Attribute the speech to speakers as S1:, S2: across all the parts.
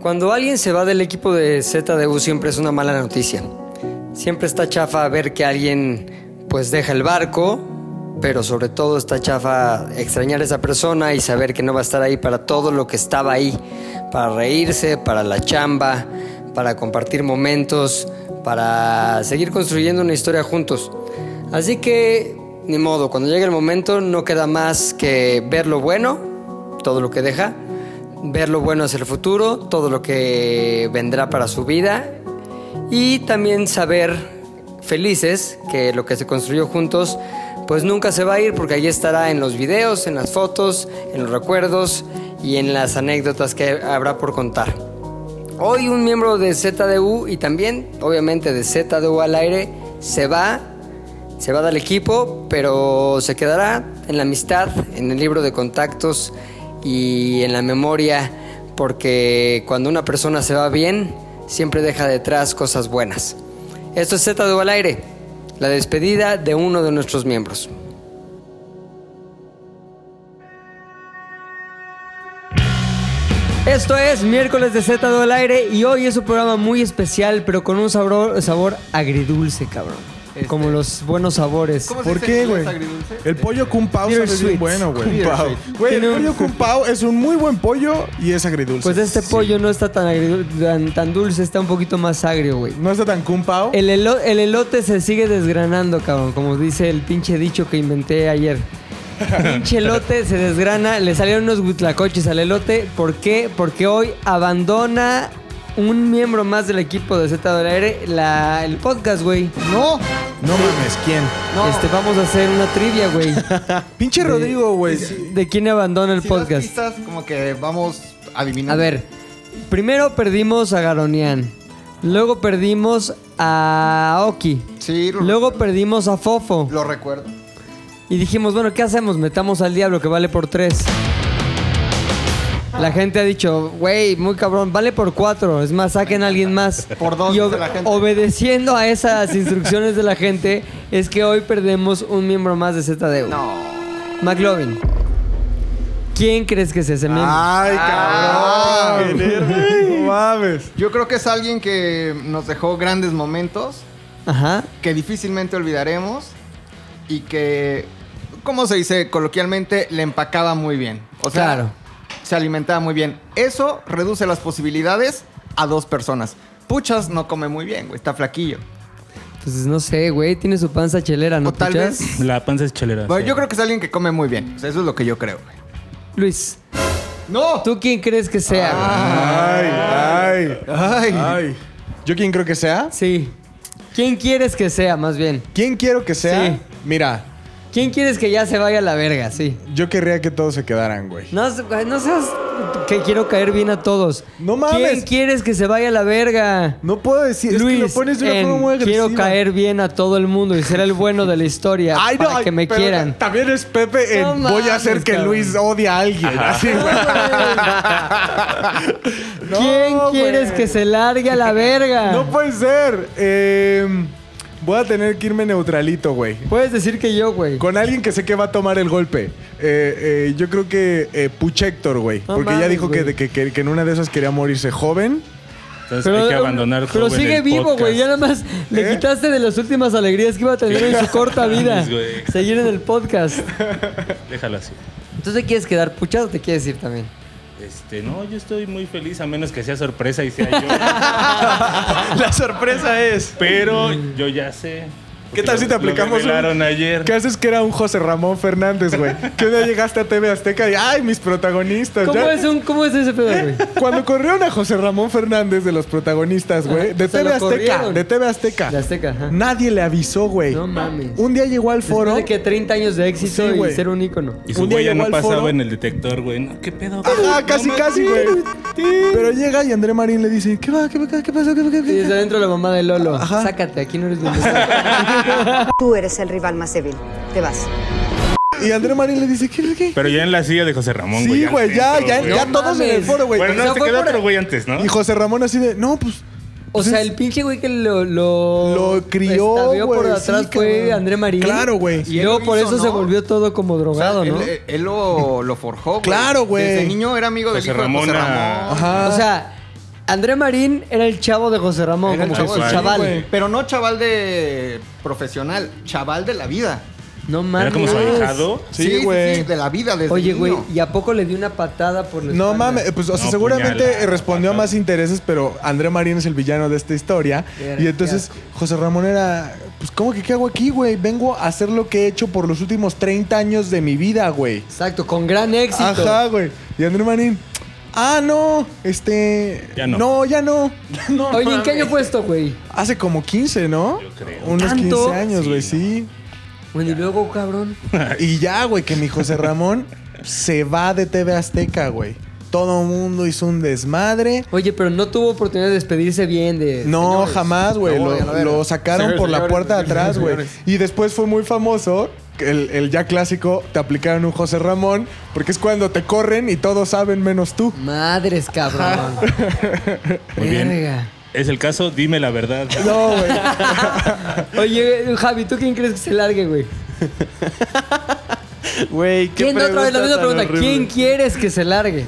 S1: Cuando alguien se va del equipo de ZDU siempre es una mala noticia. Siempre está chafa ver que alguien pues deja el barco, pero sobre todo está chafa extrañar a esa persona y saber que no va a estar ahí para todo lo que estaba ahí, para reírse, para la chamba, para compartir momentos, para seguir construyendo una historia juntos. Así que ni modo, cuando llegue el momento no queda más que ver lo bueno, todo lo que deja ver lo bueno hacia el futuro, todo lo que vendrá para su vida y también saber felices que lo que se construyó juntos pues nunca se va a ir porque ahí estará en los videos, en las fotos, en los recuerdos y en las anécdotas que habrá por contar. Hoy un miembro de ZDU y también obviamente de ZDU al aire se va, se va del equipo, pero se quedará en la amistad, en el libro de contactos y en la memoria, porque cuando una persona se va bien, siempre deja detrás cosas buenas. Esto es Z al aire, la despedida de uno de nuestros miembros. Esto es miércoles de Z al aire y hoy es un programa muy especial, pero con un sabor, sabor agridulce, cabrón.
S2: Este.
S1: Como los buenos sabores.
S2: ¿Cómo se
S3: ¿Por
S2: dice
S3: qué,
S2: en inglés
S3: güey?
S2: agridulce?
S3: El pollo Kung Pao
S1: Dear
S3: sabe
S1: sweets.
S3: bien bueno, güey.
S2: Kung Pao.
S3: Güey, el
S1: Tiene un-
S3: pollo Kung Pao es un muy buen pollo y es agridulce.
S1: Pues este pollo no está tan, agridu- tan, tan dulce, está un poquito más agrio, güey.
S3: No está tan Kung Pao.
S1: El, elo- el elote se sigue desgranando, cabrón, como dice el pinche dicho que inventé ayer. Pinche elote se desgrana, le salieron unos huitlacoches al elote. ¿Por qué? Porque hoy abandona un miembro más del equipo de ZWR la, el podcast, güey.
S3: No. No mames, ¿quién?
S1: Este, vamos a hacer una trivia, güey.
S3: Pinche
S1: De-
S3: Rodrigo, güey.
S1: ¿De quién abandona el
S2: Si das
S1: podcast?
S2: pistas, como que vamos adivinando.
S1: A ver, primero perdimos a Garonian. Luego perdimos a Oki.
S2: Sí, lo,
S1: Luego perdimos a Fofo.
S2: lo recuerdo.
S1: Y dijimos, bueno, ¿qué hacemos? Metamos al diablo que vale por tres. La gente ha dicho, güey, muy cabrón, vale por cuatro. Es más, saquen a alguien más.
S2: Por dos,
S1: Y
S2: dice la gente.
S1: obedeciendo a esas instrucciones de la gente, es que hoy perdemos un miembro más de ZDU. McLovin. ¿Quién crees que es ese miembro?
S3: Ay,
S2: Ah.
S3: cabrón. No mames.
S2: Yo creo que es alguien que nos dejó grandes momentos
S1: Ajá.
S2: que difícilmente olvidaremos y que, ¿cómo se dice coloquialmente? Le empacaba muy bien. O sea,
S1: Claro.
S2: se alimentaba muy bien. Eso reduce las posibilidades a dos personas. Puchas no come muy bien, güey, está flaquillo.
S1: Entonces, no sé, güey, tiene su panza chelera, ¿no?
S2: o tal
S1: puchas?
S2: vez...
S4: La panza es chelera.
S2: Bueno,
S4: sí.
S2: yo creo que es alguien que come muy bien. O sea, eso es lo que yo creo, güey.
S1: Luis,
S2: ¡No!
S1: ¿tú quién crees que sea?
S2: Ah.
S3: Ay, ay.
S2: Ay.
S3: Ay. ¿Yo quién creo que sea?
S1: Sí. ¿Quién quieres que sea, más bien?
S3: ¿Quién quiero que sea?
S1: Sí.
S3: Mira,
S1: ¿Quién quieres que ya se vaya a la verga? Sí.
S3: yo querría que todos se quedaran, güey.
S1: No, se- güey, no seas que quiero caer bien a todos.
S3: No mames.
S1: ¿Quién quieres que se vaya a la verga?
S3: No puedo decir, es
S1: Luis,
S3: que lo pones de una
S1: en
S3: forma muy agresiva.
S1: quiero caer bien a todo el mundo y ser el bueno de la historia
S3: Ay, no,
S1: para que me
S3: pero
S1: quieran.
S3: También es Pepe en
S1: No
S3: voy a hacer
S1: mames,
S3: que
S1: cabrón.
S3: Luis odie a alguien. Así, güey. No,
S1: ¿Quién
S3: güey.
S1: quieres que se largue a la verga?
S3: No puede ser. Eh, voy a tener que irme neutralito, güey.
S1: Puedes decir que yo, güey.
S3: Con alguien que sé que va a tomar el golpe. Eh, eh, yo creo que eh, Puchector, güey.
S1: No
S3: porque
S1: mames,
S3: ya dijo que,
S1: güey.
S3: que- que- que en una de esas quería morirse joven.
S4: Entonces hay que abandonar
S1: pero
S4: joven
S1: sigue
S4: el
S1: vivo,
S4: podcast.
S1: güey. Ya nada más le
S3: ¿Eh?
S1: quitaste de las últimas alegrías que iba a tener en su corta vida.
S4: Mames, güey.
S1: Seguir en el podcast.
S4: Déjalo así.
S1: Entonces, ¿quieres quedar puchado o te quieres ir también?
S4: Este, no, yo estoy muy feliz, a menos que sea sorpresa y sea yo.
S5: La sorpresa es.
S4: pero yo ya sé.
S3: ¿Qué tal si te
S4: Lo- lo
S3: aplicamos un-
S4: revelaron ayer.
S3: ¿Qué haces que era un José Ramón Fernández, güey? Que un día llegaste a TV Azteca y ¡ay, mis protagonistas!
S1: ¿Cómo
S3: ya-
S1: es, un, ¿Cómo es ese pedo, güey?
S3: Cuando corrieron a José Ramón Fernández de los protagonistas, güey, de
S1: se lo
S3: TV Azteca,
S1: corrieron.
S3: de TV Azteca.
S1: De Azteca, ajá.
S3: Nadie le avisó, güey.
S1: No mames.
S3: Un día llegó al foro.
S1: Después de que 30 años de éxito
S3: Sí,
S1: y
S3: güey.
S1: ser un ícono.
S4: Y su
S3: Un día
S4: huella
S3: llegó
S4: no
S3: al
S4: pasaba
S3: foro.
S4: en el detector, güey. No, ¿Qué pedo?
S3: Ajá,
S4: No
S3: casi,
S4: me-
S3: casi, güey. Pero llega y André Marín le dice, ¿qué va? ¿Qué, va? ¿Qué pasó? ¿Qué, va? ¿Qué,
S1: Y desde
S3: qué?
S1: adentro la mamá de Lolo.
S3: Ajá.
S1: Sácate, aquí no eres bienvenido.
S6: Tú eres el rival más débil. Te vas.
S3: Y André Marín le dice, ¿qué? qué?
S4: Pero ya en la silla de José Ramón, güey.
S3: sí,
S4: al
S3: güey, ya,
S4: centro,
S3: ya,
S4: güey.
S3: ya
S1: No
S3: todos en el
S1: mames.
S3: foro, güey.
S4: Bueno,
S1: Eso
S4: no, se
S1: fue
S4: quedó
S1: por-
S4: otro güey antes, ¿no?
S3: Y José Ramón así de, no, pues...
S1: O sea, el pinche güey que lo... Lo,
S3: Lo crió,
S1: estabeó por
S3: güey,
S1: atrás
S3: sí,
S1: fue
S3: cabrón.
S1: André Marín.
S3: Claro, güey.
S1: Y
S2: Y él
S1: luego
S2: lo
S1: por
S2: hizo,
S1: eso
S2: ¿no?
S1: se volvió todo como drogado,
S2: él,
S1: ¿no?
S2: él- él lo, lo forjó, güey.
S3: Claro, güey.
S2: Desde niño era amigo del
S4: José
S2: hijo de José
S4: Ramón a-
S2: Ramón.
S3: Ajá.
S1: O sea, André Marín era el chavo de José
S2: Ah,
S1: Ramón,
S3: Era el
S1: como
S3: chavo
S1: Jesús
S4: de-
S1: Chaval.
S3: güey.
S2: Pero no chaval de profesional, chaval de la vida.
S1: No mames.
S4: Era como su ahijado.
S3: Sí, güey.
S2: de la vida desde
S1: Oye, güey,
S2: niño.
S1: ¿y a poco le dio una patada por la
S3: No
S1: espalda?
S3: mames, pues o sea,
S4: No,
S3: seguramente
S4: puñalada,
S3: respondió a
S4: patada.
S3: más intereses, pero André Marín es el villano de esta historia.
S1: Verga,
S3: y
S1: qué
S3: entonces
S1: asco.
S3: José Ramón era, pues ¿cómo que qué hago aquí, güey? Vengo a hacer lo que he hecho por los últimos 30 años de mi vida, güey.
S1: Exacto, con gran éxito.
S3: Ajá, güey. Y André Marín, ah, no, este...
S4: Ya no.
S3: No, ya no. no
S1: Oye, ¿en qué año
S3: mames.
S1: fue esto, güey?
S3: Hace como 15, ¿no?
S4: Yo creo.
S3: Unos
S1: ¿Tanto?
S3: 15 años, güey, sí.
S1: Bueno, y luego, cabrón.
S3: Y ya, güey, que mi José Ramón se va de TV Azteca, güey. Todo el mundo hizo un desmadre.
S1: Oye, pero no tuvo oportunidad de despedirse bien de.
S3: No,
S1: Eh, señores.
S3: jamás, güey.
S2: No,
S3: Lo-
S2: ya la
S3: lo,
S2: verga.
S3: sacaron
S5: Señores,
S3: por la
S5: señores,
S3: puerta de
S5: señores,
S3: atrás, güey.
S5: señores.
S3: Y después fue muy famoso. El, el ya clásico, te aplicaron un José Ramón, porque es cuando te corren y todos saben menos tú.
S1: Madres, cabrón.
S4: Muy bien.
S1: Verga.
S4: Es el caso, dime la verdad.
S3: No, güey.
S1: Oye, Javi, ¿tú quién crees que se largue, güey?
S5: Güey, qué
S1: ¿Quién otra vez la
S5: pregunta
S1: misma
S5: tan
S1: pregunta?
S5: horrible.
S1: ¿Quién quieres que se largue?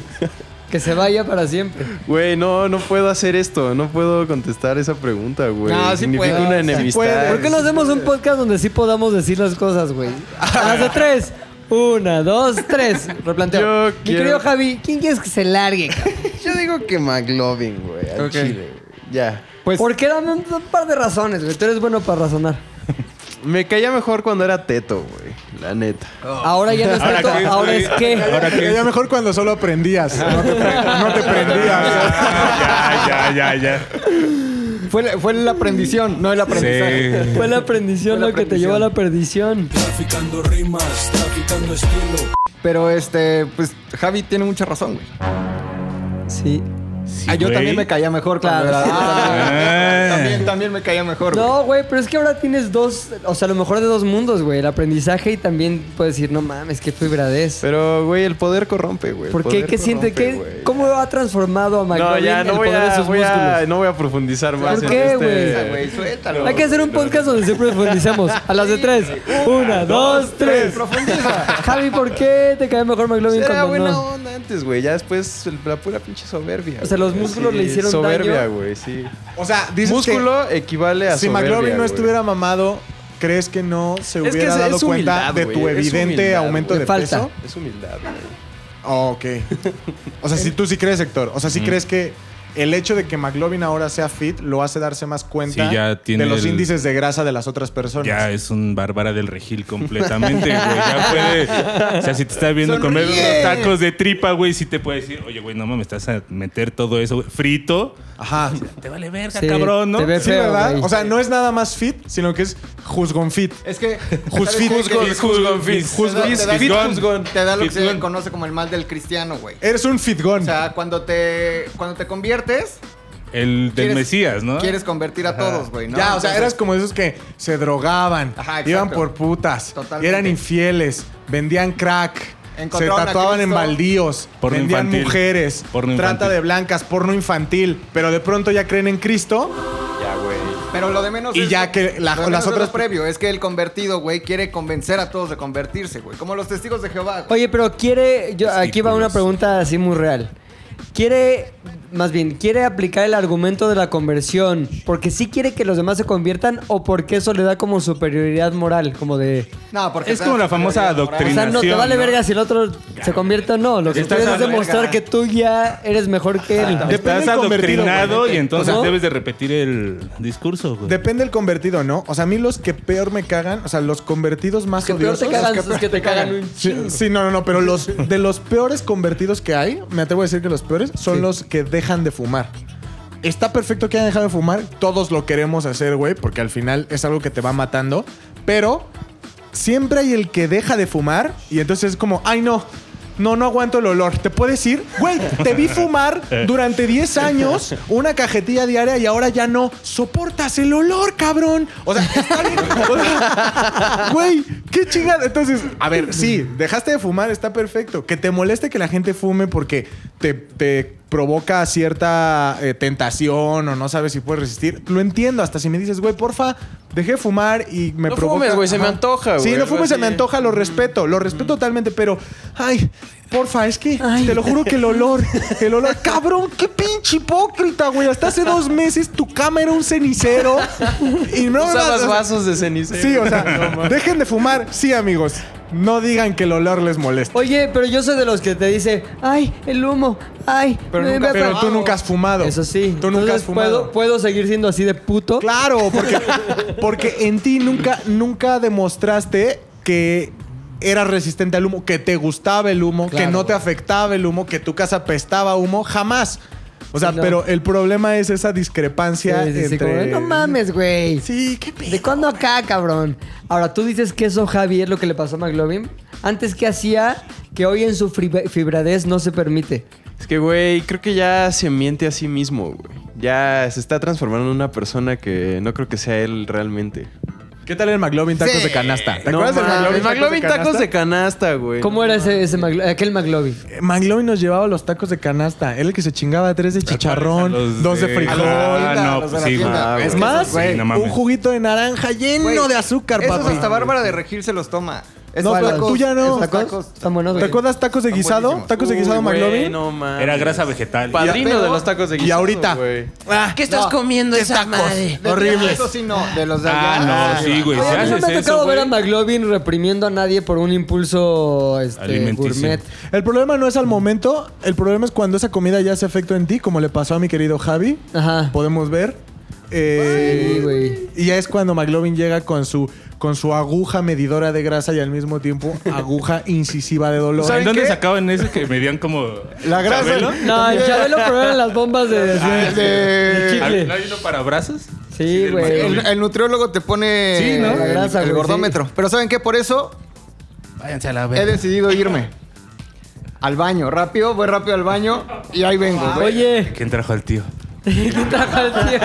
S1: Que se vaya para siempre.
S5: Güey, no, no puedo hacer esto. No puedo contestar esa pregunta, güey.
S2: No, sí
S5: Significa
S2: puedo,
S5: una
S2: sí
S5: enemistad.
S3: puedo.
S1: Ah, Pues, ¿Por qué no hacemos un podcast donde sí podamos decir las cosas, güey? Hace tres. Una, dos, tres. Replanteo.
S5: Yo
S1: Mi
S5: quiero-
S1: querido Javi, ¿quién quieres que se largue? cabrón?
S5: Yo digo que McLovin, güey. Al
S2: Ok.
S5: chile. Ya.
S2: Pues-
S1: ¿Por qué? Dame un par de razones, güey. Tú eres bueno para razonar.
S5: Me caía mejor cuando era teto, güey. La neta.
S1: Ahora ya no es
S4: Ahora
S1: tanto,
S4: qué,
S1: ahora
S4: güey.
S1: es qué.
S4: Ahora
S3: Te
S4: qué.
S3: caía mejor cuando solo aprendías. No te, pre- no te prendías.
S4: Ah, ya, ya, ya,
S2: Fue, la- fue la aprendición, no el
S4: ya.
S2: aprendizaje.
S4: Sí.
S1: Fue la perdición
S2: Fue la
S1: lo que te
S2: perdición.
S1: llevó a la perdición.
S7: Traficando rimas, traficando estilo.
S2: Pero este, pues Javi tiene mucha razón, güey.
S1: Sí.
S4: Sí,
S2: Ah, yo
S4: güey.
S2: también me caía mejor cuando
S1: Claro.
S2: era-
S4: Ah.
S2: También, también me caía mejor. güey.
S1: No, güey, pero es que ahora tienes dos, o sea, lo mejor de dos mundos, güey. El aprendizaje y también puedes decir, no mames, qué fibradez.
S5: Pero, güey, el poder corrompe, güey. El
S1: ¿Por qué?
S5: poder
S1: ¿Qué siente?
S5: corrompe,
S1: ¿Qué,
S5: güey.
S1: ¿Cómo ha transformado a
S5: No,
S1: McLovin
S5: ya, no
S1: el
S5: voy,
S1: poder de
S5: a,
S1: sus
S5: voy
S1: músculos?
S5: a, no voy a profundizar más
S1: ¿Por
S5: en
S1: qué,
S2: Ah,
S5: este...
S1: güey?
S2: güey, suéltalo.
S1: Hay que hacer un podcast donde siempre profundizamos. A las de tres. Una, dos, tres. Javi, ¿por qué te cae mejor McLovin
S5: Era
S1: cuando
S5: buena
S1: no?
S5: onda antes, güey. Ya después el- la pura pinche soberbia.
S1: O sea, los
S5: güey,
S1: músculos le hicieron
S5: soberbia,
S1: daño.
S5: güey, sí.
S3: O sea, dices
S5: Músculo equivale
S3: que
S5: a
S3: si
S5: soberbia,
S3: McLovin no
S5: güey.
S3: estuviera mamado, ¿crees que no se
S5: Es que
S3: hubiera
S5: es-
S3: dado
S5: es humildad,
S3: cuenta de
S5: güey,
S3: tu
S5: es
S3: evidente
S5: humildad,
S3: aumento
S5: güey.
S3: de
S1: Falta.
S3: peso?
S5: Es humildad, güey.
S3: Ah, ok. O sea, si tú sí crees, Héctor. O sea, si crees que el hecho de que McLovin ahora sea fit lo hace darse más cuenta
S4: Sí, ya tiene
S3: de los
S4: el-
S3: índices de grasa de las otras personas.
S4: Ya es un Bárbara del Regil completamente, güey. Ya puede. O sea, si te está viendo comer unos tacos de tripa, güey, sí te puede decir, oye, güey, no mames, estás a meter todo eso güey, frito.
S3: Ajá.
S4: Te vale verga,
S1: Sí,
S4: cabrón, ¿no?
S1: te ve
S3: Sí,
S1: feo,
S3: ¿verdad?
S1: güey.
S3: O sea, no es nada más fit, sino que es juzgón fit.
S2: Es que.
S3: Juzfit.
S2: ¿sabes qué?
S4: Juzgón,
S2: Te da-
S4: juzgón, juzgón,
S2: te da-
S4: juzgón.
S2: juzgón. Te da lo que se
S4: Juzgón.
S2: conoce como el mal del cristiano, güey.
S3: Eres un fitgón.
S2: O sea, cuando te, cuando te conviertes,
S4: El del
S2: quieres-
S4: Mesías, ¿no?
S2: Quieres convertir a todos, güey, ¿no?
S3: ya, o sea,
S2: Entonces,
S3: eras como esos que se drogaban,
S2: Ajá, exacto.
S3: iban por putas,
S2: Totalmente.
S3: eran infieles, vendían crack, se
S2: Encontraron a
S3: tatuaban en
S2: Cristo.
S3: baldíos,
S4: Porno
S3: vendían
S4: infantil.
S3: mujeres,
S4: Porno
S3: trata
S4: infantil.
S3: de blancas, porno infantil, pero de pronto ya creen en Cristo
S5: Ya, güey.
S2: Pero lo de menos
S3: Y
S2: es-
S3: ya que la-
S2: lo de
S3: las
S2: menos es lo
S3: otras-
S2: previo es que el convertido, güey, quiere convencer a todos de convertirse, güey. Como los testigos de Jehová. güey.
S1: Oye, pero quiere. Yo, aquí va una
S4: Testículos.
S1: pregunta así muy real. Quiere. Más bien, ¿quiere aplicar el argumento de la conversión porque sí quiere que los demás se conviertan o porque eso le da como superioridad moral? Como de.
S2: No, porque
S4: Es como la famosa
S1: O
S4: doctrina.
S1: sea, no te vale
S4: Inclinación, ¿no?
S1: verga si el otro se convierte o no. Lo que
S4: Estás
S1: quieres
S4: a
S1: es
S4: la
S1: demostrar
S2: verga.
S1: que tú ya eres mejor que él.
S3: Depende
S4: Estás
S3: del convertido,
S4: adoctrinado
S3: güey.
S4: y entonces
S1: ¿Cómo?
S4: debes de repetir el discurso, güey.
S3: Depende del convertido, ¿no? O sea, a mí los que peor me cagan, o sea, los convertidos más
S1: Que peor
S3: odiosos.
S1: te cagan es que te cagan un
S3: Sí, sí, no, no, no, pero los de los peores convertidos que hay, me atrevo a decir que los peores son
S1: Sí.
S3: los que dejan de fumar. Está perfecto que hayan dejado de fumar, todos lo queremos hacer, güey, porque al final es algo que te va matando, pero siempre hay el que deja de fumar y entonces es como, ay no, no, no aguanto el olor. Te puedes ir, güey, te vi fumar durante 10 años una cajetilla diaria y ahora ya no soportas el olor, cabrón. O sea, está bien. O sea, güey, qué chingada. Entonces, a ver, sí, dejaste de fumar, está perfecto. Que te moleste que la gente fume porque te, te provoca cierta eh, tentación o no sabes si puedes resistir. Lo entiendo, hasta si me dices, güey, porfa, dejé de fumar y me
S5: No
S3: provoca-
S5: fumes, güey, se me
S3: Ajá.
S5: antoja,
S3: Sí,
S5: güey,
S3: no
S5: algo
S3: fumes, se me
S5: así. Mm.
S3: antoja, lo respeto, lo respeto totalmente, pero ay, porfa, es que te lo juro que el olor, el olor, cabrón, qué pinche hipócrita, güey. Hasta hace dos meses tu cama era un cenicero y no me vas-
S5: Usabas vasos de cenicero.
S3: Sí, o sea, dejen de fumar, sí, amigos. No digan que el olor les molesta.
S1: Oye, pero yo soy de los que te dice, ay, el humo, ay.
S3: Pero,
S1: me-
S3: nunca-
S1: me-
S3: pero tú nunca has fumado.
S1: Eso sí.
S3: Tú nunca has
S1: Entonces,
S3: fumado.
S1: ¿puedo, ¿Puedo seguir siendo así de puto?
S3: Claro, porque, porque en ti nunca, nunca demostraste que eras resistente al humo, que te gustaba el humo, que
S1: Claro.
S3: no te afectaba el humo, que tu casa apestaba a humo, jamás. O sea,
S1: Sí, no.
S3: pero el problema es esa discrepancia
S1: Sí, sí, sí, como,
S3: entre...
S1: no mames, güey.
S3: Sí, qué pedo.
S1: ¿De cuándo acá, cabrón? Ahora, tú dices que eso, Javier, lo que le pasó a McLovin. Antes, ¿qué hacía? Que hoy en su fibra- fibradez no se permite.
S5: Es que, güey, creo que ya se miente a sí mismo, güey. Ya se está transformando en una persona que no creo que sea él realmente.
S3: ¿Qué tal el McLovin tacos
S2: Sí.
S3: de canasta? ¿Te
S5: No
S3: acuerdas del
S5: mames,
S3: McLovin,
S5: McLovin tacos de
S3: canasta?
S5: canasta, güey.
S1: ¿Cómo era ese, ese Maglo- aquel McLovin?
S3: Eh, McLovin nos llevaba los tacos de canasta. Era el que se chingaba tres de chicharrón,
S4: Los
S3: dos de frijol.
S4: Ah, no,
S2: los de la
S4: sí, güey.
S2: tienda.
S5: Ah,
S3: Es
S5: güey.
S3: más,
S4: Sí, no mames.
S3: un juguito de naranja lleno
S2: Güey,
S3: de azúcar,
S2: Esos
S3: papi.
S2: hasta Bárbara de Regir se los toma. Esos
S3: No, pero tú ya no.
S2: esos
S1: ¿Tacos? Están buenos,
S3: ¿Te
S1: güey.
S3: acuerdas tacos de
S2: Están
S3: guisado?
S2: buenísimos.
S3: Tacos de
S5: Uy,
S3: guisado
S5: güey,
S3: McLovin.
S5: No mames.
S4: Era grasa vegetal.
S5: Padrino
S2: Pero-
S5: de los tacos de
S3: y
S5: guisado.
S3: ahorita.
S5: güey.
S8: Ah, ¿Qué estás comiendo esa madre?
S2: De-
S3: Horribles.
S2: Eso sí no, de los de allá.
S4: Ah, no, sí, güey.
S1: Oye,
S4: Si
S1: a mí no
S4: haces
S1: me ha
S4: eso,
S1: tocado ver a
S4: güey.
S1: McLovin reprimiendo a nadie por un impulso este,
S4: Alimenticio.
S1: gourmet.
S3: El problema no es al momento, el problema es cuando esa comida ya se afectó en ti, como le pasó a mi querido Javi.
S1: Ajá.
S3: Podemos ver. Eh,
S1: Sí, güey.
S3: y ya es cuando McLovin llega con su, con su aguja medidora de grasa y al mismo tiempo aguja incisiva de dolor.
S4: ¿En dónde
S3: qué?
S4: sacaban eso que medían como.
S3: La grasa.
S4: ¿Chabelo?
S1: No, el Chabelo pero eran las bombas de, de- de
S4: ¿A-
S1: chicle.
S4: ¿No hay uno para brazos?
S1: Sí,
S4: del
S1: güey.
S2: El,
S4: McLovin.
S2: el nutriólogo te pone
S4: Sí, ¿no?
S2: el,
S1: La grasa,
S2: el
S1: güey,
S2: gordómetro. Pero ¿saben qué? Por eso
S4: Váyanse a la
S2: he decidido irme al baño. Rápido, voy rápido al baño y ahí vengo. güey.
S1: Oye,
S4: ¿Quién trajo al tío?
S1: ¿qué trajo al tío?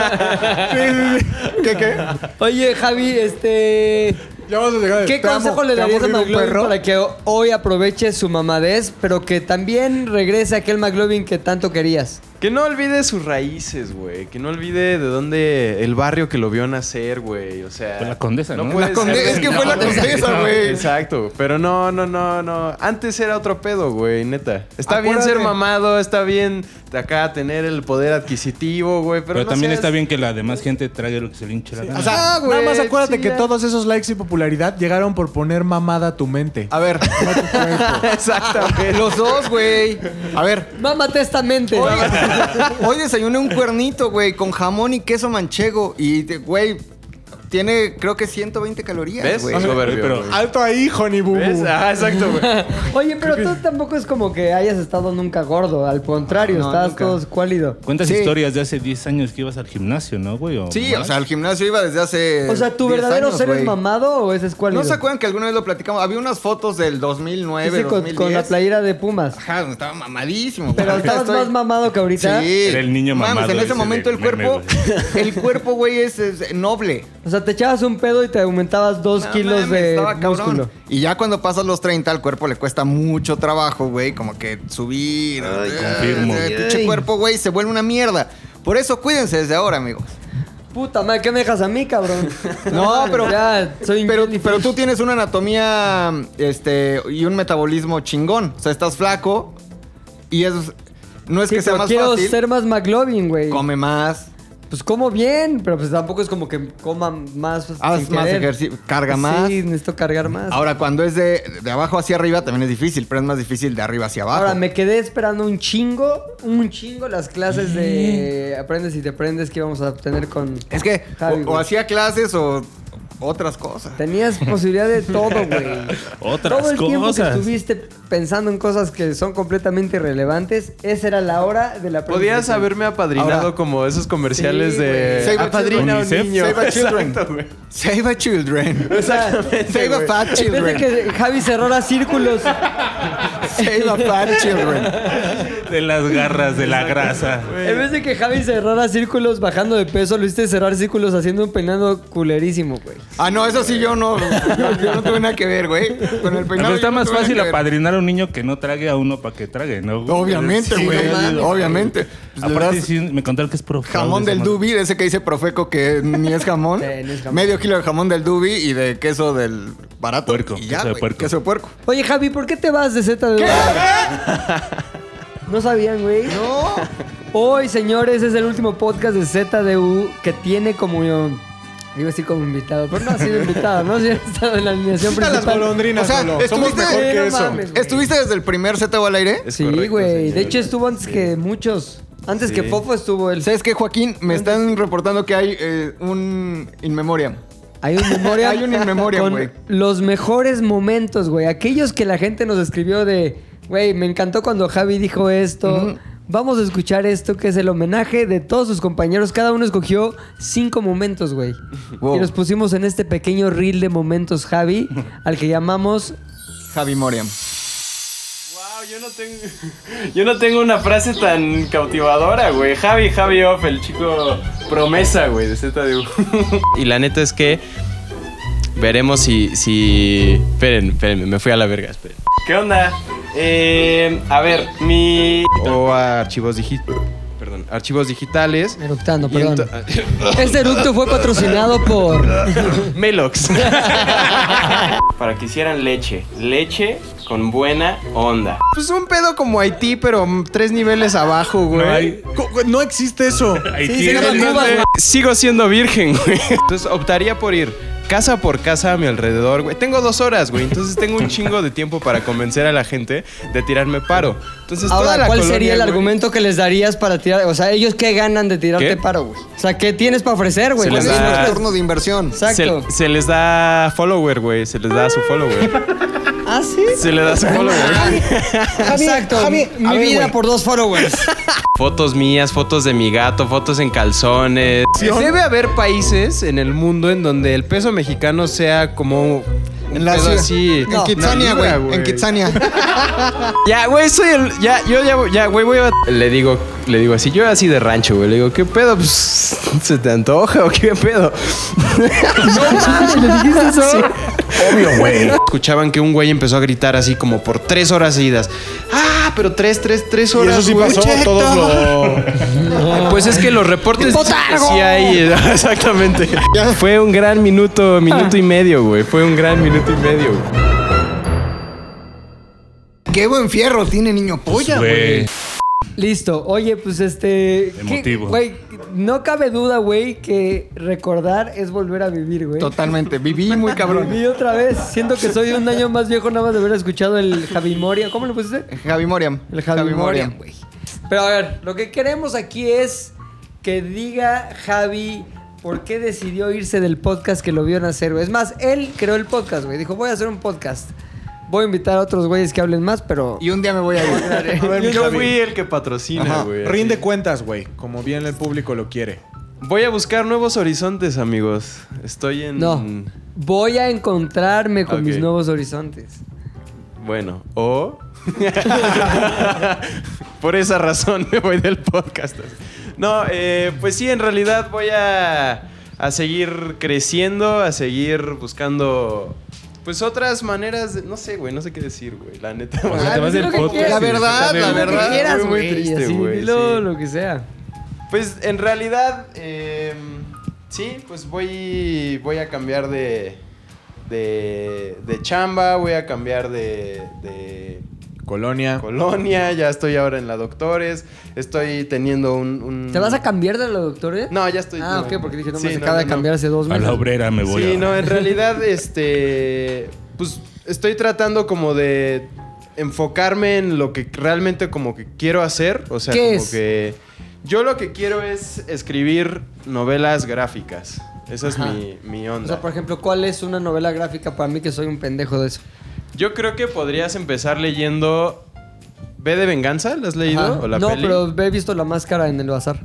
S2: ¿Qué, qué?
S1: Oye, Javi, este.
S3: Ya vamos a llegar al-
S1: ¿Qué
S3: te amo,
S1: consejo le
S3: te amo,
S1: darías a
S3: vivo
S1: McLovin
S3: perro.
S1: para que hoy aproveche su mamadez, pero que también regrese aquel McLovin que tanto querías?
S5: Que no olvide sus raíces, güey. Que no olvide de dónde. El barrio que lo vio nacer, güey. O sea.
S4: Fue la condesa, ¿no?
S5: puede
S2: La conde-
S5: ser-
S2: es que fue la condesa, güey.
S5: Exacto. Pero no, no, no, no. Antes era otro pedo, güey, neta. Está bien ser
S2: Acuérdate.
S5: mamado, está bien acá tener el poder adquisitivo, güey. Pero,
S4: Pero,
S5: no
S4: también
S5: seas-
S4: está bien que la demás gente traiga lo que se le hinche la gana.
S3: O sea,
S5: Ah, güey,
S3: nada más acuérdate
S5: sí,
S3: que
S5: ya.
S3: todos esos likes y popularidad llegaron por poner mamada a tu mente.
S2: A ver,
S5: Exactamente.
S2: los dos, güey. A ver,
S1: Mámate esta mente.
S2: Hoy, hoy desayuné un cuernito, güey, con jamón y queso manchego. Y, de- güey, tiene creo que 120
S5: ¿Ves?
S2: calorías, güey.
S5: Soberbio,
S4: Oye, pero-
S5: güey.
S3: Alto ahí, honey boo.
S5: ¿Ves?
S3: boo.
S5: Ah, exacto, güey.
S1: Oye, pero tú tampoco es como que hayas estado nunca gordo. Al contrario,
S2: No,
S1: estás
S2: nunca.
S1: todo escuálido.
S4: Cuentas
S2: Sí.
S4: historias de hace 10 años que ibas al gimnasio, ¿no, güey?
S2: Sí, o
S4: más.
S2: sea, al gimnasio iba desde hace.
S1: O sea, ¿tu
S2: 10
S1: verdadero
S2: Eh, años,
S1: ser es
S2: güey.
S1: mamado o es escuálido?
S2: ¿No se acuerdan que alguna vez lo platicamos? Había unas fotos del 2009,
S1: Ese con,
S2: 2010.
S1: con la playera de Pumas.
S2: Ajá, donde estaba mamadísimo. güey.
S1: Pero
S2: Ahorita
S1: estabas
S2: estoy-
S1: más mamado que ahorita.
S2: Sí.
S4: Era el niño
S2: Mames,
S4: mamado
S2: en
S4: ese
S2: ese momento el
S4: del meme,
S2: cuerpo, el cuerpo, güey, es, es noble.
S1: O sea, te echabas un pedo y te aumentabas dos
S2: No
S1: kilos
S2: mames,
S1: de
S2: estaba cabrón.
S1: músculo.
S2: Y ya cuando pasas los 30, al cuerpo le cuesta mucho trabajo, güey. Como que subir.
S4: Ay,
S2: eh,
S4: confirmo.
S2: eh, Pinche cuerpo, güey, se vuelve una mierda. Por eso cuídense desde ahora, amigos.
S1: Puta madre, ¿qué me dejas a mí, cabrón?
S2: No, pero.
S1: Ya, soy
S2: pero,
S1: Billy
S2: pero
S1: Fish.
S2: tú tienes una anatomía este, y un metabolismo chingón. O sea, estás flaco y es. No es
S1: Sí,
S2: que sea
S1: pero
S2: más
S1: quiero
S2: fácil.
S1: ser más McLovin, güey.
S2: Come más,
S1: Pues como bien, pero pues tampoco es como que coma más. pues,
S2: haz
S1: sin
S2: más
S1: querer.
S2: ejercicio, carga más.
S1: Sí, necesito cargar más.
S2: Ahora, cuando es de, de abajo hacia arriba también es difícil, pero es más difícil de arriba hacia abajo.
S1: Ahora, me quedé esperando un chingo, un chingo las clases de aprendes y te aprendes que íbamos a tener con...
S2: Es que
S1: Javi,
S2: o, o
S1: güey.
S2: hacía clases o otras cosas.
S1: Tenías posibilidad de todo, güey.
S4: Otras
S1: Todo el tiempo que
S4: cosas.
S1: estuviste pensando en cosas que son completamente irrelevantes, esa era la hora de la
S5: Podías haberme apadrinado
S2: Ahora-
S5: como esos comerciales
S1: Sí,
S5: de.
S2: güey. Save a
S5: Apadrina a un
S4: Eh, Children.
S5: niño.
S2: Save a Children.
S5: Exacto, güey.
S2: Save a children.
S1: Exactamente,
S2: Save a
S5: güey.
S1: En
S2: fat
S1: vez de
S2: children.
S1: que Javi cerrara círculos.
S2: Save a fat children.
S4: de las garras de la grasa.
S1: En vez de que Javi cerrara círculos bajando de peso, lo hiciste cerrar círculos haciendo un peinado culerísimo, güey.
S2: Ah, no, eso sí yo no. Yo, yo no tuve nada que ver, güey. Con el peinado.
S4: Pero está
S2: yo no
S4: más
S2: tuve nada
S4: fácil
S2: que ver.
S4: apadrinar a un niño que no trague a uno para que trague, ¿no? güey?
S2: Obviamente,
S4: Sí,
S2: güey.
S4: no mames.
S2: obviamente. Pues, le
S4: Aparte,
S2: das
S4: sí, me contaron que es pro.
S2: Jamón del
S4: dubi
S2: dubi, de ese que dice Profeco que ni es jamón.
S1: Sí, ni es jamón.
S2: Medio kilo de jamón del dubi y de queso del barato.
S4: Puerco,
S2: Y ya,
S4: queso de
S2: güey,
S4: puerco.
S2: Queso de puerco.
S1: Oye, Javi, ¿por qué te vas de Z de No sabían, güey.
S2: No.
S1: Hoy, señores, es el último podcast de ZDU que tiene como. Digo, así como invitado, pero no ha sido invitado, ¿no? Si estado en la alineación
S3: Quita las
S1: principal.
S3: golondrinas,
S2: O sea,
S3: Lolo. Somos
S2: estuviste-
S3: mejor
S1: Sí, no
S3: que eso.
S1: mames. güey.
S2: ¿Estuviste desde el primer Z al aire?
S5: Es
S1: Sí,
S5: correcto,
S1: güey.
S5: señor.
S1: De hecho, estuvo antes que muchos. Antes que
S5: Sí.
S1: Fofo estuvo el.
S2: ¿Sabes qué, Joaquín? Me están reportando que hay eh, un in memoriam.
S1: Hay un memoria.
S2: Hay un in memoriam,
S1: con
S2: güey.
S1: Los mejores momentos, güey. Aquellos que la gente nos escribió de, güey, me encantó cuando Javi dijo esto. Vamos a escuchar esto, que es el homenaje de todos sus compañeros. Cada uno escogió cinco momentos, güey.
S2: Wow.
S1: Y los pusimos en este pequeño reel de momentos, Javi, al que llamamos.
S2: Javi Moriam.
S5: Wow, Ah, yo no tengo. Yo no tengo una frase tan cautivadora, güey. Javi, Javi Off, el chico promesa, güey, de ZDU. y la neta es que. Veremos si. si... Esperen, esperen, me fui a la verga, esperen. ¿Qué onda? Eh, a ver, mi. O a archivos digitales. Perdón, archivos digitales.
S1: Eructando,
S5: Y
S1: perdón.
S5: ento-
S1: Este eructo fue patrocinado por.
S5: Melox. Para que hicieran leche. Leche con buena onda.
S9: Pues un pedo como Haití, pero mm, tres niveles abajo, güey.
S4: No, hay-
S3: Co- co- No existe eso.
S4: ahí
S1: Sí, se
S4: tienes,
S1: llama Cubas,
S4: güey.
S1: güey.
S5: eh, Sigo siendo virgen, güey. Entonces optaría por ir casa por casa a mi alrededor, güey. Tengo dos horas, güey. Entonces tengo un chingo de tiempo para convencer a la gente de tirarme paro. Entonces toda
S1: Ahora,
S5: la
S1: ¿cuál
S5: colonia,
S1: sería el
S5: güey,
S1: argumento que les darías para tirar? O sea, ¿ellos qué ganan de tirarte
S5: ¿Qué?
S1: paro, güey? O sea, ¿qué tienes para ofrecer, güey?
S5: Se
S2: ¿Cuál
S5: les
S2: es
S1: Pues,
S2: un
S5: da-
S2: retorno de inversión?
S1: Exacto.
S5: Se, se les da follower, güey. Se les da su follower.
S1: ¿Ah, sí?
S5: Se ¿eh? les da su follower.
S1: Exacto.
S9: Javi,
S1: mi
S9: a ver,
S1: vida
S9: güey.
S1: por dos followers.
S5: Fotos mías, fotos de mi gato, fotos en calzones. Debe haber países en el mundo en donde el peso mexicano sea como un
S2: En la
S5: pedo
S2: ciudad-
S5: así.
S2: En Kitsania,
S5: Una libra,
S2: güey. En Kitsania.
S5: Ya, güey, soy el. Ya, yo ya, voy- ya, güey, voy a. Le digo, le digo así, yo así de rancho, güey. Le digo, ¿qué pedo? Pues, ¿Se te antoja o qué pedo? Obvio, güey. Escuchaban que un güey empezó a gritar así como por tres horas seguidas. Ah, pero tres, tres, tres
S3: Y
S5: horas.
S3: eso sí
S5: güey.
S3: pasó. Todos lo.
S5: Pues es que los reportes sí hay, exactamente. Fue un gran minuto, minuto y medio, güey. Fue un gran minuto y medio. güey.
S2: Qué buen fierro tiene niño polla, güey.
S4: Güey.
S1: Listo. Oye, pues este. ¿qué-
S4: Emotivo.
S1: Güey, no cabe duda, güey, que recordar es volver a vivir, güey.
S2: Totalmente. Viví muy cabrón.
S1: Viví otra vez. Siento que soy un año más viejo, nada más de haber escuchado el Javi Moria. ¿Cómo lo pusiste?
S2: Javi Moriam.
S1: El Javi, Moria, güey. Pero a ver, lo que queremos aquí es que diga Javi por qué decidió irse del podcast que lo vio nacer, güey. Es más, él creó el podcast, güey. Dijo, voy a hacer un podcast. Voy a invitar a otros güeyes que hablen más, pero...
S2: Y un día me voy a ir.
S3: A ver, mi
S5: Yo
S3: Javi,
S5: fui el que patrocina,
S2: Ajá.
S5: güey. así.
S3: Rinde cuentas, güey. Como bien el público lo quiere.
S5: Voy a buscar nuevos horizontes, amigos. Estoy en.
S1: No, voy a encontrarme con
S5: Ok.
S1: mis nuevos horizontes.
S5: Bueno, o. Por esa razón me voy del podcast. No, eh, pues sí, en realidad voy a, a seguir creciendo, a seguir buscando. Pues otras maneras de. No sé, güey, no sé qué decir, güey. La neta.
S4: O sea, te vas
S1: di
S4: del
S1: lo que
S4: podcast.
S1: quieras.
S2: La
S4: y de
S2: verdad,
S4: ZDU.
S2: la verdad.
S1: Lo que quieras,
S5: Muy, muy
S1: güey,
S5: triste,
S1: así,
S5: güey,
S1: dilo
S5: sí.
S1: lo que sea.
S5: Pues en realidad, eh, sí, pues voy, voy a cambiar de, de, de chamba, voy a cambiar de, de
S1: Ah.
S3: Colonia.
S5: colonia, ya estoy ahora en la Doctores, estoy teniendo un... un-
S1: ¿Te vas a cambiar de la doctora?
S5: No, ya estoy...
S1: Ah,
S5: no.
S1: ok, porque dije, no,
S5: Sí,
S1: me acaba de
S5: no, no.
S1: cambiar hace dos
S4: A
S1: meses.
S4: la obrera me voy.
S5: Sí,
S4: a-
S5: no, en realidad, este. Pues estoy tratando como de enfocarme en lo que realmente como que quiero hacer. O sea,
S1: ¿Qué
S5: como
S1: es?
S5: que. Yo lo que quiero es escribir novelas gráficas. Esa es
S1: Ajá.
S5: mi, mi
S1: O
S5: onda.
S1: sea, por ejemplo, ¿cuál es una novela gráfica para mí que soy un pendejo de eso?
S5: Yo creo que podrías empezar leyendo. ¿B de venganza? ¿La has leído?
S1: Ajá.
S5: ¿O la
S1: no,
S5: peli?
S1: pero he visto la máscara en el bazar.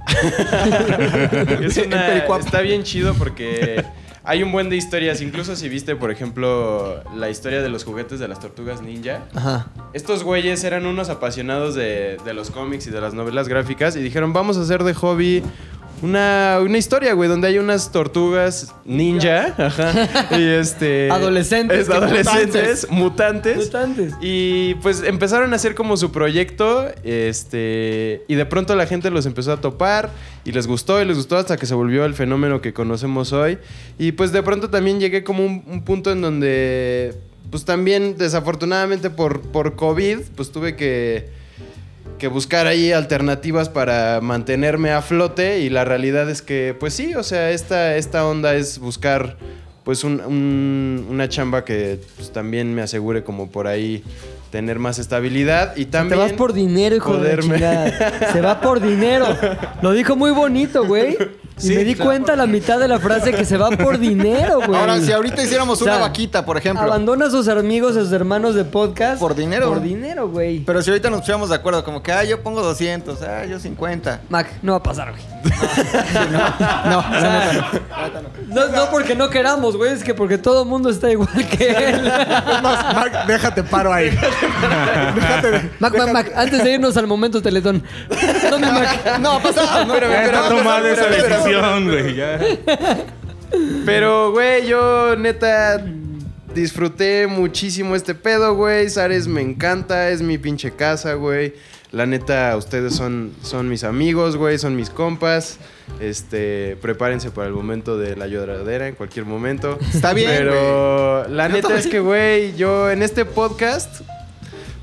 S5: Es una- está bien chido porque Hay un buen de historias, incluso si viste, por ejemplo, la historia de los juguetes de las tortugas ninja.
S2: Ajá.
S5: Estos güeyes eran unos apasionados de, de los cómics y de las novelas gráficas y dijeron, vamos a hacer de hobby una, una historia, güey, donde hay unas tortugas ninja, ajá, y este...
S1: Adolescentes,
S5: es-
S1: que
S5: adolescentes, mutantes.
S1: Mutantes.
S5: Y pues empezaron a hacer como su proyecto, este... Y de pronto la gente los empezó a topar y les gustó y les gustó hasta que se volvió el fenómeno que conocemos hoy. Y pues de pronto también llegué como un, un punto en donde... Pues también, desafortunadamente, por, por COVID, pues tuve que que buscar ahí alternativas para mantenerme a flote y la realidad es que, pues sí, o sea, esta, esta onda es buscar pues un- un- una chamba que pues, también me asegure como por ahí tener más estabilidad y
S1: Te
S5: también...
S1: vas por dinero, hijo
S5: poderme-
S1: de la chingada. Se va por dinero. Lo dijo muy bonito, güey. Y me di cuenta a la mitad de la frase que se va por dinero, güey.
S2: Ahora, si ahorita hiciéramos
S1: Pues, O sea,
S2: una vaquita, por ejemplo.
S1: Abandona a sus amigos, a sus hermanos de podcast.
S2: Por dinero.
S1: Por dinero, güey.
S2: Pero si ahorita nos pusiéramos de acuerdo, como que, ah, yo pongo 200, ah, yo 50.
S1: Mac, no va a pasar, güey.
S2: No,
S1: O sea, no, no porque no queramos, güey, es que porque todo el mundo está igual que él.
S3: Es más, Mac, déjate paro ahí. déjate de-
S1: Mac, Mac, Mac, antes de irnos al momento Teletón. No, mi Mac.
S2: no, pasa. No,
S4: Ya está tomada esa decisión, güey. Ya.
S5: Pero, güey, yo neta disfruté muchísimo este pedo, güey. Sares me encanta, es mi pinche casa, güey. La neta, ustedes son, son mis amigos, güey, son mis compas. Este, prepárense para el momento de la lloradera en cualquier momento.
S2: Está bien,
S5: Pero la
S2: Yo
S5: neta
S2: también.
S5: es que, güey, yo en este podcast,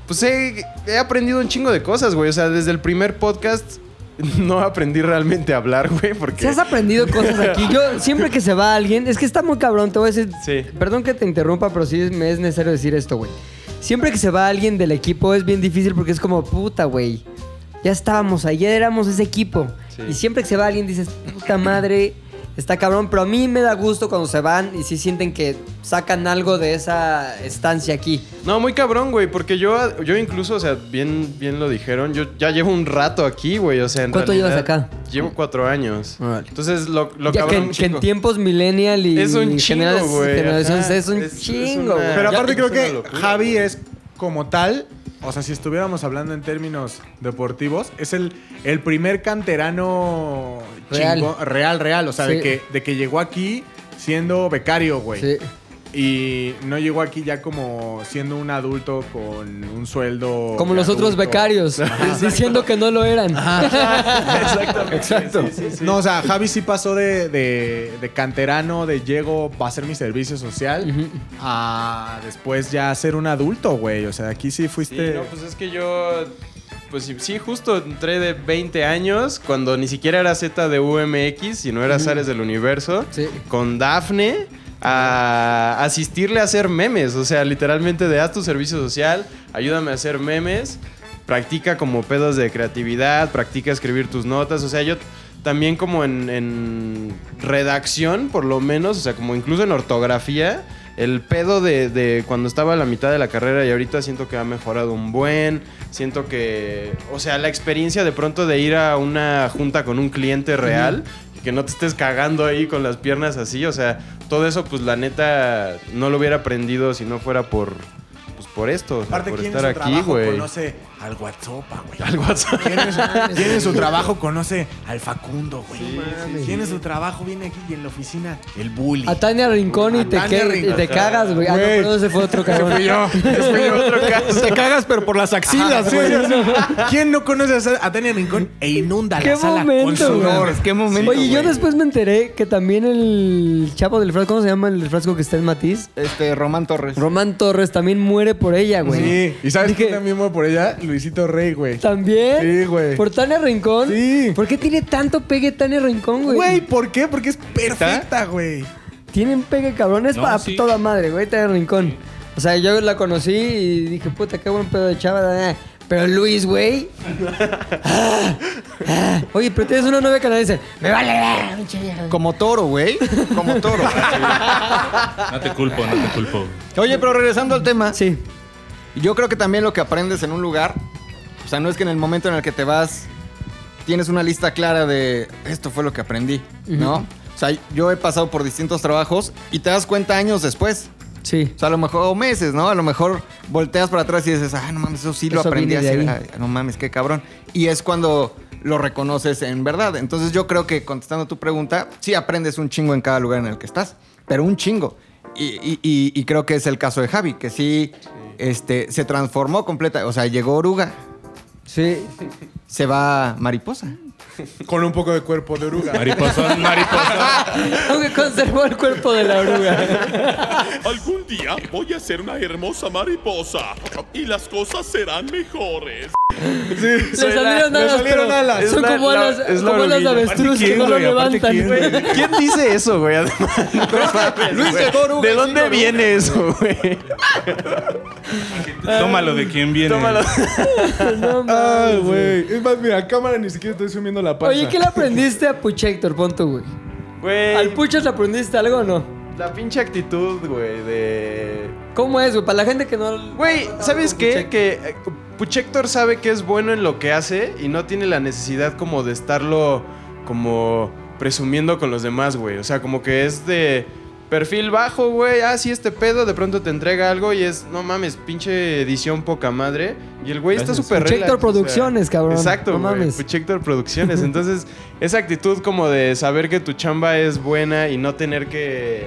S5: pues he, he aprendido un chingo de cosas, güey. O sea, desde el primer podcast no aprendí realmente a hablar, güey, porque...
S1: Si has aprendido cosas aquí, yo siempre que se va alguien, es que está muy cabrón, te voy a decir,
S5: Sí.
S1: perdón que te interrumpa, pero sí es- me es necesario decir esto, güey. Siempre que se va alguien del equipo es bien difícil porque es como, puta, güey, ya estábamos, ayer éramos ese equipo.
S5: Sí.
S1: Y siempre que se va alguien dices, puta madre, está cabrón, pero a mí me da gusto cuando se van y sí sienten que sacan algo de esa estancia aquí.
S5: No, muy cabrón, güey, porque yo, yo incluso, o sea, bien, bien lo dijeron, yo ya llevo un rato aquí, güey, o sea, en
S1: ¿Cuánto llevas
S5: realidad,
S1: acá?
S5: Llevo cuatro años.
S1: Órale.
S5: Entonces, lo, lo
S1: Ya que,
S5: cabrón...
S1: en- que en tiempos millennial y
S5: Es un chingo,
S1: generas-
S5: güey,
S1: generaciones
S5: ajá.
S1: es un
S5: Es- es
S1: chingo,
S5: una-
S1: güey.
S3: Pero
S5: Ya
S3: aparte creo
S5: tienes
S3: que
S5: una locura,
S3: Javi
S5: güey.
S3: es como tal, o sea, si estuviéramos hablando en términos deportivos, es el, el primer canterano
S1: Real.
S3: chingón- real, real, o sea, de,
S1: Sí.
S3: que, de que llegó aquí siendo becario, güey.
S1: Sí.
S3: Y no llegó aquí ya como siendo un adulto con un sueldo.
S1: Como
S3: de
S1: los otros
S3: adulto.
S1: becarios, diciendo que no lo eran.
S5: Exactamente. Exacto.
S3: No, o sea, Javi sí pasó de, de- de canterano, de llego a hacer mi servicio social, a después ya ser un adulto, güey. O sea, aquí sí
S5: Sí,
S3: fuiste.
S5: no, pues es que yo... Pues sí, sí, justo entré de 20 años, cuando ni siquiera era Z de UMX, sino era Zares del Universo,
S1: Sí.
S5: con Dafne a asistirle a hacer memes, o sea, literalmente de haz tu servicio social, ayúdame a hacer memes, practica como pedos de creatividad, practica escribir tus notas, o sea, yo también como en, en redacción, por lo menos, o sea, como incluso en ortografía, el pedo de, de cuando estaba a la mitad de la carrera y ahorita siento que ha mejorado un buen, siento que, o sea, la experiencia de pronto de ir a una junta con un cliente real, y que no te estés cagando ahí con las piernas así, o sea, todo eso pues la neta no lo hubiera aprendido si no fuera por... Pues por esto, o sea,
S3: Aparte,
S5: por
S3: ¿quién
S5: estar
S3: en su
S5: aquí,
S3: trabajo
S5: güey.
S3: conoce al Guatsopa, güey? Al WhatsApp. ¿Quién en su, quién en su trabajo conoce al Facundo, güey? ¿Quién en su trabajo viene aquí y en la oficina? El bully.
S1: A Tania Rincón y,
S3: A
S1: te,
S3: Tania
S1: que-
S3: Rincón.
S1: y te cagas, güey. Ah, no,
S3: Güey.
S1: perdón, ese fue otro cabrón.
S3: Te cagas, pero por las axilas, güey. ¿Quién no conoce a Tania Rincón e inunda
S1: ¿Qué
S3: la sala con
S1: momento,
S3: sudor?
S1: güey?
S2: Qué momento.
S1: Oye, yo
S2: güey.
S1: después me enteré que también el chavo del frasco, ¿cómo se llama el del frasco que está en Matiz?
S2: Este, Román Torres.
S1: Román Torres también muere por ella, güey.
S3: Sí, y sabes
S1: Dije,
S3: que también voy por ella, Luisito Rey, güey.
S1: ¿También?
S3: Sí, güey.
S1: ¿Por Tania Rincón?
S3: Sí.
S1: ¿Por qué tiene tanto pegue Tania Rincón, güey?
S3: Güey, ¿por qué? Porque es perfecta, güey.
S1: Tienen pegue cabrón, es
S4: No,
S1: para
S4: sí.
S1: toda madre, güey, Tania Rincón. O sea, yo la conocí y dije, puta, qué buen pedo de chava. da, da. Pero Luis, güey. ah, ah. Oye, pero tienes una novia canadiense. Me vale, ver, pinche vieja.
S2: Como toro, güey. Como toro.
S4: No te culpo, no te culpo.
S2: Oye, pero regresando al tema.
S1: Sí.
S2: Yo creo que también lo que aprendes en un lugar, o sea, no es que en el momento en el que te vas tienes una lista clara de esto fue lo que aprendí, ¿no? O O sea, yo he pasado por distintos trabajos y te das cuenta años después.
S1: Sí.
S2: O sea, a lo mejor, o meses, ¿no? A lo mejor volteas para atrás y dices, ah, no mames, eso sí lo
S1: Eso
S2: aprendí a
S1: viene de
S2: hacer.
S1: ahí.
S2: Ay, no mames, qué cabrón. Y es cuando lo reconoces en verdad. Entonces yo creo que contestando tu pregunta, sí aprendes un chingo en cada lugar en el que estás, pero un chingo. Y, y- y- y creo que es el caso de Javi, que sí, Este, se transformó completa. O sea, llegó oruga,
S1: Sí.
S2: se va mariposa.
S3: Con un poco de cuerpo de oruga.
S4: Mariposón, mariposón.
S1: Aunque conservó el cuerpo de la oruga.
S10: Algún día voy a ser una hermosa mariposa y las cosas serán mejores.
S1: Le salieron
S3: le
S1: alas.
S3: salieron
S1: pero
S3: alas.
S1: Son
S5: Es la-
S1: como
S5: la-
S1: alas,
S5: es la
S1: como alas de
S5: oruguilla.
S1: avestruz
S4: Aparte,
S1: que
S4: ¿quién,
S1: no lo
S4: güey? Aparte,
S1: levantan,
S4: ¿quién,
S1: güey.
S4: güey?
S5: ¿Quién dice eso, güey? Además,
S2: Luis llegó oruga.
S5: ¿De dónde viene eso, güey?
S4: Tómalo de quién viene.
S5: Tómalo.
S1: No mames,
S3: Ay, güey. Es más, mira, cámara ni siquiera estoy sumiendo la panza.
S1: Oye, ¿qué le aprendiste a Puchector? Pon tú, güey. ¿Al
S5: Güey,
S1: Puchas le aprendiste algo o no?
S5: la pinche actitud, güey, de...
S1: ¿Cómo es, güey? Para la gente que no.
S5: Güey, ¿sabes
S1: Ah, no,
S5: qué?
S1: Puchector.
S5: Que eh, Puchector sabe que es bueno en lo que hace y no tiene la necesidad como de estarlo como presumiendo con los demás, güey. O sea, como que es de perfil bajo, güey. Ah, sí, este pedo de pronto te entrega algo y es, no mames, pinche edición poca madre. Y el güey está
S4: Gracias.
S5: súper
S1: Puchector
S5: relax, o sea.
S1: Producciones, cabrón.
S5: Exacto,
S1: No
S5: güey.
S1: mames.
S5: Puchector Producciones. Entonces, esa actitud como de saber que tu chamba es buena y no tener que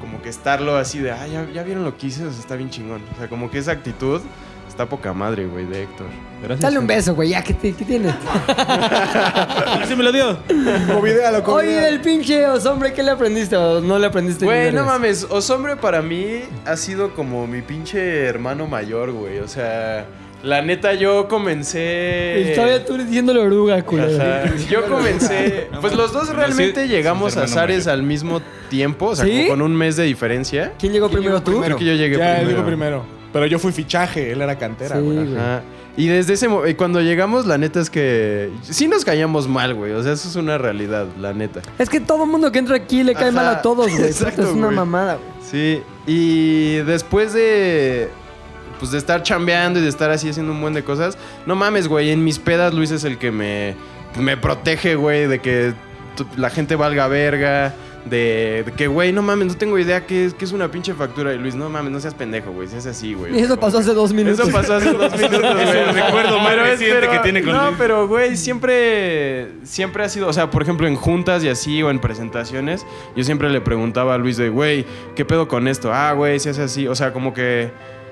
S5: como que estarlo así de, ah, ya, ya vieron lo que hice, o sea, está bien chingón. O sea, como que esa actitud está poca madre, güey, de Héctor.
S4: Gracias.
S1: Dale un beso, güey. Ya, ¿qué, te- qué tiene?
S4: Ah, sí me lo dio.
S3: Covidéalo,
S1: Oye,
S3: covidéalo.
S1: del pinche hombre, ¿qué le aprendiste o no le aprendiste? ni
S5: Güey, no
S1: vergas?
S5: mames, Osombre para mí ha sido como mi pinche hermano mayor, güey. O sea, la neta yo comencé...
S1: Y todavía tú diciéndole oruga, culero.
S5: Ajá. Yo comencé. Pues los dos realmente
S4: sí,
S5: llegamos
S4: sí,
S5: a
S4: hermano
S5: Zares
S4: mayor.
S5: al mismo tiempo, o sea,
S1: ¿Sí?
S5: como con un mes de diferencia.
S1: ¿Quién llegó primero tú?
S5: Creo que yo llegué
S3: Ya, él
S5: primero.
S3: dijo primero. Pero yo fui fichaje, él era cantera,
S1: Sí,
S3: güey.
S1: güey.
S5: Ajá. Y desde ese mo- y cuando llegamos, la neta es que sí nos callamos mal, güey. O sea, eso es una realidad, la neta.
S1: Es que todo mundo que entra aquí le cae
S5: Ajá.
S1: mal a todos, güey.
S5: Exacto,
S1: es una
S5: güey.
S1: mamada, güey.
S5: Sí. Y después de. Pues de estar chambeando y de estar así haciendo un buen de cosas. No mames, güey. En mis pedas, Luis es el que me. Me protege, güey, de que t- la gente valga verga. De, de que, güey, no mames, no tengo idea qué es, qué es una pinche factura. Y Luis, no mames, no seas pendejo, güey. Si es así, güey.
S1: Y eso pasó hace dos minutos.
S5: Eso pasó hace dos minutos, güey.
S4: Es el recuerdo más reciente que tiene con
S5: No,
S4: Luis.
S5: pero, güey, siempre, siempre ha sido... O sea, por ejemplo, en juntas y así, o en presentaciones, yo siempre le preguntaba a Luis de, güey, ¿qué pedo con esto? Ah, güey, si es así. O sea, como que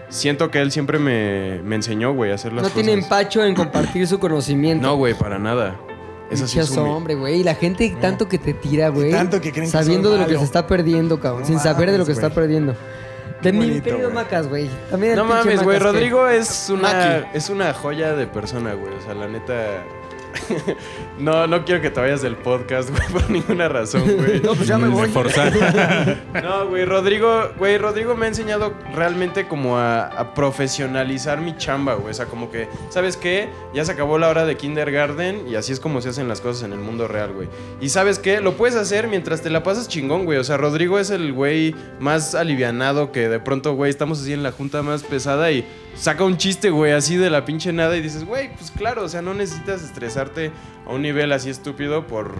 S5: siento que él siempre me, me enseñó, güey, a hacer las
S1: No
S5: cosas.
S1: tiene empacho en compartir su conocimiento.
S5: No, güey, para nada. Eso sí
S1: Pinche
S5: es un-
S1: hombre, güey. Y la gente tanto que te tira, güey.
S3: tanto que creen que
S1: Sabiendo
S3: soy
S1: de lo que
S3: malo.
S1: se está perdiendo, cabrón.
S3: No
S1: sin saber de lo que
S3: mames,
S1: está
S3: güey.
S1: perdiendo. De mi
S3: bonito,
S1: querido
S3: güey.
S1: Macas, güey. También el
S5: No
S1: pinche
S5: mames, güey.
S1: Macas que-
S5: Rodrigo es una,
S2: Maki.
S5: es una joya de persona, güey. O sea, la neta. no, no quiero que te vayas del podcast, güey, por ninguna razón, güey.
S2: No, pues ya me voy.
S4: Reforzar.
S5: No, güey, Rodrigo, güey, Rodrigo me ha enseñado realmente como a, a profesionalizar mi chamba, güey. O sea, como que, ¿sabes qué? Ya se acabó la hora de kindergarten y así es como se hacen las cosas en el mundo real, güey. Y ¿sabes qué? Lo puedes hacer mientras te la pasas chingón, güey. O sea, Rodrigo es el güey más alivianado que de pronto, güey, estamos así en la junta más pesada y saca un chiste, güey, así de la pinche nada y dices, güey, pues claro, o sea, no necesitas estresarte a un nivel así estúpido por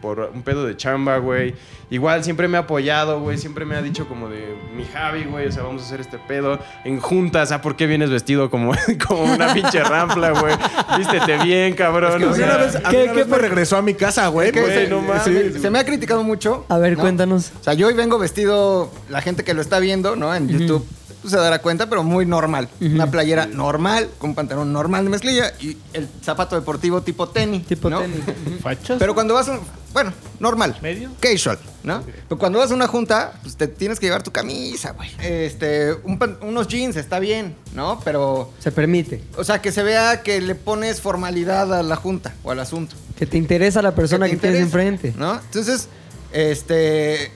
S5: por un pedo de chamba, güey. Igual siempre me ha apoyado, güey. Siempre me ha dicho como de mi Javi, güey. O sea, vamos a hacer este pedo en juntas. Ah, ¿por qué vienes vestido como, como una pinche rampla, güey? Vístete bien, cabrón.
S3: A
S5: o
S3: mí
S5: sea,
S3: una vez, a mí
S1: ¿Qué-
S3: una
S1: qué
S3: vez me regresó a mi casa, güey.
S2: Que
S3: porque-
S2: se,
S5: no mames,
S3: sí.
S2: se me ha criticado mucho.
S1: A ver,
S2: ¿no?
S1: cuéntanos.
S2: O sea, yo hoy vengo vestido, la gente que lo está viendo, ¿no? En YouTube pues, se dará cuenta, pero muy normal. Una playera normal, con un pantalón normal de mezclilla y el zapato deportivo tipo tenis.
S1: Tipo
S2: ¿no?
S1: tenis.
S4: ¿Fachos?
S2: Pero cuando vas a, bueno, normal.
S4: ¿Medio?
S2: Casual, ¿no? Pero cuando vas a una junta, pues te tienes que llevar tu camisa, güey. Este, un pan- unos jeans está bien, ¿no? Pero,
S1: Se permite.
S2: o sea, que se vea que le pones formalidad a la junta o al asunto
S1: Que te interesa la persona que,
S2: te
S1: tienes
S2: interesa,
S1: enfrente.
S2: ¿No? Entonces, este.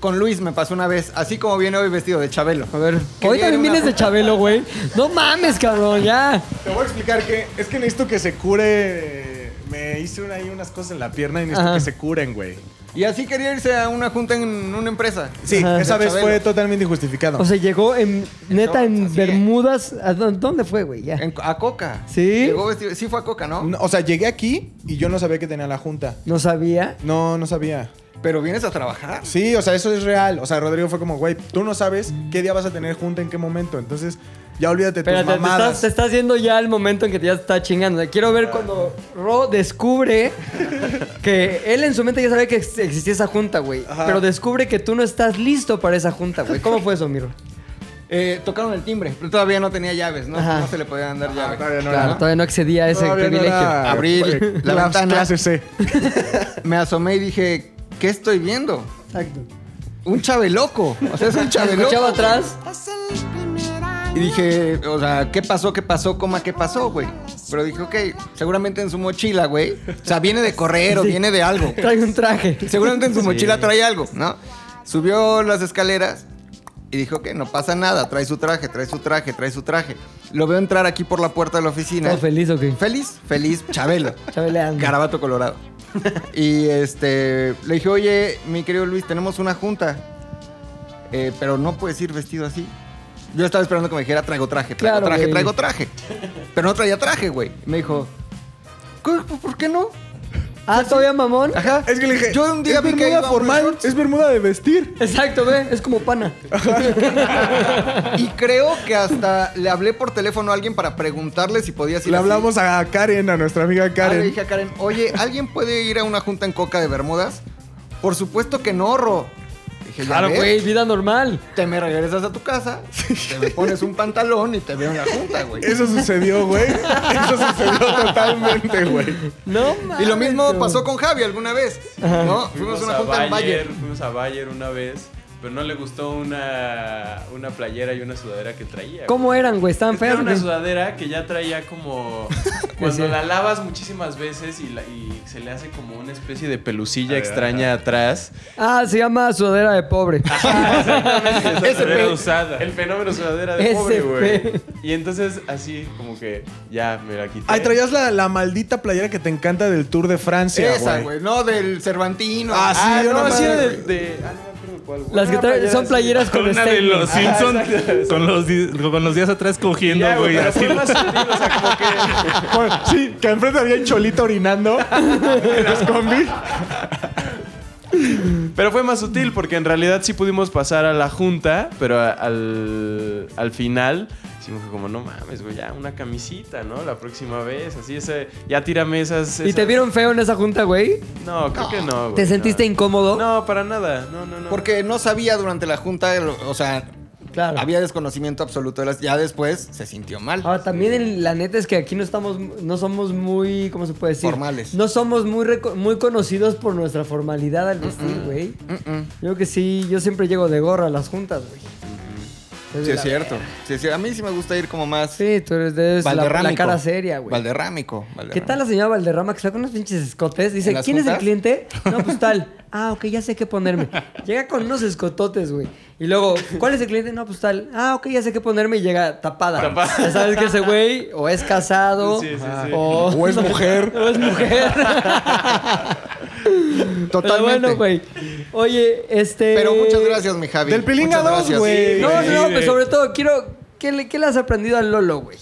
S2: Con Luis me pasó una vez, así como viene hoy vestido de Chabelo.
S1: A ver.
S2: Que
S1: Hoy
S2: viene
S1: también
S2: una
S1: vienes de
S2: junta.
S1: Chabelo, güey. No mames, cabrón, ya.
S3: Te voy a explicar que es que necesito que se cure. Me hice una- ahí unas cosas en la pierna y necesito
S1: Ajá.
S3: que se curen, güey.
S2: Y así quería irse a una junta en una empresa.
S3: Sí,
S1: Ajá.
S3: esa vez
S2: Chabelo.
S3: fue totalmente injustificado.
S1: O sea, llegó en. Neta, en
S2: Entonces, así es.
S1: Bermudas. ¿A dó- ¿Dónde fue, güey? Ya.
S2: En- a Coca.
S1: ¿Sí?
S2: Llegó vestido- sí fue a Coca, ¿no?
S3: No, o sea, llegué aquí y yo no sabía que tenía la junta.
S1: No sabía.
S3: No, no sabía.
S2: pero vienes a trabajar.
S3: Sí, o sea, eso es real. O sea, Rodrigo fue como, güey, tú no sabes qué día vas a tener junta, en qué momento. Entonces, ya olvídate de tus
S1: Espérate, te estás,
S3: mamadas.
S1: te estás yendo ya el momento en que te- ya te está chingando. Quiero ver cuando Ro descubre que él en su mente ya sabía que ex- existía esa junta, güey. Pero descubre que tú no estás listo para esa junta, güey. ¿Cómo fue eso, Miro?
S2: Eh, tocaron el timbre, pero todavía no tenía llaves, ¿no?
S1: Ajá.
S2: No se le podían dar llaves.
S3: todavía no
S1: Claro, todavía no accedía a ese
S3: Todavía no
S1: privilegio.
S3: era-
S2: Abrí
S3: Eh,
S2: la
S3: clas-
S2: ventana.
S3: Clase C.
S2: Me asomé y dije, ¿qué estoy viendo?
S1: Exacto.
S2: Un chaveloco. O sea, es un chaveloco.
S1: Escuchaba atrás.
S2: Y dije, o sea, ¿qué pasó? ¿Qué pasó? Coma, ¿qué pasó, güey? Pero dije, ok, seguramente en su mochila, güey. O sea, viene de correr o viene de algo.
S1: Trae un traje.
S2: Seguramente en su mochila trae algo, ¿no? Subió las escaleras y dijo que no pasa nada, trae su traje, trae su traje, trae su traje. Lo veo entrar aquí por la puerta de la oficina.
S1: ¿Todo feliz o qué?
S2: Feliz, feliz, Chabelo.
S1: Chabeleando.
S2: Garabato Colorado. Y este, le dije, oye, mi querido Luis, tenemos una junta, eh, pero no puedes ir vestido así. Yo estaba esperando que me dijera, traigo traje, traigo
S1: Claro,
S2: traje,
S1: güey.
S2: traigo traje. Pero no traía traje, güey. Me dijo, "¿Qué? ¿por qué no?
S1: Ah, todavía mamón.
S2: Ajá.
S3: Es que le dije,
S2: yo un día
S3: es
S2: vi que
S3: bermuda
S2: iba a un
S3: formal,
S2: resort".
S3: es bermuda de vestir.
S1: Exacto, ve. Es como pana.
S2: Y creo que hasta le hablé por teléfono a alguien para preguntarle si podía ir
S3: Le
S2: así.
S3: hablamos a Karen, a nuestra amiga
S2: Ah, le
S3: Karen.
S2: dije a Karen, oye, ¿alguien puede ir a una junta en coca de Bermudas? Por supuesto que no, Ro. Dije, "Ya
S1: Claro,
S2: ves,
S1: güey. Vida normal.
S2: Te me regresas a tu casa, te me pones un pantalón y te veo en la junta, güey.
S3: Eso sucedió, güey. Eso sucedió totalmente, güey.
S1: No mames.
S2: Y lo mismo
S1: güey.
S2: pasó con Javi alguna vez, ¿no? Fuimos
S5: Fuimos
S2: a una
S5: a
S2: junta en
S5: Bayer,
S2: Bayer.
S5: fuimos a Bayer una vez, pero no le gustó una, una playera y una sudadera que traía.
S1: ¿Cómo eran, güey? ¿Estaban
S5: Es que
S1: feas?
S5: Era
S1: o
S5: una
S1: qué?
S5: sudadera que ya traía como. Cuando
S1: Sí.
S5: la lavas muchísimas veces y, la- y se le hace como una especie de pelucilla extraña atrás.
S1: Ah, se llama sudadera de pobre.
S4: Sudadera usada.
S5: El fenómeno sudadera de pobre,
S1: SP.
S5: güey. Y entonces, así como que ya me la quité.
S3: Ahí traías la, la maldita playera que te encanta del Tour de Francia,
S2: Esa, güey, no del Cervantino.
S3: Ah, sí,
S5: Ah,
S3: yo
S5: no,
S3: no
S5: así
S3: me-
S5: era de. de- ah, no me acuerdo cuál, güey.
S1: Las que
S5: Una
S1: traen son
S5: así.
S1: playeras con
S4: Una de los
S1: statement.
S4: Simpsons
S5: exacto.
S4: con, los di- con los días atrás
S5: Y
S4: cogiendo,
S5: ya,
S4: güey.
S5: pero
S4: así.
S5: fue más sutil, o sea, como que.
S3: Bueno, sí, que enfrente había el cholito orinando en las combis.
S5: Pero fue más sutil porque en realidad sí pudimos pasar a la junta, pero a- al, al final hicimos como, no mames, güey, ya una camisita, ¿no? La próxima vez, así, ese, ya tírame esas...
S1: ¿Y
S5: esas-
S1: te vieron feo en esa junta, güey?
S5: No, creo que no. güey,
S1: ¿Te sentiste
S5: no.
S1: incómodo?
S5: No, para nada, no, no, no.
S2: Porque no sabía durante la junta, o sea,
S1: Claro. Ah,
S2: había desconocimiento absoluto. de las- Ya después se sintió mal.
S1: Ahora, también el- la neta es que aquí no estamos, no somos muy, ¿cómo se puede decir?
S2: Formales.
S1: No somos muy, reco- muy conocidos por nuestra formalidad al vestir, güey. Yo que sí, yo siempre llego de gorra a las juntas, güey. Soy de
S2: Sí, es
S1: la
S2: cierto.
S1: verga.
S2: Sí, es cier- A mí sí me gusta ir como más
S1: Sí, tú eres de eres la,
S2: valderrámico.
S1: la cara seria, güey.
S2: Valderrámico.
S1: ¿Qué tal la señora Valderrama que está con unos pinches escotes? Dice,
S2: ¿En las
S1: ¿quién es el
S2: juntas?
S1: cliente? No, pues tal. Ah, ok, ya sé qué ponerme. Llega con unos escototes, güey. Y luego, ¿cuál es el cliente? No, pues tal. Ah, ok, ya sé qué ponerme. Y llega tapada.
S5: Tapada.
S1: Ya sabes que ese güey o es casado.
S5: Sí, sí, sí.
S1: O,
S3: O es mujer.
S1: O es mujer. Pero
S2: Totalmente.
S1: bueno, güey. Oye, este...
S2: Pero muchas gracias, mi Javi.
S3: Del Pilinga
S2: Muchas
S3: 2,
S2: gracias.
S3: güey.
S1: No,
S4: Sí,
S1: no,
S4: de-
S1: pero sobre todo quiero. ¿qué le, qué le has aprendido a Lolo, güey?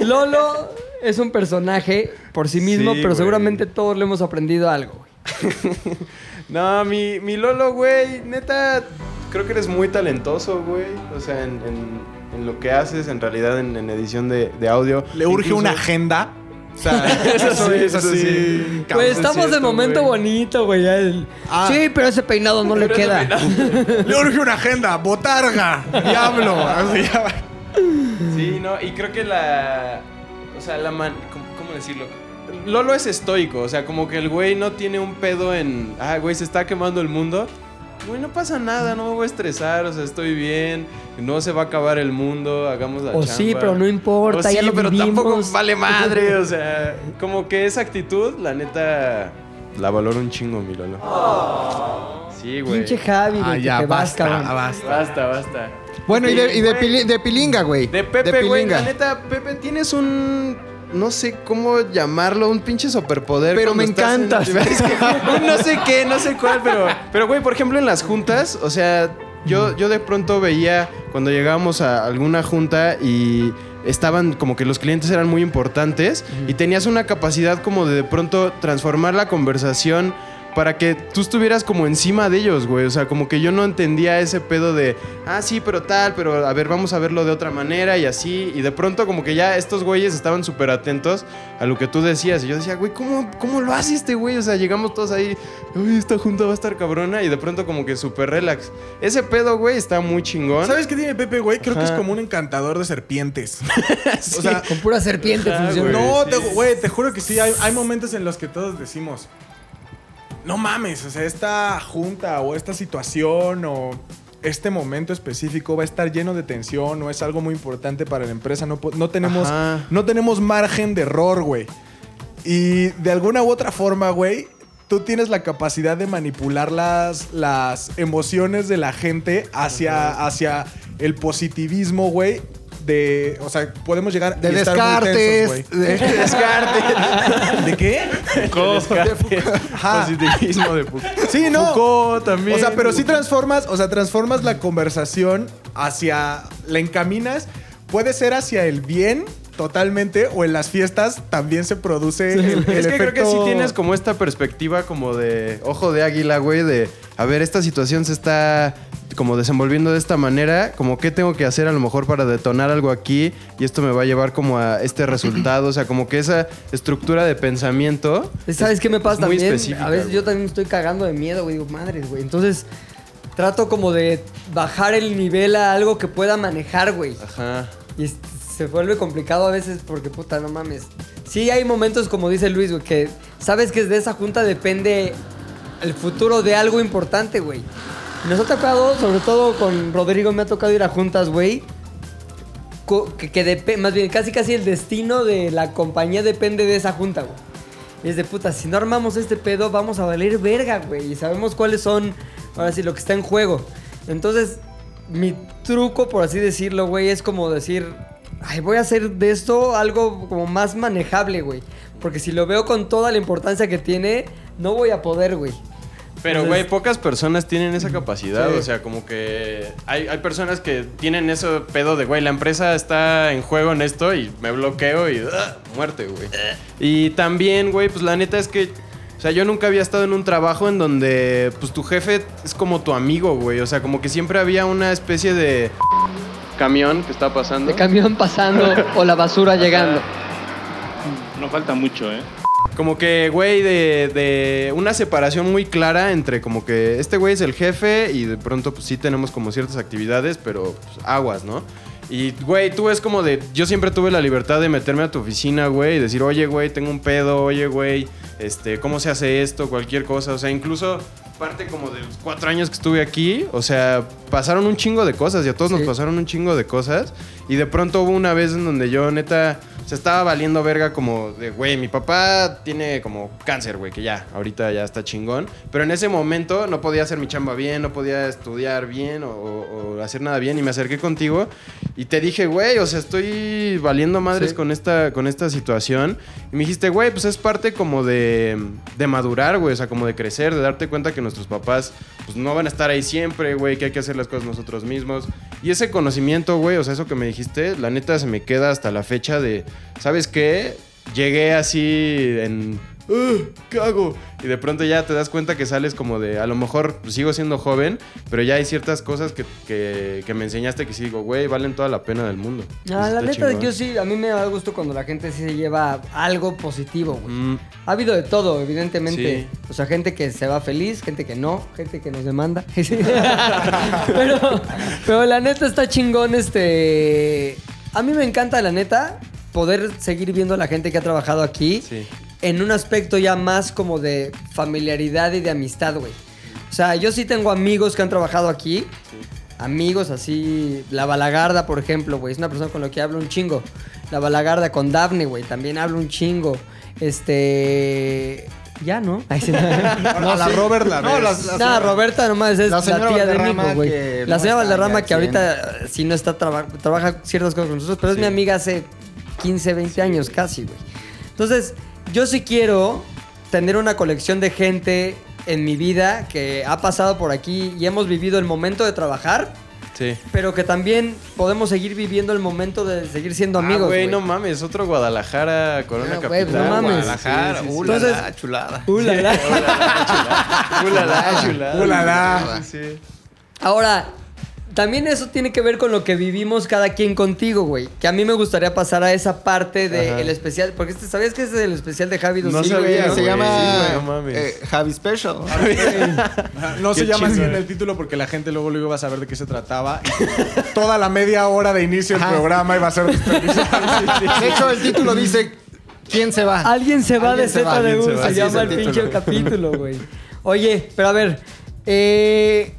S1: Lolo es un personaje por sí mismo,
S5: Sí,
S1: pero
S5: güey.
S1: seguramente todos le hemos aprendido algo, güey.
S5: No, mi, mi Lolo, güey, neta, creo que eres muy talentoso, güey. O sea, en, en- en lo que haces, en realidad, en, en edición de, de audio.
S3: Le urge
S5: Incluso-
S3: una agenda.
S5: O sea, eso
S3: Sí,
S5: sí, eso
S3: eso
S5: sí.
S3: sí.
S5: Cabrón,
S1: pues estamos
S5: es cierto,
S1: de momento
S5: güey.
S1: bonito, güey. ya el-
S3: Ah.
S1: Sí, pero ese peinado no le queda.
S3: Le urge una agenda. Botarga. Diablo. Así ya va.
S5: Sí, no, y creo que la. O sea, la man. ¿Cómo, cómo decirlo? Lolo es estoico, o sea, como que el güey no tiene un pedo en. Ah, güey, se está quemando el mundo. Güey, no pasa nada, no me voy a estresar, o sea, estoy bien, no se va a acabar el mundo, hagamos la
S1: O
S5: chamba.
S1: sí, pero no importa,
S5: O sí,
S1: ya lo
S5: pero tampoco
S1: vivimos.
S5: vale madre, o sea, como que esa actitud, la neta, la valoro un chingo, mi Lolo. Sí, güey.
S1: Pinche Javi, güey.
S3: Ah,
S1: que
S3: ya,
S1: te vas,
S3: basta,
S1: cabrón.
S3: basta.
S5: Basta, basta.
S2: Bueno, y de, y de,
S5: Güey.
S2: Pili- de Pilinga, güey.
S5: De Pepe, güey.
S2: Pilinga.
S5: La neta, Pepe, tienes un. No sé cómo llamarlo, un pinche superpoder.
S2: Pero
S5: cuando
S2: me
S5: estás en-
S2: encantas.
S5: Es que, un no sé qué, no sé cuál, pero. Pero, güey, por ejemplo, en las juntas, o sea, yo, yo de pronto veía cuando llegábamos a alguna junta y estaban como que los clientes eran muy importantes y tenías una capacidad como de de pronto transformar la conversación para que tú estuvieras como encima de ellos, güey. O sea, como que yo no entendía ese pedo de, ah, sí, pero tal, pero a ver, vamos a verlo de otra manera y así. Y de pronto como que ya estos güeyes estaban súper atentos a lo que tú decías. Y yo decía, güey, ¿cómo, ¿cómo lo hace este güey? O sea, llegamos todos ahí, uy, esta junta va a estar cabrona. Y de pronto como que súper relax. Ese pedo, güey, está muy chingón.
S3: ¿Sabes qué tiene Pepe, güey? Creo que es como un encantador de serpientes. O sea,
S1: Con pura serpiente funciona.
S3: no, te- güey, te juro que sí. Hay, hay momentos en los que todos decimos, no mames, o sea, esta junta o esta situación o este momento específico va a estar lleno de tensión o es algo muy importante para la empresa. No, po- no, tenemos,
S5: Ajá.
S3: no tenemos margen de error, güey. Y de alguna u otra forma, güey, tú tienes la capacidad de manipular las, las emociones de la gente hacia, hacia el positivismo, güey. De, o sea, podemos llegar
S2: De
S3: y estar muy tensos, güey.
S2: descartes. de-
S3: ¿De qué? Ajá.
S5: Positivismo Pues de Foucault.
S3: Sí, no.
S5: Foucault también.
S3: O sea, pero sí transformas, o sea, transformas la conversación hacia. La encaminas. Puede ser hacia el bien totalmente. O en las fiestas también se produce el, el
S5: es que creo que sí
S3: efecto-
S5: tienes como esta perspectiva como de ojo de águila, güey, de a ver, esta situación se está como desenvolviendo de esta manera, como qué tengo que hacer a lo mejor para detonar algo aquí y esto me va a llevar como a este resultado, o sea, como que esa estructura de pensamiento
S1: ¿Sabes qué me pasa
S5: muy
S1: también?
S5: específica,
S1: a veces
S5: güey.
S1: yo también me estoy cagando de miedo, güey. Digo, madres, güey. Entonces trato como de bajar el nivel a algo que pueda manejar, güey.
S5: Ajá.
S1: Y es- se vuelve complicado a veces porque, puta, no mames. Sí hay momentos, como dice Luis, güey, que sabes que de esa junta depende el futuro de algo importante, güey. Nos ha tocado, sobre todo con Rodrigo, me ha tocado ir a juntas, güey. co- Que, que depe- más bien, casi casi el destino de la compañía depende de esa junta, güey. Y es de puta, si no armamos este pedo, vamos a valer verga, güey. Y sabemos cuáles son, ahora sí, lo que está en juego. Entonces, mi truco, por así decirlo, güey, es como decir, ay, voy a hacer de esto algo como más manejable, güey. Porque si lo veo con toda la importancia que tiene, no voy a poder, güey.
S5: Pero,
S1: Entonces-
S5: güey, pocas personas tienen esa capacidad.
S1: Sí.
S5: O sea, como que hay, hay personas que tienen ese pedo de, güey, la empresa está en juego en esto y me bloqueo y ¡ah! muerte, güey. Y también, güey, pues la neta es que, o sea, yo nunca había estado en un trabajo en donde, pues tu jefe es como tu amigo, güey. O sea, como que siempre había una especie de camión que está pasando.
S1: El camión pasando o la basura llegando.
S4: No falta mucho, ¿eh?
S5: Como que, güey, de, de una separación muy clara entre como que este güey es el jefe y de pronto pues sí tenemos como ciertas actividades, pero pues, aguas, ¿no? Y, güey, tú es como de... Yo siempre tuve la libertad de meterme a tu oficina, güey, y decir, oye, güey, tengo un pedo, oye, güey, este, ¿cómo se hace esto? Cualquier cosa. O sea, incluso parte como de los cuatro años que estuve aquí, o sea, pasaron un chingo de cosas y a todos nos
S1: Sí.
S5: pasaron un chingo de cosas. Y de pronto hubo una vez en donde yo, neta, se estaba valiendo verga como de, güey, mi papá tiene como cáncer, güey, que ya, ahorita ya está chingón. Pero en ese momento no podía hacer mi chamba bien, no podía estudiar bien o, o- o hacer nada bien. Y me acerqué contigo y te dije, güey, o sea, estoy valiendo madres
S1: Sí.
S5: con, esta, con esta situación. Y me dijiste, güey, pues es parte como de, de madurar, güey, o sea, como de crecer, de darte cuenta que nuestros papás pues no van a estar ahí siempre, güey, que hay que hacer las cosas nosotros mismos. Y ese conocimiento, güey, o sea, eso que me dijiste, la neta se me queda hasta la fecha de, ¿sabes qué? Llegué así en... "Ugh, ¿Qué hago? Y de pronto ya te das cuenta que sales como de, a lo mejor pues, sigo siendo joven, pero ya hay ciertas cosas que, que- que me enseñaste que sí digo, güey, valen toda la pena del mundo.
S1: Ah,
S5: Eso
S1: la
S5: está
S1: neta,
S5: chingón.
S1: yo sí, a mí me da gusto cuando la gente sí se lleva algo positivo, güey.
S5: Mm,
S1: Ha habido de todo, evidentemente.
S5: Sí.
S1: O sea, gente que se va feliz, gente que no, gente que nos demanda. pero, pero la neta está chingón, este... A mí me encanta, la neta, poder seguir viendo a la gente que ha trabajado aquí
S5: sí.
S1: en un aspecto ya más como de familiaridad y de amistad, güey. O sea, yo sí tengo amigos que han trabajado aquí. Amigos así. La Balagarda, por ejemplo, güey. Es una persona con la que hablo un chingo. La Balagarda con Daphne, güey. También hablo un chingo. Este. Ya, ¿no? Ay, sí.
S2: No, la Robert la No, las- las-
S1: Nada, Roberta nomás es
S2: La
S1: la,
S2: señora
S1: tía de
S2: Valderrama
S1: Nico, güey.
S2: que
S1: La
S2: no
S1: señora
S2: está
S1: Valderrama
S2: ya
S1: que ahorita eh, sí no está traba- trabaja ciertas cosas con nosotros, pero es mi amiga hace 15, 20 años casi, güey. Entonces, yo sí quiero tener una colección de gente en mi vida que ha pasado por aquí y hemos vivido el momento de trabajar,
S9: Sí.
S1: Pero que también podemos seguir viviendo el momento de seguir siendo
S9: Ah,
S1: amigos.
S9: güey,
S1: güey.
S9: no mames, otro Guadalajara, Corona
S1: Ah, güey,
S9: Capital.
S1: pues no mames.
S9: Guadalajara,
S1: Sí, sí, sí.
S9: uh, la, la,
S1: Entonces-
S9: chulada.
S1: Uh, la, la.
S9: Uh, la, la, chulada.
S3: Uh, la, la.
S9: Sí.
S1: Ahora, también eso tiene que ver con lo que vivimos cada quien contigo, güey. Que a mí me gustaría pasar a esa parte
S9: Ajá.
S1: del especial. Porque este, ¿sabías que este es el especial de Javi
S9: No
S1: Dosil, güey,
S9: sabía,
S1: no?
S2: Se
S9: güey,
S2: llama
S9: sí, güey, no mames.
S2: eh, Javi Special.
S3: No se
S9: Qué
S3: llama así
S9: chingón.
S3: en el título porque la gente luego luego iba a saber de qué se trataba. Y toda la media hora de inicio del programa iba a ser desperdiciada.
S2: De hecho, el título dice ¿Quién se va?
S1: Alguien se va
S2: Alguien
S1: de
S2: se va, alguien
S1: ZDU,
S2: se
S1: se,
S2: va. Así es
S1: llama
S2: el
S1: el
S2: título.
S1: pinche capítulo, güey. Oye, pero a ver, eh,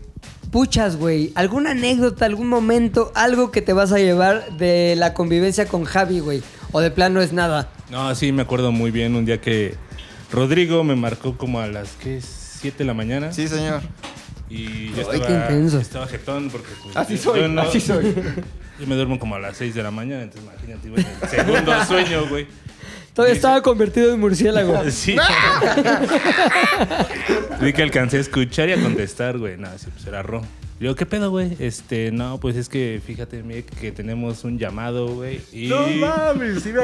S1: puchas, güey, ¿alguna anécdota, algún momento, algo que te vas a llevar de la convivencia con Javi, güey? O de plan no es nada.
S4: No, sí, me acuerdo muy bien un día que Rodrigo me marcó como a las ¿qué? 7 de la mañana.
S2: Sí, señor.
S4: Y yo
S1: Ay,
S4: estaba,
S1: qué intenso.
S4: estaba jetón porque pues,
S2: Así
S4: yo-
S2: soy,
S4: yo no-
S2: así soy.
S4: Yo me duermo como a las 6 de la mañana, entonces imagínate, güey, el segundo sueño, güey.
S1: Todavía estaba convertido en murciélago.
S4: Sí. Vi que alcancé a escuchar y a contestar, güey. Nada, sí, pues era Ro. Yo, ¿qué pedo, güey? Este, no, pues es que fíjate, mire, que tenemos un llamado, güey. Y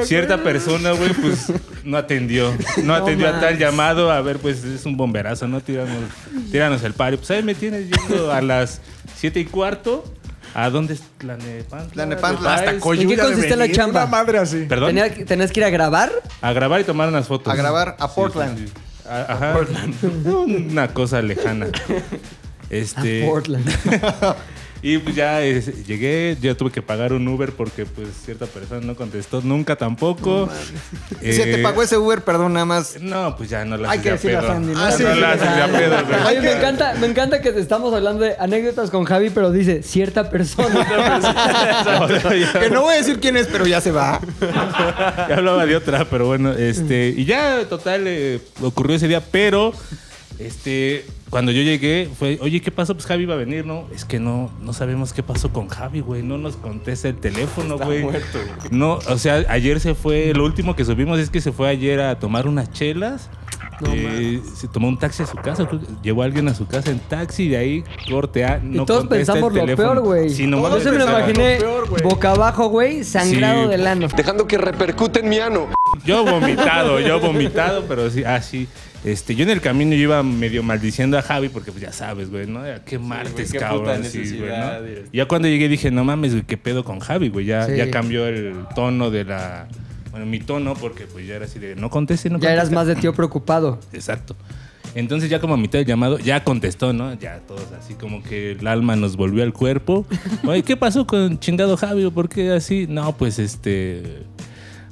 S4: cierta persona, güey, pues no atendió. No atendió a tal
S1: mames.
S4: llamado. A ver, pues es un bomberazo, ¿no? Tíranos, tíranos el pari. Pues ahí me tienes yendo a las siete y cuarto. ¿A dónde es Tlanepantla?
S2: Tlanepantla.
S4: Hasta
S1: ¿En qué consiste la chamba?
S3: Una madre así.
S4: Perdón.
S1: Tenía que- ¿Tenías que ir a grabar?
S4: A grabar y tomar unas fotos.
S2: A grabar a Portland.
S4: sí, sí. A- Ajá. Una cosa lejana. Este.
S1: A Portland.
S4: Y pues ya es- llegué, yo tuve que pagar un Uber porque pues cierta persona no contestó nunca tampoco. Eh,
S2: Si te pagó ese Uber, perdón, nada más.
S4: No, pues ya no la
S1: Hay que decirle a Sandy, ¿no?
S4: Ah, sí, no la haces de a pedo, güey.
S1: Oye, me encanta, me encanta que te estamos hablando de anécdotas con Javi, pero dice cierta persona.
S2: Que no voy a decir quién es, pero ya se va.
S4: Ya hablaba de otra, pero bueno, este. Y ya, total, eh, ocurrió ese día, pero. Este, cuando yo llegué, fue, oye, ¿qué pasó? Pues Javi iba a venir, ¿no? Es que no, no sabemos qué pasó con Javi, güey. No nos contesta el teléfono, güey. No, o sea, ayer se fue, lo último que supimos es que se fue ayer a tomar unas chelas. Eh, se tomó un taxi a su casa, creo que llevó a alguien a su casa en taxi y de ahí corte A. No
S1: y todos
S4: contesta el
S1: pensamos lo
S4: teléfono.
S1: peor, güey.
S4: Sí, nomás
S1: Yo se me lo
S4: pensaba.
S1: imaginé boca abajo, güey, sangrado
S4: Sí.
S1: del ano.
S7: Dejando que repercute en mi ano.
S4: Yo vomitado, yo vomitado, pero sí, así. Este, yo en el camino yo iba medio maldiciendo a Javi porque pues ya sabes, güey, ¿no? Qué martes,
S9: qué puta
S4: cabrón. sí, güey,
S9: necesidad, este.
S4: ¿no?
S9: y-
S4: Y Ya cuando llegué dije, no mames, güey, qué pedo con Javi, güey. Ya,
S1: Sí.
S4: ya cambió el tono de la. Bueno, mi tono, porque pues ya era así de no conteste, no
S1: Ya eras
S4: conteste".
S1: más de tío preocupado.
S4: Exacto. Entonces ya como a mitad del llamado, ya contestó, ¿no? Ya todos así como que el alma nos volvió al cuerpo. Oye, ¿qué pasó con chingado Javi? ¿Por qué así? No, pues este...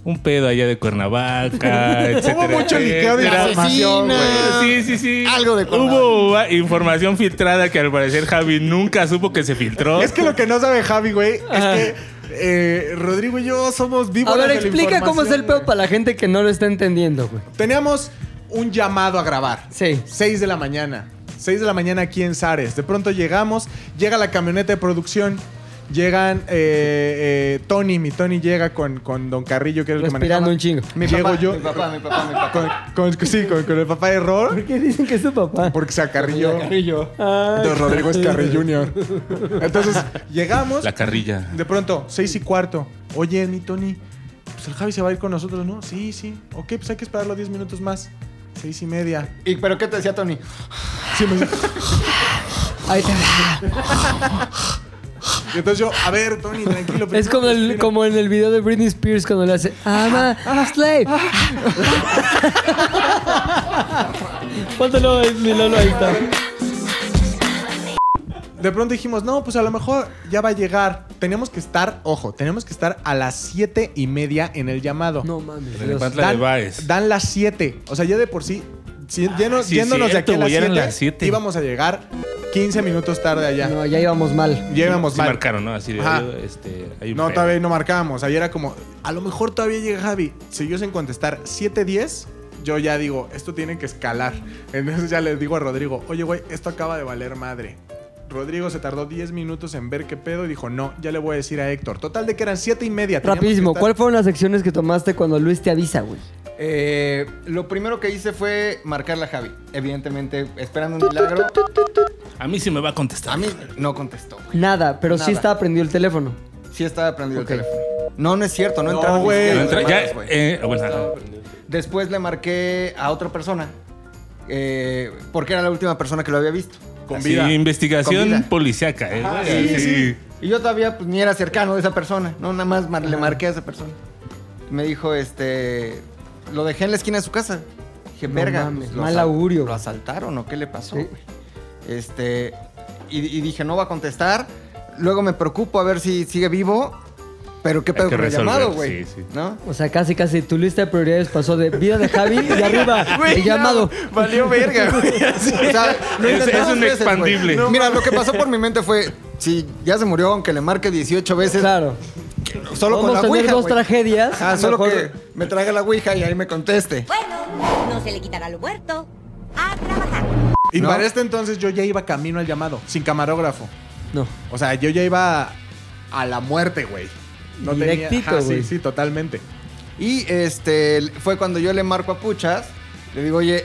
S4: Un pedo allá de Cuernavaca, etcétera.
S3: mucho liqueo de
S4: etcétera.
S2: información, güey.
S4: Sí, sí, sí.
S2: Algo de Cuernavaca.
S4: Hubo ah, información filtrada que al parecer Javi nunca supo que se filtró.
S3: Es que lo que no sabe Javi, güey, es que eh, Rodrigo y yo somos
S1: A
S3: vivos.
S1: ver, explica cómo es el pedo
S3: pedo.
S1: para la gente que no lo está entendiendo, güey.
S3: Teníamos un llamado a grabar.
S1: Sí.
S3: 6 de la mañana. 6 de la mañana aquí en Sares. De pronto llegamos, llega la camioneta de producción. Llegan eh, eh, Tony, mi Tony llega con, con Don Carrillo, que era el que manejaba.
S1: Respirando un chingo.
S2: Mi
S3: Llego
S2: papá,
S3: yo
S2: mi papá, mi papá, mi papá.
S3: con, con- sí, con, con el papá de Ror,
S1: ¿Por qué dicen que es tu papá?
S3: porque se acarrilló.
S1: Carrillo. Ay.
S3: Entonces Rodrigo es Carrillo Junior. Entonces llegamos,
S4: La carrilla.
S3: de pronto, seis y cuarto. Oye, mi Tony, pues el Javi se va a ir con nosotros, ¿no? Sí, sí. Ok, pues hay que esperarlo 10 minutos más. Seis y media.
S2: ¿Y pero qué te decía Tony?
S3: Sí, me dice-
S1: Ahí te va.
S3: Y entonces yo, a ver, Tony,
S1: Es
S3: tranquilo. primero
S1: como, el-
S3: respira.
S1: como en el video de Britney Spears cuando le hace I'm
S4: Ah,
S1: a slave. Póntelo en mi Lolo, ahí está.
S3: De pronto dijimos, no, pues a lo mejor ya va a llegar. Tenemos que estar, ojo, tenemos que estar a las siete y media en el llamado.
S1: No mames. Dios.
S4: Tlanepantla de Baez.
S3: dan las 7. O sea, ya de por sí, si- lleno-
S4: sí,
S3: yéndonos de aquí
S4: cierto,
S3: a
S4: güey, eran las
S3: las 7,
S4: siete.
S3: íbamos a llegar 15 minutos tarde allá.
S1: No, ya íbamos mal.
S3: ya íbamos
S4: Sí
S3: mal.
S4: marcaron, ¿no? Así de...
S3: Ajá.
S4: "Oye, Este, hay un
S3: No,
S4: pedo".
S3: todavía no marcábamos. Ayer era como, a lo mejor todavía llega Javi. Siguió sin contestar 7-10. Yo ya digo, esto tiene que escalar. Entonces ya le digo a Rodrigo, oye, güey, esto acaba de valer madre. Rodrigo se tardó 10 minutos en ver qué pedo y dijo, no, ya le voy a decir a Héctor. Total de que eran 7 y media. teníamos que
S1: Rapidísimo,
S3: estar-
S1: ¿cuáles fueron las secciones que tomaste cuando Luis te avisa, güey?
S2: Eh, lo primero que hice fue marcarla a Javi. Evidentemente, esperando un milagro.
S4: A mí sí me va a contestar.
S2: A mí no contestó, güey.
S1: Nada, pero sí
S2: Nada.
S1: está prendido el teléfono.
S2: Sí estaba prendido
S1: Ok.
S2: el teléfono. No, no es cierto, no entraron. ni
S3: güey.
S2: siquiera las
S4: Pero entra- ya,
S2: llamadas, güey.
S4: eh, bueno, ajá.
S2: Después le marqué a otra persona. eh, porque era la última persona que lo había visto.
S3: Con
S4: Sí,
S3: vida.
S4: investigación
S2: Con vida.
S4: policiaca. ¿eh?
S2: Ah,
S4: Sí,
S2: sí,
S4: sí.
S2: sí. Y yo todavía pues, ni era cercano de esa persona. No, nada más mar- le marqué a esa persona. Me dijo, este. Lo dejé en la esquina de su casa. Dije,
S1: No
S2: verga. pues,
S1: mames,
S2: lo
S1: mal
S2: asal-
S1: augurio.
S2: ¿Lo asaltaron o qué le pasó,
S1: Sí.
S2: güey? Este. Y, y dije, no va a contestar. Luego me preocupo a ver si sigue vivo. Pero qué pedo
S4: que
S2: con el
S4: resolver,
S2: llamado, güey.
S4: sí, sí.
S2: ¿No?
S1: O sea, casi, casi tu lista de prioridades pasó de vida de Javi y arriba
S2: Güey,
S1: el llamado.
S2: no, valió verga, güey. O sea, lo
S4: Es-
S2: intenté
S4: es
S2: dos
S4: un
S2: veces, güey.
S4: expandible. No
S2: Mira, lo que pasó por mi mente fue, si ya se murió, aunque le marque 18 veces,
S1: Claro.
S2: solo con
S1: Vamos
S2: la
S1: a tener
S2: ouija,
S1: dos
S2: güey.
S1: tragedias.
S2: Ah, solo
S1: Mejor-
S2: que me traiga la ouija y ahí me conteste.
S11: Bueno, no se le quitará lo muerto. A trabajar.
S3: Y
S2: ¿No?
S3: para este entonces yo ya iba camino al llamado, sin camarógrafo.
S1: No.
S3: O sea, yo ya iba a la muerte, güey. No tenía-
S1: Directito,
S3: ajá,
S1: güey.
S3: Sí, sí, totalmente.
S2: Y este fue cuando yo le marco a Puchas, le digo, oye,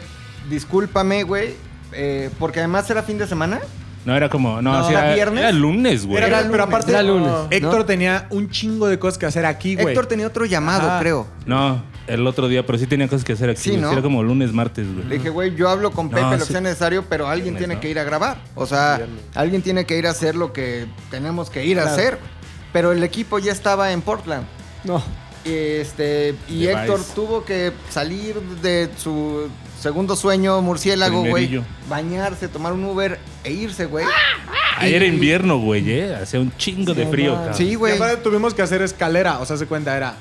S2: discúlpame, güey, eh, porque además era fin de semana.
S4: No, era como. No,
S2: No.
S4: sí,
S2: ¿Era
S4: era,
S2: viernes?
S4: era lunes, güey.
S3: Era- pero
S2: lunes,
S3: aparte,
S1: era lunes,
S3: Héctor
S2: ¿no?
S3: tenía un chingo de cosas que hacer aquí, güey.
S2: Héctor tenía otro llamado,
S3: Ajá.
S2: creo.
S4: No, el otro día, pero sí tenía cosas que hacer aquí.
S2: Sí,
S4: güey.
S2: ¿no?
S4: Era como lunes, martes, güey.
S2: Le dije, güey, yo hablo con
S4: No,
S2: Pepe lo
S4: sí.
S2: que sea necesario, pero alguien
S4: Viernes,
S2: tiene
S4: ¿no?
S2: que ir a grabar. O sea, alguien tiene que ir a hacer lo que tenemos que ir a
S1: Claro.
S2: hacer. Pero el equipo ya estaba en Portland.
S1: No.
S2: Este, y
S4: Device.
S2: Héctor tuvo que salir de su segundo sueño murciélago, güey.
S4: Primerillo.
S2: Bañarse, tomar un Uber e irse, güey.
S1: Ah.
S4: Ahí era invierno, güey, ¿eh? Hacía un chingo de
S1: No
S4: frío,
S1: mames.
S4: cabrón.
S2: Sí,
S3: Y
S2: güey.
S3: aparte tuvimos que hacer escalera, o sea, se cuenta, era.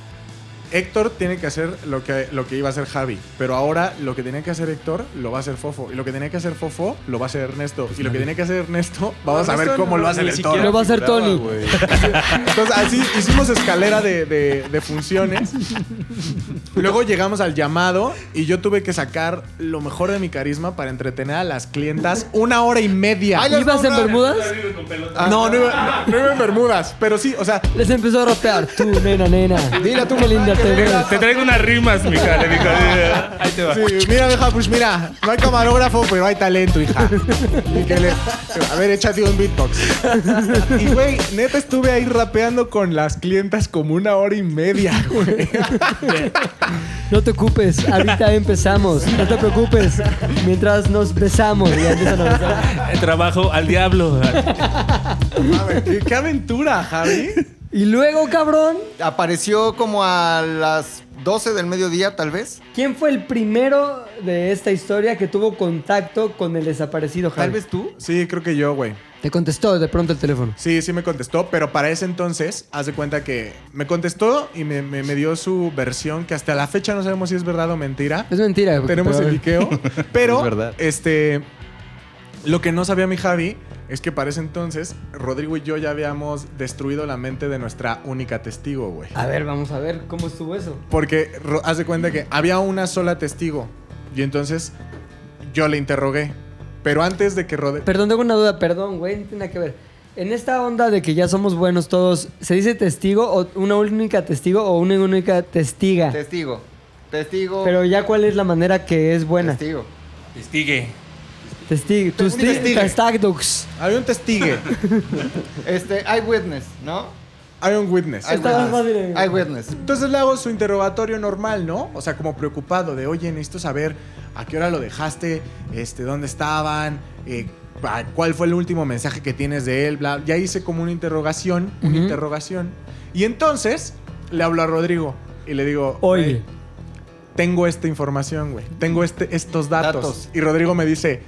S3: Héctor tiene que hacer lo que, lo que iba a hacer Javi, pero ahora lo que tenía que hacer Héctor lo va a hacer Fofo, y lo que tenía que hacer Fofo lo va a hacer Ernesto, y lo que tenía que hacer Ernesto, vamos a ver
S9: Ernesto
S3: cómo
S9: no-
S3: lo hace el
S9: ni
S3: Héctor.
S9: siquiera
S1: Lo va a hacer
S9: figuraba,
S1: Tony.
S9: güey.
S3: Entonces, así hicimos escalera de, de- de funciones. Luego llegamos al llamado y yo tuve que sacar lo mejor de mi carisma para entretener a las clientas una hora y media. Ah,
S2: Ay, las
S1: ¿Ibas en
S2: nombras.
S1: Bermudas?
S3: No, no iba, no iba en Bermudas, pero sí, o sea,
S1: Les empezó a rapear. Tú, nena, nena. Dile a tu linda te veo.
S4: Te traigo unas rimas, mija. Le dijo, ahí te va.
S3: Sí, mira, deja, pues mira, no hay camarógrafo, pero hay talento, hija. Y que le- a ver, échate un beatbox. Y, güey, neta estuve ahí rapeando con las clientas como una hora y media, güey.
S1: No te ocupes, ahorita empezamos. No te preocupes. Mientras nos besamos. Ya empiezan a besar.
S4: El trabajo al diablo.
S3: A ver, qué- qué aventura, Javi.
S1: Y luego, cabrón,
S2: Apareció como a las 12 del mediodía, tal vez.
S1: ¿quién fue el primero de esta historia que tuvo contacto con el desaparecido Javi?
S2: Tal vez tú.
S3: Sí, creo que yo, güey.
S1: Te contestó de pronto el teléfono.
S3: Sí, sí me contestó, pero para ese entonces, haz de cuenta que me contestó y me, me- me dio su versión, que hasta la fecha no sabemos si es verdad o mentira.
S1: Es mentira. porque-
S3: Tenemos
S1: pero a ver.
S3: el liqueo. Pero,
S9: Es verdad.
S3: este. Lo que no sabía mi Javi es que para ese entonces, Rodrigo y yo ya habíamos destruido la mente de nuestra única testigo, güey.
S1: A ver, vamos a ver cómo estuvo eso.
S3: Porque Ro- haz de cuenta que había una sola testigo. Y entonces yo le interrogué. Pero antes de que Rodrigo.
S1: Perdón, tengo una duda, perdón, güey, no tiene nada que ver. En esta onda de que ya somos buenos todos, ¿se dice testigo o una única testigo o una única testiga?
S2: Testigo. Testigo.
S1: Pero ya cuál es la manera que es buena.
S2: Testigo.
S4: Estigue.
S1: Testigo. Tus
S2: Testigo.
S1: testagdogs.
S3: Había un testigo.
S2: Este, eyewitness, ¿no?
S3: Había un witness.
S1: Está más fácil, eh.
S2: Eyewitness.
S3: Entonces le hago su interrogatorio normal, ¿no? O sea, como preocupado de, oye, necesito saber a qué hora lo dejaste, este, dónde estaban, eh, pa- cuál fue el último mensaje que tienes de él, bla. Ya hice como una interrogación, una
S1: Ujú.
S3: interrogación. Y entonces le hablo a Rodrigo y le digo,
S1: Oye.
S3: "Güey, tengo esta información, güey, tengo este, estos datos.
S2: Datos.
S3: Y Rodrigo me dice,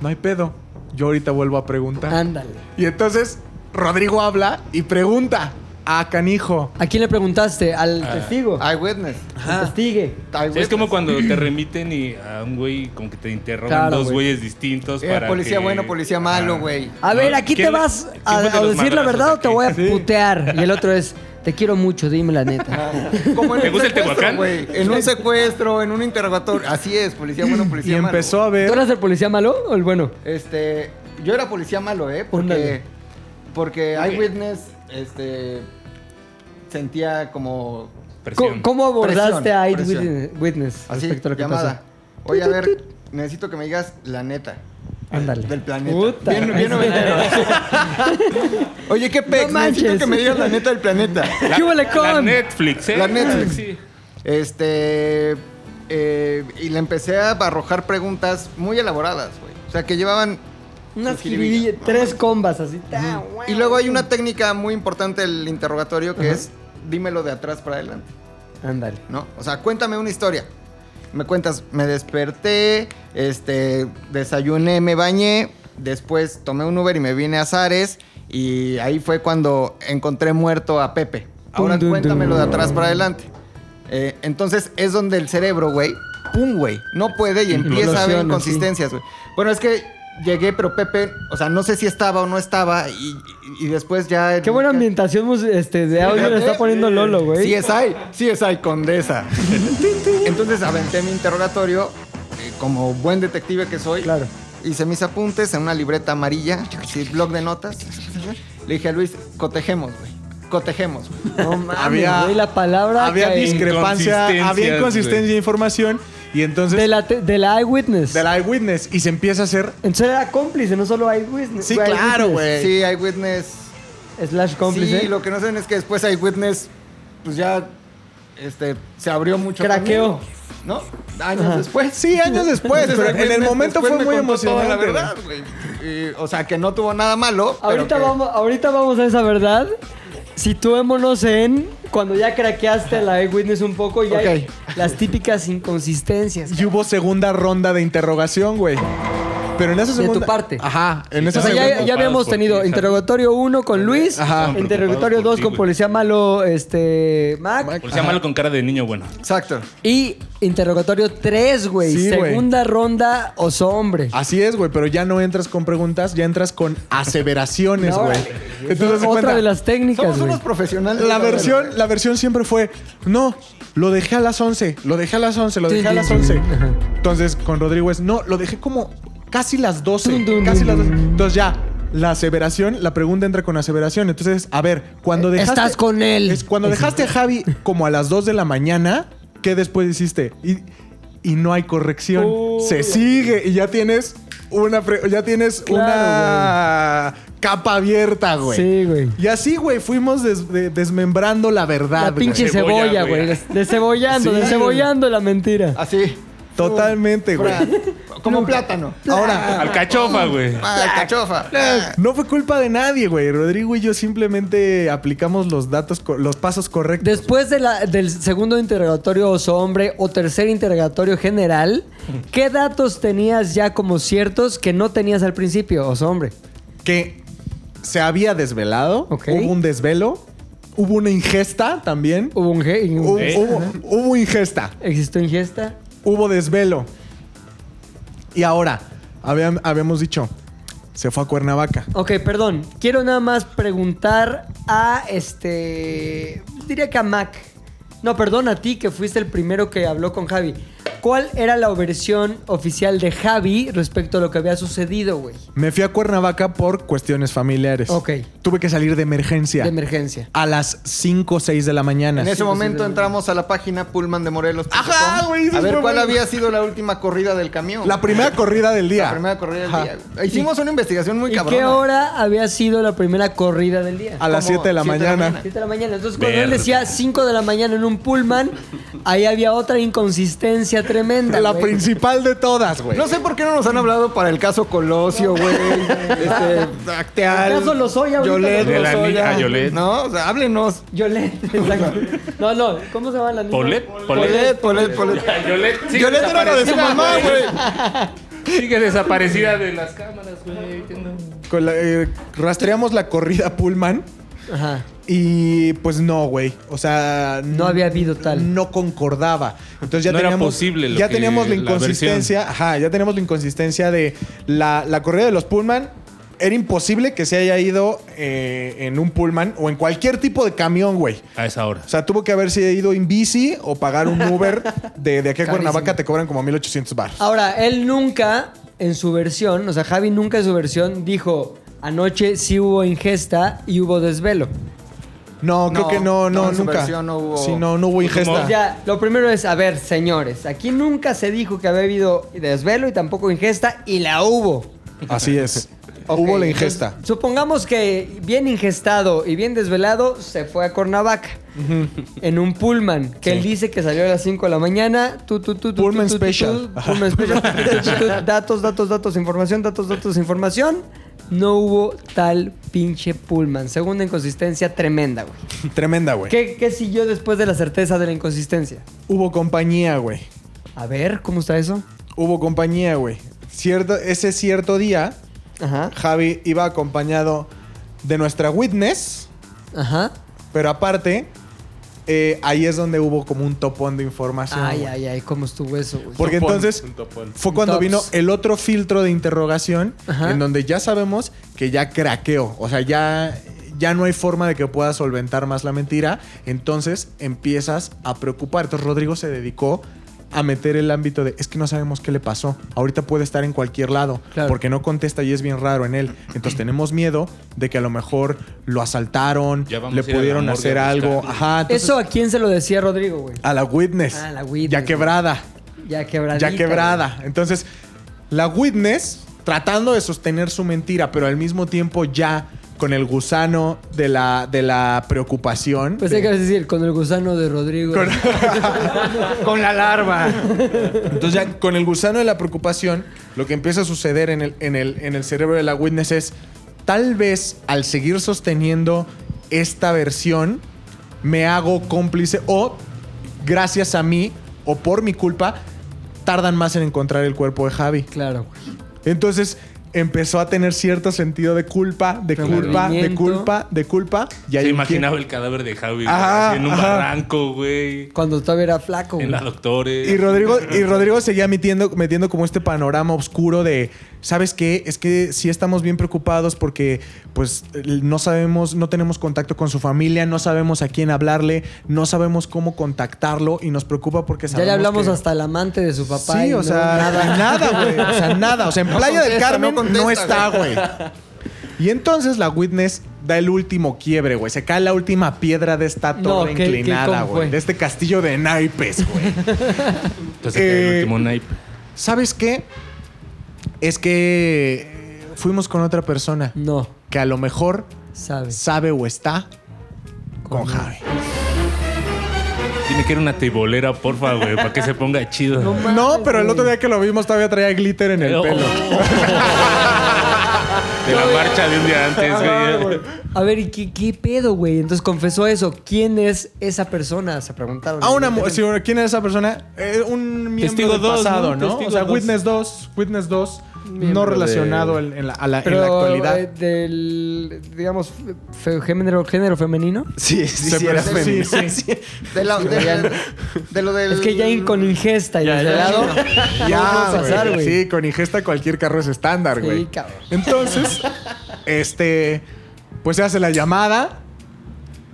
S3: no hay pedo, yo ahorita vuelvo a preguntar.
S1: Ándale.
S3: Y entonces Rodrigo habla y pregunta a Canijo.
S1: ¿A quién le preguntaste? Al
S2: Ah.
S1: testigo. Al
S2: Eyewitness.
S1: testigue.
S4: Sí, es
S2: pues.
S4: como cuando te remiten y a un güey como que te interrogan
S1: Claro,
S4: dos
S1: güey.
S4: güeyes distintos
S2: Eh,
S4: para
S2: policía
S4: que-
S2: bueno, policía malo,
S4: Ajá.
S2: güey.
S1: A ver,
S4: No,
S1: aquí
S4: ¿quién
S1: te
S4: le-
S1: vas
S4: quién
S1: a,
S4: fue de
S1: a
S4: los
S1: decir la
S4: madrazos
S1: verdad o te
S4: aquí?
S1: voy a putear. Y el otro es, te quiero mucho, dime la neta.
S2: Como en
S4: ¿Te
S2: un
S4: gusta el
S2: secuestro,
S4: Tehuacán?
S2: güey. En un secuestro, en un interrogatorio. Así es, policía bueno,
S3: Y
S2: policía malo.
S3: empezó a
S1: ¿Tú
S3: ver...
S1: eras el policía malo o el bueno?
S2: Este, yo era policía malo, ¿eh?
S1: Ándale.
S2: Porque, porque Eyewitness, este, sentía como...
S1: ¿Cómo,
S4: Presión.
S1: cómo abordaste
S2: Presión,
S1: a
S2: presión.
S1: Eyewitness Witness
S2: Así,
S1: respecto a lo que
S2: llamada.
S1: pasó?
S2: Oye, a ver, necesito que me digas la neta. eh,
S1: Ándale.
S2: Del planeta.
S1: Puta.
S2: Bien, bien noventero. Oye, qué pex,
S1: No
S2: necesito
S1: manches.
S2: que me digas la neta del planeta.
S4: La- ¿Qué huele con? la Netflix, ¿eh?
S2: La Netflix.
S4: Sí.
S2: Este. eh, y le empecé a arrojar preguntas muy elaboradas, güey. O sea, que llevaban
S1: Una
S2: Su jiribilla.
S1: jiribilla, tres combas así.
S2: Y luego hay una técnica muy importante del interrogatorio que es dímelo de atrás para adelante,
S1: Ándale.
S2: ¿no? O sea, cuéntame una historia. Me cuentas, me desperté, este, desayuné, me bañé, después tomé un Uber y me vine a Zares y ahí fue cuando encontré muerto a Pepe. Ahora
S1: Tum, dun,
S2: cuéntamelo de
S1: dun.
S2: atrás para adelante. Eh, entonces es donde el cerebro, güey, pum, güey, no puede y empieza a
S1: Implosiona,
S2: ver
S1: sí.
S2: inconsistencias, güey. Bueno, es que llegué, pero Pepe, o sea, no sé si estaba o no estaba y, y- y después ya...
S1: Qué buena ambientación mus- este, de audio le está poniendo Lolo, güey.
S2: Sí es ahí, sí es ahí, condesa. Entonces aventé mi interrogatorio eh, como buen detective que soy. Claro. Hice mis apuntes en una libreta amarilla, sí, blog de notas. Le dije a Luis, cotejemos, güey. Cotejemos. güey".
S1: No mames,
S3: Había-
S1: güey, la palabra.
S3: Había
S1: que-
S3: discrepancia, había inconsistencia de información y entonces...
S1: De la, te- de la eyewitness.
S3: del eyewitness y se empieza a hacer...
S1: Entonces era cómplice, no solo eyewitness.
S3: Sí, claro, güey.
S2: Sí, eyewitness.
S1: Slash cómplice.
S2: Sí, lo que no saben es que después Eyewitness, pues ya este, se abrió mucho.
S1: Craqueó.
S2: conmigo, ¿No? Años
S1: Ajá.
S2: después.
S3: Sí, años después,
S2: Entonces,
S3: pero en el
S2: Eyewitness
S3: momento
S2: después
S3: fue
S2: me
S3: muy
S2: contó toda
S3: emocionante.
S2: la verdad, güey. Y, O sea, que no tuvo nada malo. pero
S1: Ahorita,
S2: que-
S1: vamos, ahorita vamos a esa verdad. Situémonos en cuando ya craqueaste la eyewitness un poco y ya hay las típicas inconsistencias.
S3: Y hubo segunda ronda de interrogación, güey. Pero en esa
S1: De
S3: segunda...
S1: tu parte.
S3: Ajá. En esa
S1: O sea, ya,
S3: segunda...
S1: ya habíamos
S4: Preocupados por ti,
S1: tenido
S4: Javi.
S1: interrogatorio 1 con Luis,
S3: Ajá.
S1: interrogatorio
S4: Preocupados por
S1: 2
S4: ti,
S1: con
S4: güey.
S1: policía malo este Mac,
S4: Policía malo con cara de niño bueno.
S2: Exacto.
S1: y interrogatorio 3, güey,
S3: Sí, güey. Ah,
S1: segunda ronda oso hombre.
S3: Así es, güey, pero ya no entras con preguntas, ya entras con aseveraciones,
S1: No,
S3: güey.
S1: órale.
S3: Entonces,
S1: Otra
S3: cuenta,
S1: de las técnicas,
S2: Somos
S1: güey.
S2: unos profesionales.
S3: La versión, la versión siempre fue, no, lo dejé a las 11, lo dejé a las 11, lo dejé a las 11. Entonces, con Rodrigo es, no, lo dejé como casi las 12,
S1: Dun, dun,
S3: casi
S1: dun,
S3: las 12.
S1: dun.
S3: Entonces ya, la aseveración, la pregunta entra con aseveración. Entonces, a ver, cuando dejaste...
S1: Eh, Estás con él.
S3: Es cuando dejaste a Javi como a las 2 de la mañana, ¿qué después hiciste? Y, y no hay corrección.
S1: Oh.
S3: Se sigue y ya tienes una pre- ya tienes
S1: Claro,
S3: una capa abierta, güey.
S1: Sí, güey.
S3: Y así, güey, fuimos des- de- desmembrando Ah, pues la verdad.
S1: La
S3: güey.
S1: pinche
S4: Cebolla,
S1: cebolla, güey.
S4: güey.
S1: des- Descebollando,
S3: Sí.
S1: descebollando la mentira.
S2: Así.
S3: Totalmente, güey.
S2: Como un plátano.
S3: Ahora,
S4: Alcachofa, güey.
S2: Ah, cachofa.
S3: no fue culpa de nadie, güey. Rodrigo y yo simplemente aplicamos los datos, co- los pasos correctos.
S1: Después de la- del segundo interrogatorio oso hombre o tercer interrogatorio general, ¿qué datos tenías ya como ciertos que no tenías al principio, oso hombre?
S3: que se había desvelado,
S1: Ok.
S3: hubo un desvelo, hubo una ingesta también.
S1: Hubo un G,
S3: Hubo,
S4: Ok.
S3: hubo- hubo ingesta,
S1: existió ingesta.
S3: hubo desvelo. Y ahora, habían- habíamos dicho, se fue a Cuernavaca.
S1: Ok, perdón. Quiero nada más preguntar a este. Diría que a Mac. No, perdón, a ti que fuiste el primero que habló con Javi. ¿Cuál era la versión oficial de Javi respecto a lo que había sucedido, güey?
S3: Me fui a Cuernavaca por cuestiones familiares.
S1: Ok.
S3: Tuve que salir de emergencia.
S1: De emergencia.
S3: a las 5 o 6 de la mañana.
S2: En ese momento
S1: sí.
S2: entramos a la página Pullman de Morelos.
S3: Ajá, güey, eso
S2: A ver
S3: fue
S2: cuál
S3: bueno.
S2: había sido la última corrida del camión.
S3: La primera corrida del día.
S2: La primera corrida del
S3: Ajá.
S2: día. güey. Hicimos una investigación muy
S1: ¿Y
S2: cabrona.
S1: qué hora había sido la primera corrida del día?
S3: A las
S2: Como
S3: 7 de la
S2: siete de la
S3: mañana.
S2: mañana.
S1: 7 de la mañana. Entonces, cuando él
S4: Verde.
S1: decía 5 de la mañana en un pullman, ahí había otra inconsistencia tremenda.
S3: La
S1: güey.
S3: principal de todas, güey.
S2: No sé por qué no nos han hablado para el caso Colosio, güey. este, Acteal.
S1: El caso Lozoya, ahorita
S2: Yolet,
S4: De la
S2: Lozoya.
S4: niña Yolet.
S2: No, o sea, háblenos.
S1: Yolette, exacto. No, no, ¿cómo se llama la niña?
S4: Polet.
S2: Polet, Polet, Polet.
S4: Yolet. sigue
S2: Yolet era la de su
S4: desaparecida,
S2: mamá, güey.
S4: Sigue desaparecida de las cámaras, güey.
S3: Con la- eh, rastreamos la corrida Pullman
S1: Ajá.
S3: y pues no, güey. O sea,
S1: No había habido tal.
S3: No concordaba. Entonces ya
S4: No era
S3: teníamos
S4: posible lo
S3: ya
S4: que-
S3: teníamos la
S4: la
S3: inconsistencia, ajá, ya teníamos la inconsistencia de la, la corrida de los Pullman era imposible que se haya ido eh, en un Pullman o en cualquier tipo de camión, güey.
S4: A esa hora.
S3: O sea, tuvo que haberse ido en bici o pagar un Uber de, de aquí a
S1: Carísimo. Ah.
S3: Cuernavaca te cobran como 1800 bar.
S1: Ahora, él nunca, en su versión, o sea, Javi nunca en su versión dijo, anoche sí hubo ingesta y hubo desvelo.
S3: No, creo
S2: No,
S3: que no,
S2: no,
S3: no,
S2: en su
S3: nunca.
S2: versión no hubo-
S3: Sí, no, no
S4: Pues
S3: hubo ingesta.
S1: O sea, lo primero es, a ver, señores, aquí nunca se dijo que había habido desvelo y tampoco ingesta y la hubo.
S3: Así es. Hubo la ingesta.
S1: Supongamos que bien ingestado y bien desvelado se fue a Cuernavaca en un Pullman que él dice que salió a las 5 de la mañana. Tú, tú, tú, tú,
S3: Pullman
S1: tú, tú,
S3: Special.
S1: tú, Pullman Special. Tú, tú, tú, Datos, datos, datos, información, datos, datos, información. No hubo tal pinche Pullman. Segunda inconsistencia tremenda, güey.
S3: Tremenda, güey.
S1: ¿Qué, ¿Qué siguió después de la certeza de la inconsistencia?
S3: Hubo compañía, güey.
S1: A ver, ¿cómo está eso?
S3: Hubo compañía, güey. Cierto, ese cierto día, Javi iba acompañado de nuestra witness.
S1: Ajá.
S3: Pero aparte, eh, ahí es donde hubo como un topón de información.
S1: Ay,
S3: güey.
S1: ay, ay, ¿cómo estuvo eso, güey?
S3: Porque
S1: Topón.
S3: entonces fue
S1: Un
S3: cuando
S1: tops.
S3: vino el otro filtro de interrogación,
S1: Ajá.
S3: en donde ya sabemos que ya craqueó. O sea, ya, ya no hay forma de que pueda solventar más la mentira. Entonces empiezas a preocupar. Entonces Rodrigo se dedicó a meter el ámbito de es que no sabemos qué le pasó. Ahorita puede estar en cualquier lado porque no contesta y es bien raro en él. Entonces tenemos miedo de que a lo mejor lo asaltaron,
S4: Ya vamos
S3: le
S4: a ir a la
S3: pudieron
S4: morgue a
S3: hacer algo.
S4: buscarlo.
S3: Ajá, entonces-
S1: ¿Eso a quién se lo decía Rodrigo, güey?
S3: a la witness.
S1: Ah, la witness,
S3: Ya
S1: güey.
S3: quebrada.
S1: Ya quebradita.
S3: Ya quebrada. Entonces, la witness tratando de sostener su mentira, pero al mismo tiempo ya con el gusano de la, de la preocupación.
S1: Pues
S3: de-
S1: hay que decir, con el gusano de Rodrigo.
S3: con la larva. Entonces ya con el gusano de la preocupación, lo que empieza a suceder en el, en el, en el cerebro de la witness es, tal vez al seguir sosteniendo esta versión, me hago cómplice o gracias a mí o por mi culpa, tardan más en encontrar el cuerpo de Javi.
S1: Claro.
S3: Entonces empezó a tener cierto sentiro de culpa, de culpa, de
S4: Remordimiento.
S3: culpa, de culpa. Y ahí
S4: Se
S3: un
S4: imaginaba
S3: quien-
S4: el cadáver de Javi güey,
S3: Ajá,
S4: así en un
S3: ajá.
S4: barranco, güey.
S1: Cuando todavía era flaco, güey.
S4: En la doctores.
S3: Y Rodrigo, y Rodrigo seguía metiendo, metiendo como este panorama oscuro de, ¿sabes qué? Es que sí estamos bien preocupados porque pues el- no sabemos, no tenemos contacto con su familia, no sabemos a quién hablarle, no sabemos cómo contactarlo y nos preocupa porque
S1: Ya
S3: sabemos
S1: le hablamos
S3: que-
S1: hasta al amante de su papá.
S3: Sí,
S1: y
S3: o
S1: no,
S3: sea,
S1: nada.
S3: nada, güey. O sea, nada. O sea, en
S2: No
S3: Playa del
S2: contesta,
S3: Carmen
S2: no
S3: no,
S2: contesta,
S3: está,
S2: güey.
S3: güey. Y entonces la Witness da el último quiebre, güey. Se cae la última piedra de esta
S1: No,
S3: torre
S1: ¿qué- qué-
S3: inclinada,
S1: cómo
S3: güey.
S1: fue?
S3: De este castillo de naipes, güey.
S4: Entonces cae el
S3: Eh,
S4: último naipe.
S3: ¿Sabes qué? Es que eh, fuimos con otra persona.
S1: No.
S3: Que a lo mejor
S1: sabe,
S3: o está con Javi.
S4: Tiene que ir una tibolera, porfa, güey, para que se ponga chido.
S3: No, pero el otro día que lo vimos todavía traía glitter en el
S4: Oh.
S3: pelo.
S4: De la marcha de un día
S2: Ah,
S4: antes, güey.
S1: A ver, ¿y qué, qué pedo, güey? Entonces confesó eso. ¿quién es esa persona? Se preguntaron.
S3: A una mu- sí, bueno, ¿Quién es esa persona? Eh, un miembro
S4: Testigo
S3: del
S4: dos,
S3: pasado,
S4: ¿no?
S3: ¿no?
S4: Testigo
S3: O sea,
S4: dos.
S3: Witness 2, Witness 2,
S4: Miembro
S3: no relacionado
S4: de-
S3: en, en la, a la- en
S1: Pero,
S3: la actualidad.
S1: eh, del, digamos, fe- género, género femenino.
S12: Sí, sí, sí, era
S3: sí,
S12: femenino.
S3: sí.
S2: De, la- de- de lo del.
S1: Es que ya in- con ingesta y
S2: Ya, ya,
S1: desvelado.
S3: Ya,
S1: vamos a pasar,
S3: güey.
S1: güey.
S3: Sí, con ingesta cualquier carro es estándar,
S1: Sí,
S3: güey.
S1: cabrón.
S3: Entonces, este, pues se hace la llamada.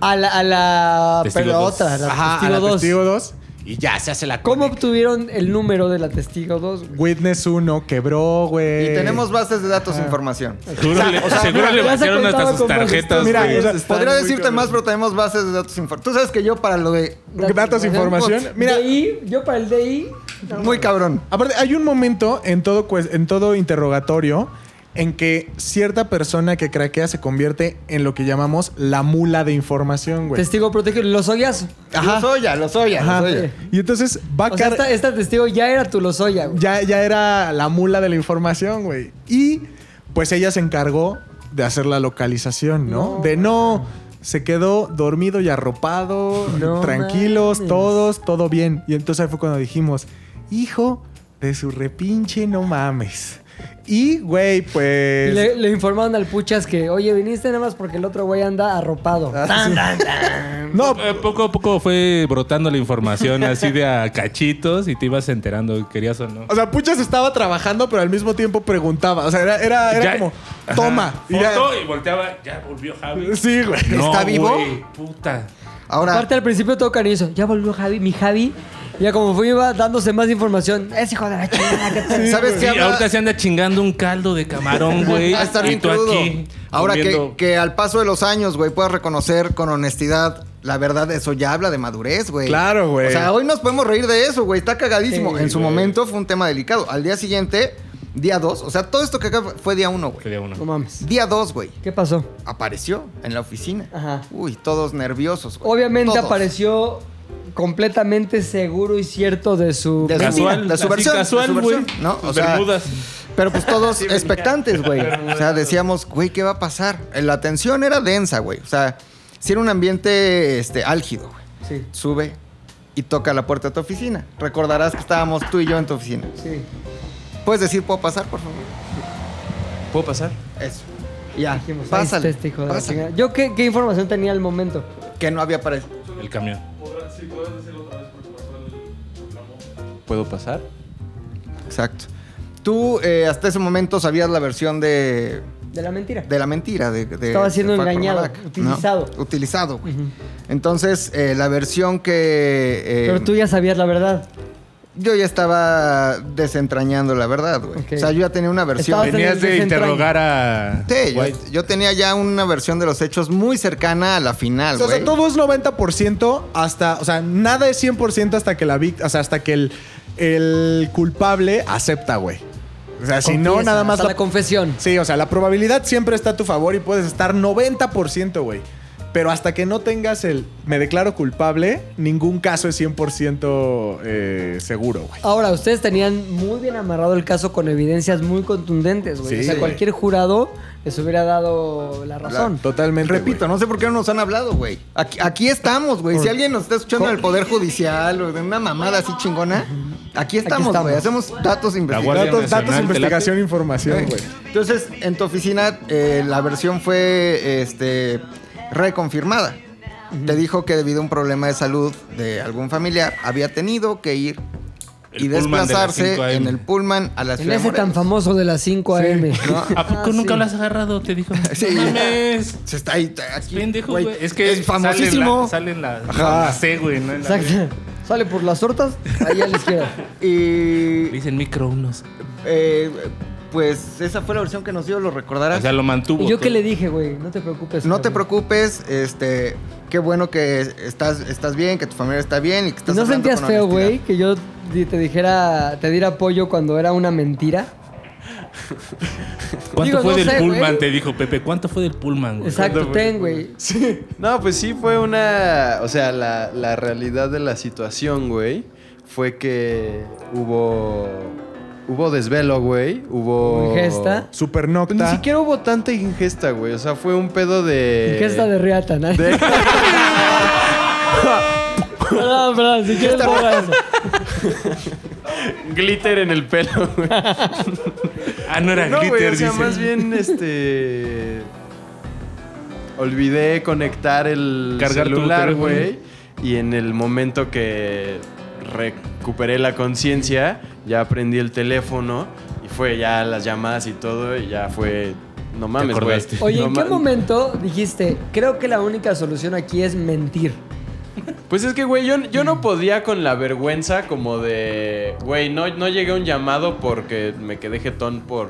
S1: A la, a la
S3: Testigo
S1: pero
S3: dos.
S1: otra, a la
S3: Ajá,
S1: testigo
S3: a la
S1: 2.
S3: testigo 2. Y ya se hace la
S1: ¿Cómo obtuvieron el número de la testigo 2?
S3: Witness 1 quebró, güey.
S2: Y tenemos bases de datos e información.
S4: Seguro le- seguro
S1: ya
S4: le
S1: se
S4: vaciaron hasta
S1: contaba
S4: sus
S1: con varios
S4: tarjetas,
S3: Mira,
S4: güey.
S3: o sea,
S2: Podría
S3: están muy
S2: decirte
S3: cabrones.
S2: más, pero tenemos bases de datos e información. Tú sabes que yo para lo de.
S3: Datos, información. Mira,
S1: DI, yo para el DI.
S2: Muy cabrón.
S3: Aparte, hay un momento en todo, cues- en todo interrogatorio en que cierta persona que craquea se convierte en lo que llamamos la mula de información, güey.
S1: Testigo protegido. Los ollas.
S2: Los Oya, los Oya,
S3: Ajá.
S2: los Oya.
S3: Y entonces va a
S1: O sea, esta, esta testigo ya era tu lozoya, güey.
S3: Ah, ya, ya era la mula de la información, güey. Y pues ella se encargó de hacer la localización, ¿no? de no, se quedó dormido y arropado,
S1: No
S3: tranquilos,
S1: mames.
S3: todos, todo bien. Y entonces ahí fue cuando dijimos, hijo de su repinche, no mames. Y, güey,
S1: Y
S3: pues...
S1: le, le informaron al Puchas que, oye, viniste nada más porque el otro güey anda arropado.
S3: Ah,
S1: Tan, tan, tan.
S3: No,
S4: Eh, Poco a poco fue brotando la información así de a cachitos y te ibas enterando, querías o no.
S3: o sea, Puchas estaba trabajando, pero al mismo tiempo preguntaba. O sea, era, era, era
S4: Ya-
S3: como,
S4: Ajá.
S3: toma. y ya-
S4: Foto y volteaba, ya volvió Javi.
S3: Sí, güey.
S4: No,
S2: ¿Está vivo?
S4: güey, puta.
S2: Ahora,
S1: Aparte, al principio tocan eso. Ya volvió Javi, mi Javi. Ya como fue, iba dándose más información. Ese hijo de la chingada que te...
S2: ¿sabes
S4: Sí,
S2: qué? Habla-
S4: ahorita se anda chingando un caldo de camarón, güey.
S2: Va a estar
S4: y
S2: bien
S4: tú
S2: crudo.
S4: aquí.
S2: Ahora que,
S4: comiendo-
S2: que al paso de los años, güey, puedas reconocer con honestidad la verdad, eso ya habla de madurez, güey.
S3: Claro, güey.
S2: O sea, hoy nos podemos reír de eso, güey. Está cagadísimo.
S1: Sí,
S2: en su momento fue un tema delicado. Al día siguiente Día 2, o sea, todo esto que acá fue día 1, güey. Fue
S4: día 1.
S1: No mames.
S2: Día 2, güey.
S1: ¿Qué pasó?
S2: Apareció en la oficina. Ajá. Uy, todos nerviosos, güey.
S1: Obviamente
S2: Todos.
S1: apareció completamente seguro y cierto de su
S2: De su-
S1: mentira.
S2: de su versión. de su versión, ¿no? O sea, Pero pues todos expectantes, güey. O sea, decíamos, güey, ¿qué va a pasar? La tensión era densa, güey. O sea, si era un ambiente este, álgido, güey.
S1: Sí.
S2: Sube y toca la puerta de tu oficina. Recordarás que estábamos tú y yo en tu oficina.
S1: Sí.
S2: ¿Puedes decir, puedo pasar, por favor?
S5: ¿Puedo pasar?
S2: Eso. Ya,
S1: Dijimos, ahí está
S2: pásale.
S1: este hijo de la
S2: pásale.
S1: chingada. ¿Yo qué, qué información tenía al momento?
S2: Que no había aparecido.
S4: El camión.
S5: ¿Puedo pasar?
S2: Exacto. Tú eh, hasta ese momento sabías la versión de,
S1: De la mentira.
S2: de la mentira. De, de-
S1: Estaba siendo
S2: de Paco
S1: engañado,
S2: Rabanne, ¿no?
S1: utilizado.
S2: Utilizado, güey. Entonces, eh, la versión que... eh,
S1: Pero tú ya sabías la verdad.
S2: Yo ya estaba desentrañando la verdad, güey.
S1: Ok.
S2: O sea, yo ya tenía una versión.
S1: Estabas en Venías el de desentraño. interrogar
S4: a...
S2: Sí, yo, yo tenía ya una versión de los hechos muy cercana a la final,
S4: Ah,
S3: O sea,
S2: güey.
S3: o sea, todo es 90% hasta, o sea, nada es 100% hasta que la víctima, o sea, hasta que el, el culpable acepta, güey. O sea, si no,
S1: Confiesa,
S3: nada más...
S1: hasta la confesión.
S3: Sí, o sea, la probabilidad siempre está a tu favor y puedes estar 90%, güey. Pero hasta que no tengas el me declaro culpable, ningún caso es 100% eh, seguro, güey.
S1: Ahora, ustedes tenían muy bien amarrado el caso con evidencias muy contundentes, güey.
S3: Sí.
S1: O sea, cualquier jurado les hubiera dado la razón.
S3: La- Totalmente.
S2: Repito, no sé por qué no nos han hablado, güey. Aquí, aquí estamos, güey. Si alguien nos está escuchando del Poder Judicial o de una mamada así chingona, aquí estamos,
S3: estamos.
S2: güey. Hacemos datos
S3: Guardia
S2: investigados.
S3: Datos- datos, investigación, información, güey.
S2: Entonces, en tu oficina eh, la versión fue este, reconfirmada. Te dijo que debido a un problema de salud de algún familiar había tenido que ir
S4: El
S2: y
S4: Pullman de las
S2: desplazarse
S4: 5 AM.
S2: en el Pullman a la
S1: En
S2: ciudad de
S1: ese tan
S2: Morelos.
S1: famoso de las 5 AM.
S2: ¿no?
S4: ¿A poco
S1: Ah,
S4: nunca
S1: sí.
S4: lo has agarrado? Te dijo.
S2: Sí.
S4: No mames.
S2: Se está ahí, aquí,
S4: Pendejo,
S2: güey.
S4: güey. Es que
S2: Es famosísimo.
S4: Sale en la, sale en la-
S2: Ajá.
S4: la C, güey. ¿no? En la-
S1: Exacto. Sale por las tortas, ahí a la izquierda.
S2: Y
S4: Le dicen micro unos.
S2: eh, pues esa fue la versión que nos dio, lo recordarás.
S4: O sea, lo mantuvo.
S1: ¿Y yo qué
S4: todo.
S1: le dije, güey? No te preocupes.
S2: No te
S1: cabrón.
S2: preocupes, este, qué bueno que estás, estás bien, que tu familia está bien y que
S1: ¿Y
S2: estás
S1: ¿No
S2: hablando
S1: sentías
S2: con
S1: feo,
S2: honestidad.
S1: güey, que yo di- te dijera, te diera apoyo cuando era una mentira?
S4: ¿Cuánto
S1: Digo,
S4: fue
S1: no
S4: del
S1: sé,
S4: Pullman?
S1: güey.
S4: Te dijo Pepe. ¿Cuánto fue del Pullman, güey?
S1: Exacto, ten, güey.
S5: No, pues sí fue una... O sea, la, la realidad de la situación, güey, fue que hubo... Hubo desvelo, güey. Hubo...
S1: Ingesta.
S5: Ni
S3: Supernocta.
S5: siquiera hubo tanta ingesta, güey. O sea, fue un pedo de...
S1: Ingesta de riata, ¿no?
S5: Eh, de-
S1: Perdón, perdón, si quieres ponga eso.
S13: Glitter en el pelo, güey.
S4: Ah, no era
S5: No, güey,
S4: glitter,
S5: o sea,
S4: dice.
S5: más bien, este... Olvidé conectar el
S4: Cargar tu
S5: celular,
S4: teléfono.
S5: güey. Y en el momento que recuperé la conciencia, ya prendí el teléfono. Y fue ya las llamadas y todo. Y ya fue... No mames, güey.
S4: acordaste.
S1: Oye,
S5: No
S1: ¿en qué
S5: ma-
S1: momento dijiste, creo que la única solución aquí es mentir?
S5: Pues es que, güey, yo, yo no podía con la vergüenza como de... Güey, no, no llegué a un llamado porque me quedé jetón por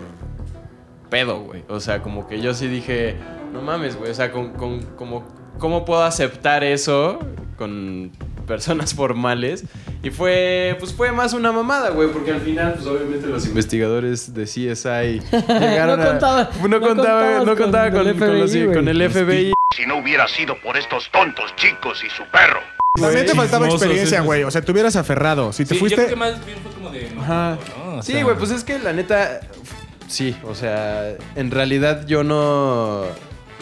S5: pedo, güey. O sea, como que yo sí dije, no mames, güey. O sea, con, con- como, ¿cómo puedo aceptar eso con personas formales? Y fue, pues fue más una mamada, güey, porque al final, pues obviamente los investigadores de CSI llegaron
S1: No
S5: a-
S1: contaba-
S5: no
S1: no
S5: contaba,
S1: contabas
S5: no
S1: con
S5: contaba con,
S1: el
S5: con los-
S1: FBI, güey.
S5: con el FBI.
S10: Si no hubiera sido por estos tontos chicos y su perro.
S3: También te faltaba
S4: Chismosos,
S3: experiencia,
S4: esos.
S3: güey. O sea, te hubieras aferrado. Si te
S4: Sí, Yo
S3: fuiste...
S4: creo que más bien fue como de. no,
S3: Ajá.
S4: no, o
S5: Sí,
S4: sea,
S5: güey, pues es que la neta. Sí, o sea, en realidad yo no.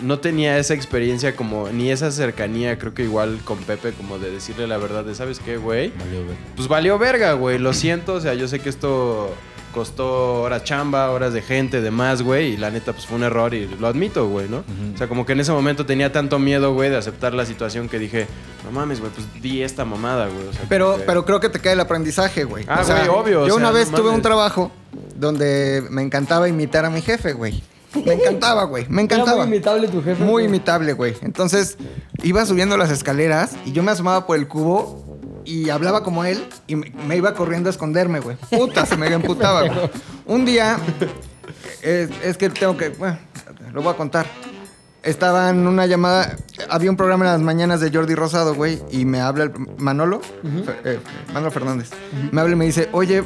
S5: No tenía esa experiencia como. Ni esa cercanía, creo que igual con Pepe, como de decirle la verdad de, ¿sabes qué, güey?
S4: valió, güey.
S5: Pues valió verga, güey, lo siento, o sea, yo sé que esto. Costó horas chamba, horas de gente, de más, güey. Y la neta, pues fue un error y lo admito, güey, ¿no? O sea, como que en ese momento tenía tanto miedo, güey, de aceptar la situación que dije, no mames, güey, pues di esta mamada, güey. o sea,
S2: Pero,
S5: como que-
S2: pero creo que te cae el aprendizaje, güey.
S5: Ah, güey, obvio,
S2: Yo
S5: o sea,
S2: una
S5: no
S2: vez tuve
S5: mames.
S2: un trabajo donde me encantaba imitar a mi jefe, güey. Me encantaba, güey. Me encantaba.
S1: Era muy imitable tu jefe.
S2: Muy
S1: güey.
S2: imitable, güey. Entonces, iba subiendo las escaleras y yo me asomaba por el cubo y hablaba como él y me, me iba corriendo a esconderme, güey. Puta, se me emputaba, güey. Un día, es, es que tengo que, bueno, lo voy a contar. Estaba en una llamada, había un programa en las mañanas de Jordi Rosado, güey, y me habla el Manolo, Fe- eh, Manolo Fernández. Me habla y me dice, oye,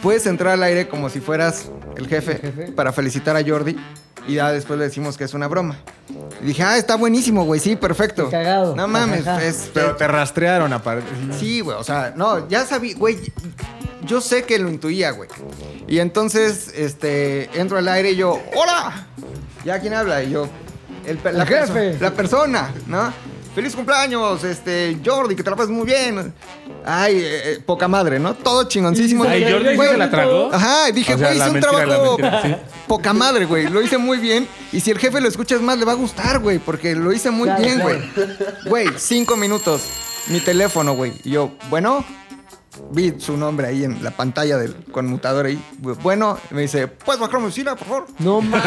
S2: Puedes entrar al aire como si fueras el jefe, para felicitar a Jordi y ya después le decimos que es una broma. Y dije, ah, está buenísimo, güey, sí, perfecto.
S1: cagado.
S2: No mames,
S1: Ajá.
S2: es-
S3: Pero te rastrearon aparte.
S2: Sí, güey, o sea, no, ya sabía, güey, yo sé que lo intuía, güey. Y entonces, este, entro al aire y yo, ¡Hola! ¿Ya quién habla? Y yo, el, pe- la
S1: El jefe.
S2: perso- la persona, ¿no? ¡Feliz cumpleaños, este, Jordi, que te la pases muy bien! Ay, eh, eh, poca madre, ¿no? Todo chingoncísimo.
S4: Ay, Jordi, ¿sí
S2: Güey,
S4: se la tragó?
S2: Ajá, y dije,
S4: O sea,
S2: güey,
S4: la
S2: hice un
S4: mentira, la
S2: trabajo
S4: mentira, sí.
S2: poca madre, güey. Lo hice muy bien. Y si el jefe lo escucha es más, le va a gustar, güey. Porque lo hice muy
S1: Claro,
S2: bien, güey.
S1: claro.
S2: Güey, cinco minutos. Mi teléfono, güey. Y yo, bueno, vi su nombre ahí en la pantalla del conmutador ahí. Bueno, y me dice, ¿puedes bajar mi oficina, por favor?
S1: No mames.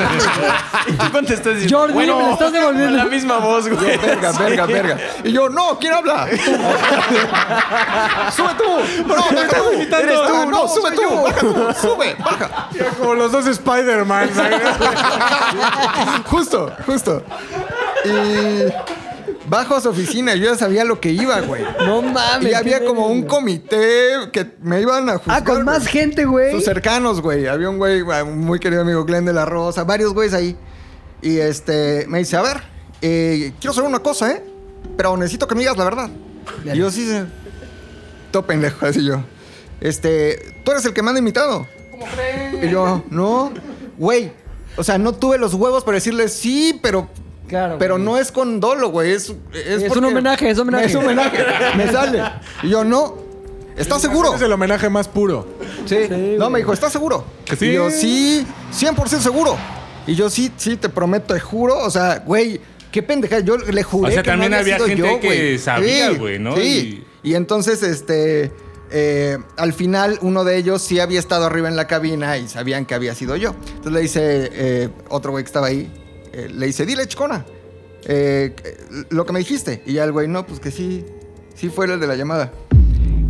S14: Y tú contestas diciendo,
S1: Jordi,
S14: bueno,
S1: me lo estás
S14: con
S1: devolviendo.
S14: la misma voz,
S2: Yo,
S14: güey.
S2: verga, verga, verga. Y yo, no, ¿quién habla? ¡Sube tú! ¡No, baja tú! ¡Eres
S3: Ah,
S2: tú! ¡No, sube tú! ¡Baja tú! ¡Sube! ¡Baja!
S3: Como los dos Spider-Man.
S2: Justo, justo. Y bajo a su oficina, yo ya sabía lo que iba, güey.
S1: No mames.
S2: Y había
S1: qué
S2: como un
S1: verga.
S2: comité que me iban a juzgar.
S1: Ah, con más
S2: güey.
S1: gente, güey.
S2: Sus cercanos, güey. Había un güey, güey, un muy querido amigo, Glenn de la Rosa, varios güeyes ahí. Y este, me dice, a ver, eh, quiero saber una cosa, ¿eh? Pero necesito que me digas la verdad. Y yo sí, sí, todo pendejo, así yo. Este, tú eres el que me han invitado. ¿Cómo crees? Y yo, no, güey. O sea, no tuve los huevos para decirle sí, pero...
S1: Claro,
S2: pero
S1: güey.
S2: no es con dolo, güey. Es,
S1: Es
S2: es,
S1: un
S2: porque-
S1: homenaje, es un homenaje.
S2: Es un homenaje. me sale. Y yo, no. ¿Estás seguro?
S3: Es el homenaje más puro.
S2: Sí.
S1: Sí,
S2: no,
S1: güey.
S2: me dijo, ¿estás seguro?
S4: Que sí.
S2: Y yo, sí, 100% seguro. Y yo, sí, sí, te prometo, te juro. O sea, güey, qué pendeja. Yo le juré.
S4: O sea,
S2: que no
S4: también había
S2: sido
S4: gente
S2: yo,
S4: que
S2: güey.
S4: sabía,
S2: Sí,
S4: güey, ¿no?
S2: Sí. Y entonces, este. eh, al final, uno de ellos sí había estado arriba en la cabina y sabían que había sido yo. Entonces le dice eh, otro güey que estaba ahí, eh, le dice, dile, chicona, eh, lo que me dijiste. Y ya el güey, no, pues que sí, sí fue el de la llamada.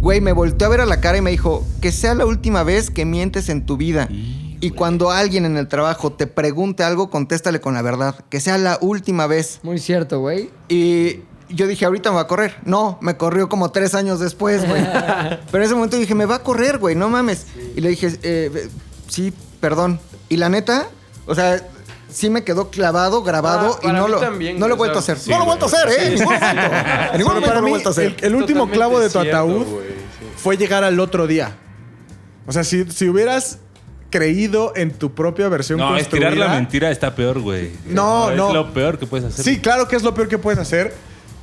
S2: Güey, me volteó a ver a la cara y me dijo, que sea la última vez que mientes en tu vida. Y cuando alguien en el trabajo te pregunte algo, contéstale con la verdad. Que sea la última vez.
S1: Muy cierto, güey.
S2: Y yo dije, ahorita me va a correr. No, me corrió como tres años después, güey. Pero en ese momento dije, me va a correr, güey, no mames. Y le dije, eh, eh, sí, perdón. Y la neta, o sea, sí me quedó clavado, grabado
S5: Ah,
S2: y
S5: para
S2: no
S5: mí
S2: lo,
S5: también,
S2: no lo he
S5: o
S2: vuelto a
S5: sea,
S2: hacer.
S5: sí,
S2: no lo he
S5: güey.
S2: vuelto a hacer, ¿eh? En ningún momento. En ningún
S3: Pero
S2: momento
S3: para
S2: lo he
S3: mí,
S2: vuelto a hacer.
S3: el, el último
S5: Totalmente
S3: clavo de tu
S5: cierto,
S3: ataúd
S5: güey, sí.
S3: fue llegar al otro día. O sea, si, si hubieras creído en tu propia versión
S4: No,
S3: construida...
S4: estirar la mentira está peor, güey.
S3: No, no.
S4: Es lo peor que puedes hacer.
S3: Sí, claro que es lo peor que puedes hacer,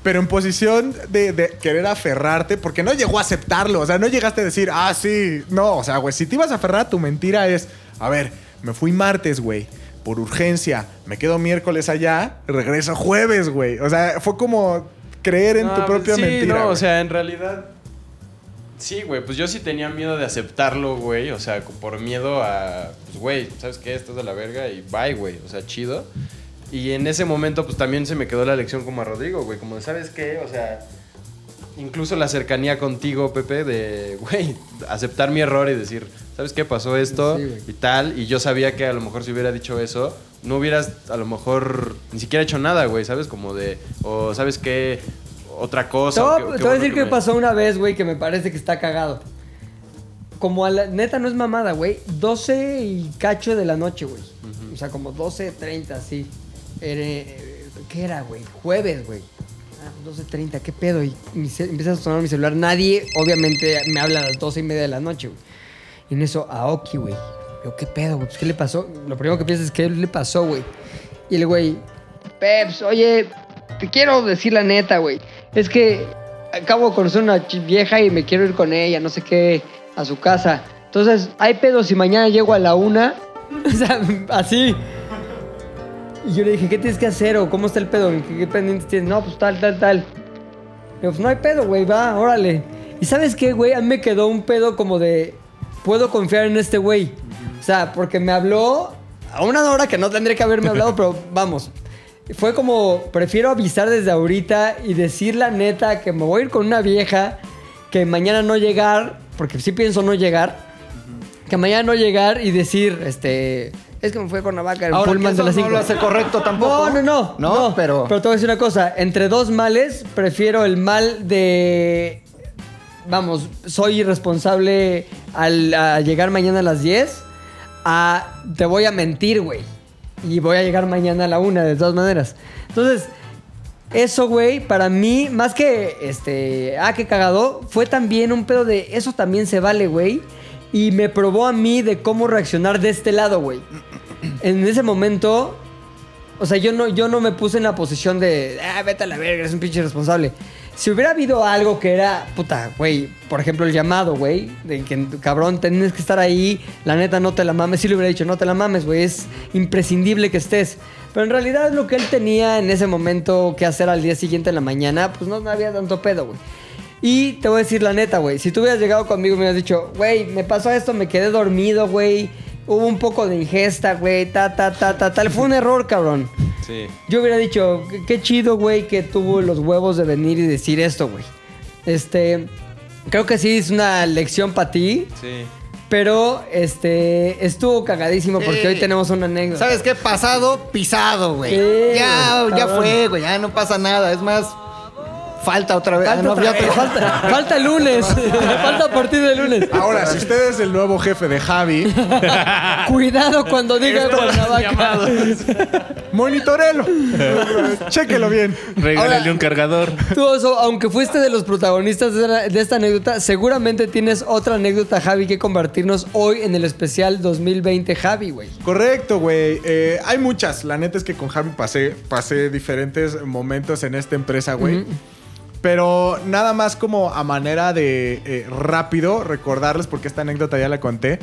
S3: pero en posición de, de querer aferrarte, porque no llegó a aceptarlo. O sea, no llegaste a decir, ah, sí. No, o sea, güey, si te ibas a aferrar a tu mentira es, a ver, me fui martes, güey, por urgencia, me quedo miércoles allá, regreso jueves, güey. O sea, fue como creer en tu
S5: Ah,
S3: propia
S5: sí,
S3: mentira.
S5: No, o
S3: güey.
S5: sea, en realidad. Sí, güey, pues yo sí tenía miedo de aceptarlo, güey. O sea, por miedo a. Pues, güey, ¿sabes qué? Estás de la verga y bye, güey. O sea, chido. Y en ese momento, pues también se me quedó la lección como a Rodrigo, güey. Como, de, ¿sabes qué? O sea, incluso la cercanía contigo, Pepe, de, güey, aceptar mi error y decir, ¿sabes qué? Pasó esto
S1: Sí, güey.
S5: y tal. Y yo sabía que a lo mejor si hubiera dicho eso, no hubieras a lo mejor ni siquiera hecho nada, güey, ¿sabes? Como de, o ¿sabes qué? Otra
S1: Te
S5: cosa. o
S1: voy a- te
S5: qué- qué
S1: voy a
S5: bueno
S1: decir que
S5: me-
S1: me pasó una vez, güey, que me parece que está cagado. Como a la neta no es mamada, güey. 12 y cacho de la noche, güey. O sea, como 12.30, así. Era, eh, ¿Qué era, güey? Jueves, güey. Ah, 12.30, ¿qué pedo? Y mi ce- empieza a sonar mi celular. Nadie, obviamente, me habla a las 12 y media de la noche, güey. Y en eso, Aoki, güey. Yo, ¿qué pedo, güey? Pues, ¿Qué le pasó? Lo primero que piensas es, ¿qué le pasó, güey? Y el güey, Peps, oye, te quiero decir la neta, güey. Es que acabo de conocer una ch- vieja y me quiero ir con ella, no sé qué, a su casa. Entonces, hay pedo si mañana llego a la una. O sea, así. Y yo le dije, ¿qué tienes que hacer o cómo está el pedo? ¿Qué, qué pendientes tienes? No, pues tal, tal, tal. Y yo, pues no hay pedo, güey, va, órale. ¿Y sabes qué, güey? A mí me quedó un pedo como de, puedo confiar en este güey. O sea, porque me habló a una hora que no tendría que haberme hablado, pero vamos. Fue como, prefiero avisar desde ahorita y decir la neta que me voy a ir con una vieja, que mañana no llegar, porque sí pienso no llegar, que mañana no llegar y decir, este, es que me fue con la vaca, el
S2: Ahora,
S1: pullman de
S2: que eso
S1: las
S2: no
S1: cinco.
S2: lo hace correcto tampoco.
S1: No, no, no.
S2: No, pero-
S1: Pero te voy a decir una cosa. Entre dos males, prefiero el mal de. Vamos, soy irresponsable al a llegar mañana a las 10 a te voy a mentir, güey. Y voy a llegar mañana a la una, de todas maneras. Entonces, eso, güey, para mí, más que este, ah, qué cagado, fue también un pedo de eso también se vale, güey. Y me probó a mí de cómo reaccionar de este lado, güey. En ese momento, o sea, yo no, yo no me puse en la posición de, ah, vete a la verga, es un pinche responsable. Si hubiera habido algo que era, puta, güey, por ejemplo, el llamado, güey, de que, cabrón, tenés que estar ahí, la neta, no te la mames, sí le hubiera dicho, no te la mames, güey, es imprescindible que estés. Pero en realidad lo que él tenía en ese momento que hacer al día siguiente en la mañana, pues no, no había tanto pedo, güey. Y te voy a decir la neta, güey, si tú hubieras llegado conmigo y me hubieras dicho, güey, me pasó esto, me quedé dormido, güey, hubo un poco de ingesta, güey, ta, ta, ta, ta, tal. Fue un error, cabrón.
S5: Sí.
S1: Yo hubiera dicho, qué, qué chido, güey, que tuvo los huevos de venir y decir esto, güey. Este, creo que sí es una lección para ti.
S5: Sí.
S1: Pero, este, estuvo cagadísimo porque
S2: Sí.
S1: hoy tenemos una anécdota.
S2: ¿Sabes qué? Pasado, pisado, güey.
S1: Sí,
S2: ya,
S1: güey,
S2: ya
S1: cabrón.
S2: fue, güey. Ya no pasa nada. Es más, falta otra vez. Ah,
S1: Falta,
S2: no,
S1: otra
S2: ya
S1: vez,
S2: te-
S1: falta, falta el lunes. falta a partir del lunes.
S3: Ahora, si usted es el nuevo jefe de Javi,
S1: Ah, Cuidado cuando diga Cuernavaca.
S3: monitorelo. Chéquelo bien.
S4: Regálale un cargador.
S1: Tú, Oso, aunque fuiste de los protagonistas de, la- de esta anécdota, seguramente tienes otra anécdota, Javi, que compartirnos hoy en el especial 2020 Javi, güey.
S3: Correcto, güey. Eh, hay muchas. La neta es que con Javi pasé, pasé diferentes momentos en esta empresa, güey. Pero nada más como a manera de eh, rápido recordarles, porque esta anécdota ya la conté,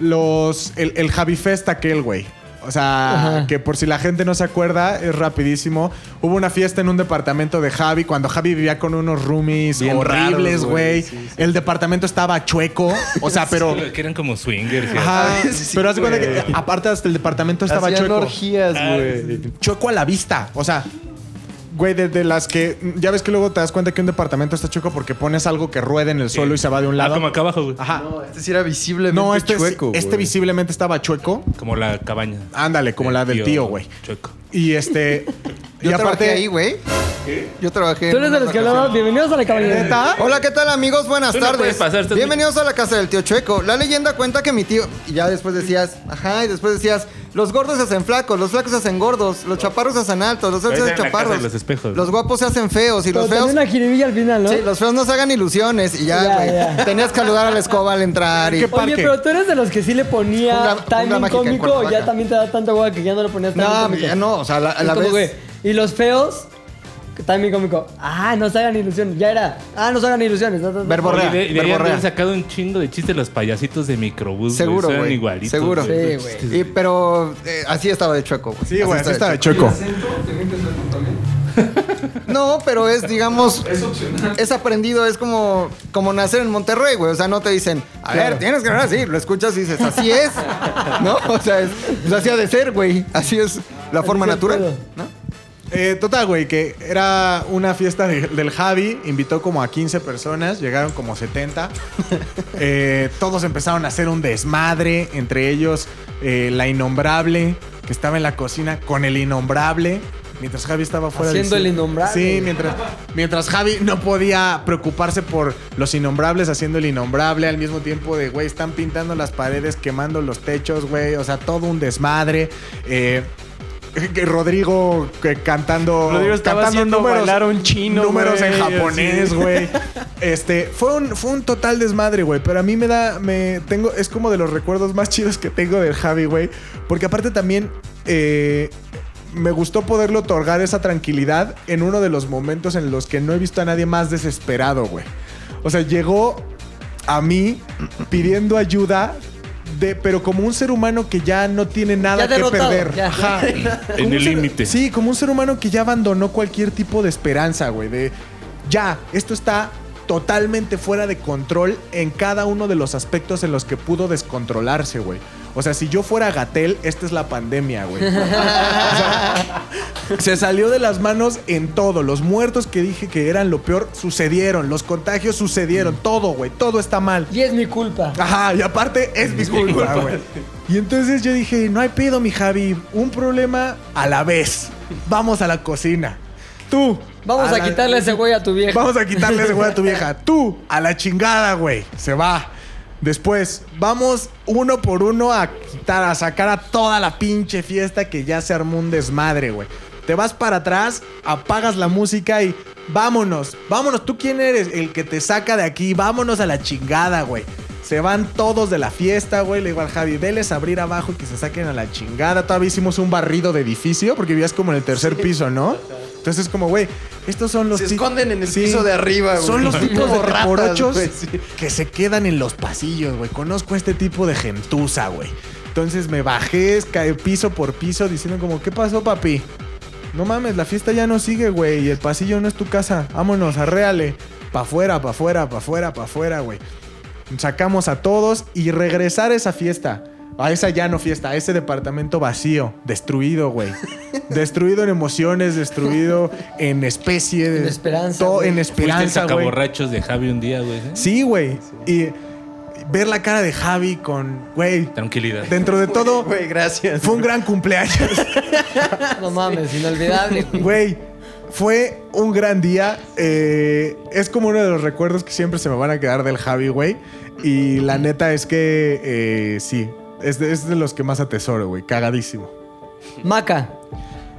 S3: los, el, el Javi Fest aquel, güey. O sea,
S1: Ajá.
S3: que por si la gente no se acuerda, es rapidísimo. Hubo una fiesta en un departamento de Javi cuando Javi vivía con unos roomies
S5: Bien
S3: horribles,
S5: raros, güey.
S3: güey.
S5: Sí, sí,
S3: El departamento estaba chueco. O sea, pero
S4: Sí, Que eran como swingers. Ah, ¿sí?
S3: Ajá, pero haz de cuenta
S5: güey.
S3: que aparte hasta el departamento estaba
S5: Hacían
S3: chueco.
S5: orgías,
S4: Ah,
S5: güey.
S3: Chueco a la vista. O sea, güey, de, de las que. Ya ves que luego te das cuenta que un departamento está chueco porque pones algo que rueda en el suelo y se va de un
S4: Ah,
S3: lado.
S4: como acá abajo, güey.
S3: Ajá.
S5: Este sí era visiblemente
S3: No, este,
S5: chueco.
S3: este
S5: güey.
S3: visiblemente estaba chueco.
S4: Como la cabaña.
S3: Ándale, como la del tío, güey.
S4: Chueco.
S3: Y este.
S2: Yo trabajé ahí, güey. Yo trabajé.
S1: Tú
S2: en
S1: eres de
S2: una
S1: los que hablaban, bienvenidos a la caballera.
S3: ¿Neta?
S2: Hola, ¿qué tal amigos? Buenas
S4: Tú no
S2: tardes.
S4: puedes pasar, estás
S2: Bienvenidos a la casa del tío Chueco. La leyenda cuenta que mi tío... Y ya después decías, ajá, y después decías, los gordos se hacen flacos, los flacos se hacen gordos, los chaparros se hacen altos, los altos
S4: Ahorita
S2: se hacen
S4: en la casa de
S2: chaparros.
S4: los espejos.
S2: Los guapos se hacen feos y
S1: Pero
S2: los
S1: tenía
S2: feos...
S1: una jiribilla al final, ¿no?
S2: Sí, los feos no se hagan ilusiones y
S1: Ya,
S2: ya,
S1: ya.
S2: güey. Tenías que saludar a la escoba al entrar y...
S3: ¿Qué
S1: Oye,
S3: parque.
S1: pero tú eres de los que sí le ponía
S2: Jungla- jungla
S1: timing
S2: mágica en
S1: cómico o ya
S2: Cuernavaca.
S1: también te da tanta hueá que ya no le ponías timing
S2: No,
S1: cómico.
S2: ya no, o sea, a la, a
S1: Es
S2: la
S1: como,
S2: vez...
S1: güey, Y los feos, que timing cómico. Ah, no se hagan ilusiones. Ya era. Ah, no se hagan ilusiones. no, no, no.
S2: Verborrea,
S4: Oye, de- deberían
S2: verborrea.
S4: haber sacado un chingo de chistes los payasitos de microbús.
S2: Seguro,
S4: Eran
S2: güey.
S4: igualitos.
S2: Seguro.
S1: Sí,
S4: Esos
S1: güey.
S4: chistes.
S2: Y, pero eh, así estaba de chueco, güey.
S3: Sí, güey, así estaba
S2: de
S3: chueco.
S2: No, pero es, digamos, es aprendido, es como, como nacer en Monterrey, güey. O sea, no te dicen, a ver, tienes que hablar así, lo escuchas y dices, así es, ¿no? O sea, es, pues, así ha de ser, güey. Así es la forma
S1: es el
S2: natural,
S1: pedo.
S2: ¿no?
S3: Eh, total, güey, que era una fiesta de- del Javi, invitó como a 15 personas, llegaron como 70. Eh, todos empezaron a hacer un desmadre, entre ellos eh, la innombrable, que estaba en la cocina con el innombrable, mientras Javi estaba fuera
S1: Haciendo
S3: del-
S1: el innombrable.
S3: Sí, mientras, mientras Javi no podía preocuparse por los innombrables haciendo el innombrable, al mismo tiempo de, güey, están pintando las paredes, quemando los techos, güey, o sea, todo un desmadre. Eh, que Rodrigo que cantando
S15: Rodrigo estaba
S3: cantando
S15: haciendo bailar a un chino,
S3: números
S15: güey,
S3: en japonés
S15: así.
S3: güey este fue un fue un total desmadre güey pero a mí me da me tengo es como de los recuerdos más chidos que tengo del Javi güey porque aparte también eh, me gustó poderle otorgar esa tranquilidad en uno de los momentos en los que no he visto a nadie más desesperado güey o sea llegó a mí pidiendo ayuda de, pero como un ser humano que ya no tiene nada que
S1: derrotado,
S3: perder.
S1: ya.
S3: Ajá.
S4: En el límite.
S3: Sí, como un ser humano que ya abandonó cualquier tipo de esperanza, güey. De ya, esto está totalmente fuera de control en cada uno de los aspectos en los que pudo descontrolarse, güey. O sea, si yo fuera Gatel, esta es la pandemia, güey. O sea, se salió de las manos en todo. Los muertos que dije que eran lo peor sucedieron. Los contagios sucedieron. Todo, güey. Todo está mal.
S1: Y es mi culpa.
S3: Ajá, y aparte es mi culpa, güey. Y entonces yo dije, no hay pedo, mi Javi, un problema a la vez. Vamos a la cocina. Tú.
S1: Vamos a,
S3: la-
S1: quitarle ese güey a tu vieja.
S3: Vamos a quitarle ese güey a tu vieja. Tú, a la chingada, güey. Se va. Después, vamos uno por uno a quitar, a sacar a toda la pinche fiesta que ya se armó un desmadre, güey. Te vas para atrás, apagas la música y vámonos, vámonos. ¿Tú quién eres? El que te saca de aquí, vámonos a la chingada, güey. Se van todos de la fiesta, güey. Le digo al Javi, veles a abrir abajo y que se saquen a la chingada. Todavía hicimos un barrido de edificio porque vivías como en el tercer piso, ¿no? Entonces es como, güey, estos son los...
S9: Se
S3: ti-
S9: esconden en el piso de arriba, güey.
S3: Son los tipos de
S9: Como ratas,
S3: morochos
S9: güey, sí.
S3: que se quedan en los pasillos, güey. Conozco este tipo de gentuza, güey. Entonces me bajé, caí piso por piso diciendo como, ¿qué pasó, papi? No mames, la fiesta ya no sigue, güey. Y el pasillo no es tu casa. Vámonos, arréale. Pa' afuera, pa' afuera, pa' afuera, pa' afuera, güey. Sacamos a todos y regresar a esa fiesta. A esa ya no fiesta, a ese departamento vacío, destruido, güey. destruido en emociones, destruido en especie. De, en esperanza. en esperanza,
S4: Fuiste el
S3: güey.
S4: sacaborrachos de Javi un día, güey. ¿eh?
S3: Sí, güey. Y ver la cara de Javi con, güey,
S4: Tranquilidad.
S3: dentro de todo,
S9: Güey, gracias.
S3: fue un gran cumpleaños.
S16: No mames, inolvidable.
S3: Güey, fue un gran día. Eh, es como uno de los recuerdos que siempre se me van a quedar del Javi, güey. Y la neta es que eh, sí, es de, es de los que más atesoro, güey. Cagadísimo.
S16: Maca.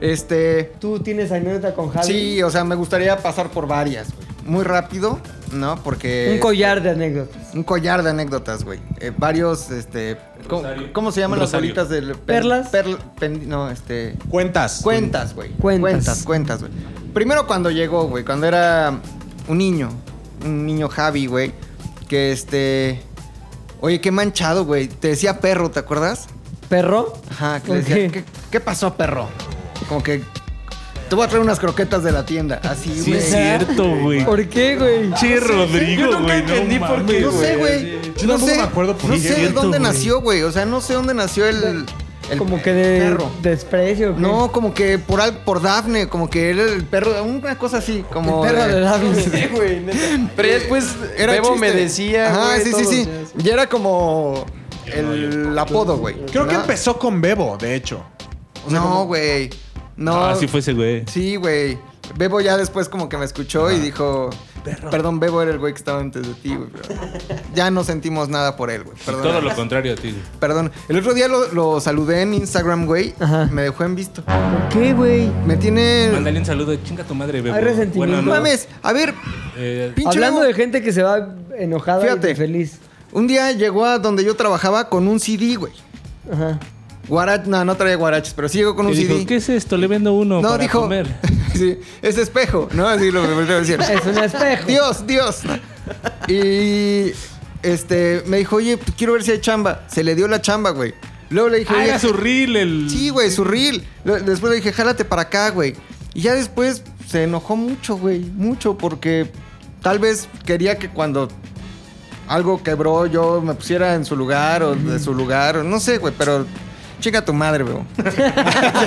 S2: Este.
S16: ¿Tú tienes anécdota con Javi?
S2: Sí, o sea, me gustaría pasar por varias, güey. Muy rápido, ¿no? Porque.
S16: Un collar de anécdotas.
S2: Un collar de anécdotas, güey. Eh, varios, este. ¿cómo,
S16: rosario.
S2: cómo se llaman
S16: Un
S2: las
S16: rosario.
S2: bolitas del. per-
S16: ¿Perlas?
S2: perl- pen- no, este.
S3: Cuentas.
S2: Cuentas, güey.
S16: Cuentas.
S2: Cuentas, cuentas, güey. Primero cuando llegó, güey. Cuando era un niño. Un niño Javi, güey. Que este. Oye, qué manchado, güey. Te decía perro, ¿te acuerdas?
S16: ¿Perro?
S2: Ajá, que le
S16: Ok.
S2: decía, ¿qué, qué pasó, perro? Como que. Te voy a traer unas croquetas de la tienda. Así,
S4: Sí,
S2: güey.
S4: es cierto, güey.
S16: ¿Por qué, güey?
S4: Che, Rodrigo,
S9: Yo nunca
S4: güey.
S9: entendí
S4: no
S9: por qué,
S4: mames,
S2: No sé, güey.
S4: así.
S3: Yo
S2: no
S3: tampoco
S2: sé,
S3: me acuerdo por
S2: No
S3: qué.
S2: sé
S3: Es cierto,
S2: dónde
S3: güey.
S2: nació, güey. O sea, no sé dónde nació el. el
S16: Como que de
S2: perro.
S16: desprecio. ¿qué?
S2: No, como que por, al- por Dafne, como que era el perro, una cosa así, como...
S16: El perro de Dafne.
S2: Sí, güey, neta.
S9: Pero ya después
S2: Era
S9: pues, Bebo
S2: chiste.
S9: me decía,
S2: Ajá,
S9: güey,
S2: sí, sí,
S9: todos,
S2: sí.
S9: ya, sí.
S2: Y era como el, apodo, güey.
S3: Creo que
S2: ¿verdad?
S3: empezó con Bebo, de hecho.
S2: No, güey. No.
S4: Ah, sí fue ese, güey.
S2: Sí, güey. Bebo ya después como que me escuchó
S3: Ah.
S2: y dijo... Perdón, Bebo era el güey que estaba antes de ti, güey. pero Ya no sentimos nada por él, güey. Perdón.
S4: Todo lo contrario a ti.
S2: Perdón. El otro día lo, lo saludé en Instagram, güey. Me dejó en visto.
S16: ¿Por qué, güey?
S2: Me tiene...
S4: Mándale un saludo. Chinga tu madre, bebé.
S16: Hay resentimiento.
S4: Bueno, no.
S2: Mames, a ver,
S4: Eh,
S2: pinche
S16: Hablando
S2: Bebo.
S16: de gente que se va enojada
S2: Fíjate.
S16: y feliz.
S2: Un día llegó a donde yo trabajaba con un CD, güey.
S16: Ajá.
S2: Guarach, no, no traía guaraches, pero sí llegó con
S4: y
S2: un
S4: dijo,
S2: CD.
S4: ¿qué es esto? Le vendo uno
S2: no,
S4: para
S2: dijo.
S4: comer.
S2: sí, es espejo, ¿no? Así lo volvió a decir.
S16: Es un espejo.
S2: Dios, Dios. Y este, me dijo, oye, pues, quiero ver si hay chamba. Se le dio la chamba, güey. Luego le dije,
S4: Ah,
S2: oye,
S4: era su reel el...
S2: Sí, güey, su reel. Lo- Después le dije, jálate para acá, güey. Y ya después se enojó mucho, güey. Mucho, porque tal vez quería que cuando algo quebró yo me pusiera en su lugar o de su lugar. o No sé, güey, pero chica tu madre, bebo.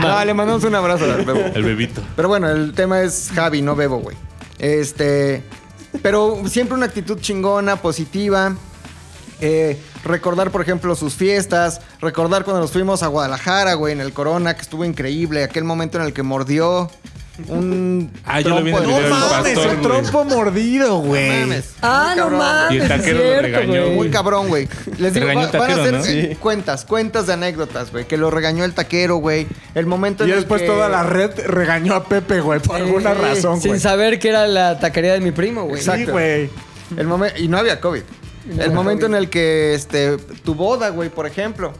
S2: no, le mandamos un abrazo al bebo.
S4: El bebito.
S2: Pero bueno, el tema es Javi, no bebo, güey. Este. Pero siempre una actitud chingona, positiva. Eh, recordar, por ejemplo, sus fiestas. Recordar cuando nos fuimos a Guadalajara, güey, en el Corona, que estuvo increíble. Aquel momento en el que mordió un.
S4: Ah, yo lo vi en el
S2: trompo de-
S4: video del
S3: Mames,
S4: pastor,
S3: un trompo mordido,
S2: No
S3: güey.
S2: mames.
S16: Ah,
S2: Muy
S16: no
S2: cabrón,
S16: mames.
S4: Y el
S16: es
S4: taquero lo
S16: cierto,
S4: regañó,
S16: güey.
S2: Muy cabrón, güey. Les digo,
S4: Regañó
S2: va-
S4: el
S2: van a
S4: taquero,
S2: hacer
S4: ¿no?
S2: eh, cuentas, cuentas de anécdotas, güey. Que lo regañó el taquero, güey. El momento
S3: Y
S2: en el
S3: después
S2: que-
S3: toda la red regañó a Pepe, güey, por alguna
S2: sí,
S3: razón,
S16: Sin
S3: güey.
S16: saber que era la taquería de mi primo, güey.
S3: Sí,
S2: Exacto.
S3: güey.
S2: El momen- y no había COVID.
S16: no
S2: el
S16: había
S2: momento
S16: COVID.
S2: en el que este, tu boda, güey, por ejemplo.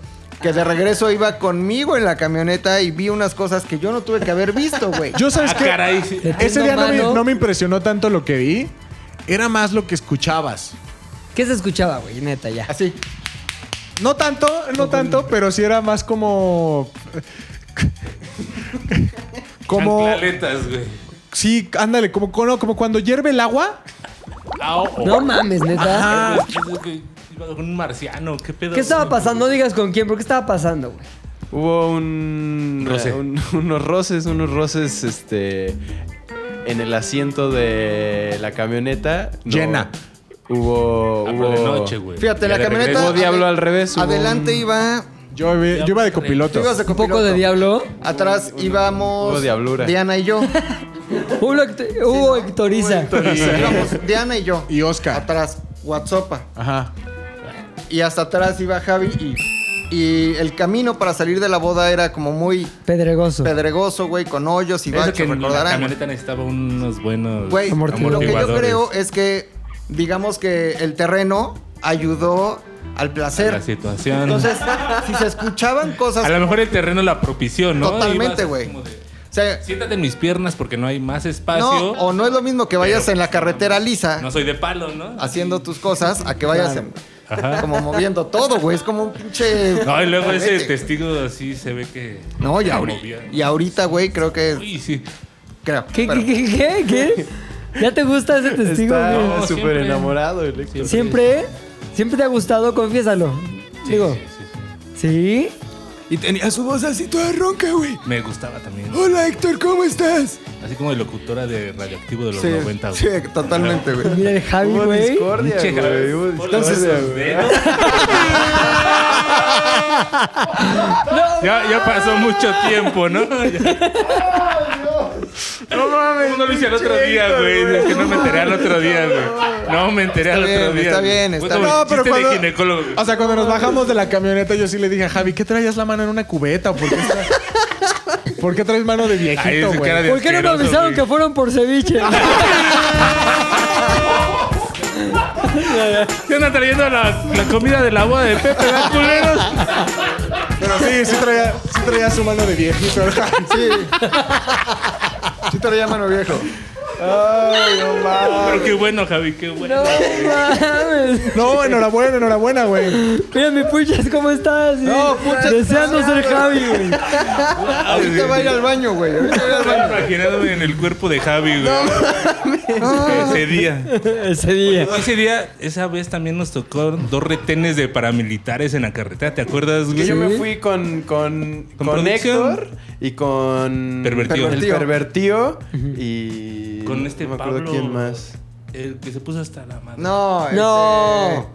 S2: Que de regreso iba conmigo en la camioneta y vi unas cosas que yo no tuve que haber visto, güey.
S3: Yo sabes
S4: Ah,
S3: que
S4: caray. Te
S3: ese
S16: tengo
S3: día no me,
S16: mano.
S3: no me impresionó tanto lo que vi, era más lo que escuchabas.
S16: ¿Qué se escuchaba, güey? Neta, ya.
S2: Así.
S3: No tanto, no tanto, pero sí era más como como
S4: Chanclaletas, güey.
S3: sí, ándale, como como, como cuando hierve el agua.
S4: Ah, oh, oh.
S16: No mames, neta.
S4: Ah, es que iba con un marciano. ¿Qué pedo?
S16: ¿Qué estaba pasando? No digas con quién, pero ¿qué estaba pasando, güey?
S9: Hubo un,
S4: Roce.
S9: eh, un- unos roces, unos roces este en el asiento de la camioneta. No,
S3: Llena.
S9: Hubo
S4: Ah,
S9: hubo
S4: pero de noche, güey.
S2: Fíjate,
S4: Ya
S2: la
S4: de
S2: camioneta.
S4: regreso.
S9: Hubo diablo
S2: ade-
S9: al revés, hubo
S2: Adelante
S9: un-
S2: iba.
S3: Yo, iba- yo iba de
S2: tú
S3: copiloto.
S2: ibas de
S16: Un poco
S2: copiloto.
S16: de diablo.
S2: Atrás íbamos.
S9: hubo diablura.
S2: Diana y yo.
S16: Hubo, hecto- hubo Hectoriza.
S9: eh,
S2: Íbamos Diana y yo.
S3: Y Oscar.
S2: Atrás. WhatsApp.
S3: Ajá.
S2: Y hasta atrás iba Javi y. Y el camino para salir de la boda era como muy.
S1: Pedregoso.
S2: Pedregoso, güey, con hoyos y
S4: Eso
S2: baches,
S4: que la
S2: recordarán.
S4: camioneta necesitaba unos buenos
S2: Güey, lo que yo
S4: pues, amortiguadores.
S2: creo es que, digamos que el terreno ayudó al placer.
S4: La situación.
S2: Entonces, si se escuchaban cosas.
S4: a lo mejor el terreno la propició, ¿no?
S2: Totalmente,
S4: Ibas
S2: güey.
S4: como de,
S2: O sea,
S4: Siéntate en mis piernas porque no hay más
S2: no,
S4: espacio.
S2: o no es lo mismo que vayas
S4: Pero, pues,
S2: en la carretera lisa
S4: No soy de palo, ¿no?
S2: haciendo tus cosas a que vayas
S4: Claro.
S2: en-
S4: Ajá.
S2: como moviendo todo, güey. Es como un pinche.
S4: No, y luego ese este,
S2: Vete.
S4: testigo así se ve que.
S2: No, y,
S4: se
S2: ahori-
S4: movía.
S2: y ahorita, güey, creo que.
S4: Uy, sí.
S2: Creo.
S1: ¿Qué,
S2: pero-
S1: qué, qué, qué? qué? ¿Ya te gusta ese testigo? güey?
S5: Está súper enamorado el Héctor.
S1: ¿Siempre? ¿Siempre te ha gustado? Confiésalo. Digo. ¿Sí?
S3: Y tenía su voz así toda ronca, güey.
S4: Me gustaba también.
S3: Hola, Héctor, ¿cómo estás?
S4: Así como de locutora de radioactivo de los
S2: Sí,
S4: 90.
S2: sí, totalmente, güey.
S1: Mira el Javi,
S5: Hubo
S1: güey.
S5: discordia,
S4: Pinche
S5: güey. Hubo
S2: Entonces-
S5: discordia, güey.
S4: Ya, ya pasó mucho tiempo, ¿no? No mames. Uno lo hice al otro día, güey. Es que no me enteré al otro día, güey. No me enteré al
S2: Está
S4: otro
S2: bien,
S4: día.
S2: está
S4: güey.
S2: bien,
S4: Fue
S2: está
S4: como
S2: bien.
S4: el
S3: No, pero
S4: chiste
S3: cuando-
S4: de ginecólogo. güey.
S3: O sea, cuando nos bajamos de la camioneta, yo sí le dije a Javi, ¿qué traías la mano en una cubeta? ¿Por qué, tra- ¿Por qué traes mano de
S4: Ay,
S3: viejito,
S4: ese cara
S3: güey?
S4: de
S1: ¿Por qué no me
S4: asqueroso,
S1: avisaron
S4: güey.
S1: que fueron por ceviche?
S4: ¿Qué andan trayendo la, la comida de la boda de Pepe, ¿verdad, culeros?
S3: Pero sí, sí traía, sí traía su mano de viejito.
S2: Sí. Sí, te lo llaman viejo.
S3: Ay, no mames.
S4: Pero qué bueno, Javi, qué bueno.
S1: mames.
S3: No, enhorabuena, enhorabuena, güey.
S1: Mira, mi puchas, ¿cómo estás?
S2: No, puchas,
S1: Deseando ser
S2: no.
S1: Javi, güey.
S2: Ahorita va a ir al baño, güey. Ahorita va a ir al baño.
S4: Estaba imaginándome en el cuerpo de Javi, güey. Ese día.
S1: Ese día.
S4: Ese día, esa vez también nos tocó dos retenes de paramilitares en la carretera, ¿te acuerdas,
S5: Que
S4: güey?
S5: yo me fui con, con,
S4: Con
S5: con,
S4: producción.
S5: Héctor y con.
S4: Pervertido.
S5: El pervertido. Y.
S4: Con este
S5: No me acuerdo
S4: Pablo.
S5: quién más.
S4: El que se puso hasta la madre.
S2: No, este-
S1: No.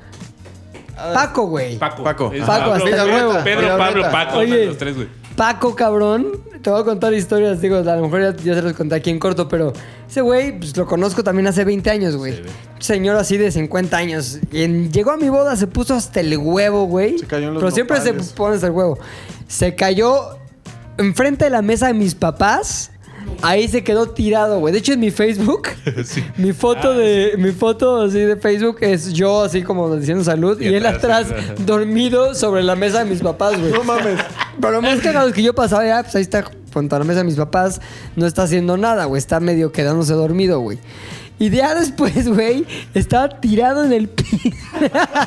S1: Paco, güey.
S4: Paco.
S5: Paco.
S4: Es
S1: Paco, hasta
S4: Pedro,
S2: Villanueva.
S4: Pedro,
S2: Villanueva.
S4: Pablo, Paco.
S1: Oye.
S4: Los tres, güey.
S1: Paco, cabrón, te voy a contar historias, digo, a lo mejor ya, ya se los conté aquí en corto, pero ese güey, pues lo conozco también hace 20 años, güey. Señor así de 50 años. Y en- llegó a mi boda, se puso hasta el huevo, güey.
S3: Se cayó en los
S1: Pero siempre se
S3: nopales.
S1: pone hasta el huevo. Se cayó enfrente de la mesa de mis papás. Ahí se quedó tirado, güey. De hecho, en mi Facebook, mi foto
S3: Ah,
S1: de mi foto así de Facebook es yo así como diciendo salud y,
S4: Y
S1: él
S4: atrás,
S1: atrás dormido sobre la mesa de mis papás, güey.
S3: No mames.
S1: Pero lo más cagado es que yo pasaba ya, pues ahí está junto a la mesa de mis papás, no está haciendo nada, güey, está medio quedándose dormido, güey. Y ya después, güey, estaba tirado en el piso.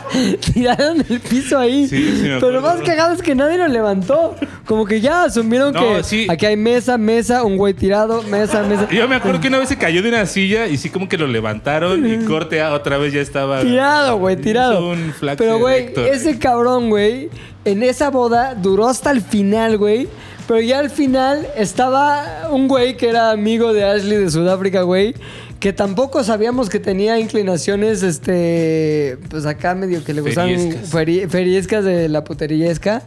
S1: tirado en el piso ahí.
S4: Sí, sí me
S1: Pero lo
S4: acuerdo.
S1: más cagado es que nadie lo levantó. Como que ya asumieron
S4: No,
S1: que
S4: sí.
S1: aquí hay mesa, mesa, un güey tirado, mesa, mesa.
S4: Yo me acuerdo que una vez se cayó de una silla y sí como que lo levantaron y corte ah, otra vez ya estaba
S1: Tirado, güey,
S4: Hizo
S1: tirado.
S4: Un flax
S1: Pero, güey,
S4: erector.
S1: ese cabrón, güey, en esa boda duró hasta el final, güey. Pero ya al final estaba un güey que era amigo de Ashley de Sudáfrica, güey. Que tampoco sabíamos que tenía inclinaciones, este. Pues acá medio que le gustaban
S4: Feriescas.
S1: feri- feriescas de la puterillesca.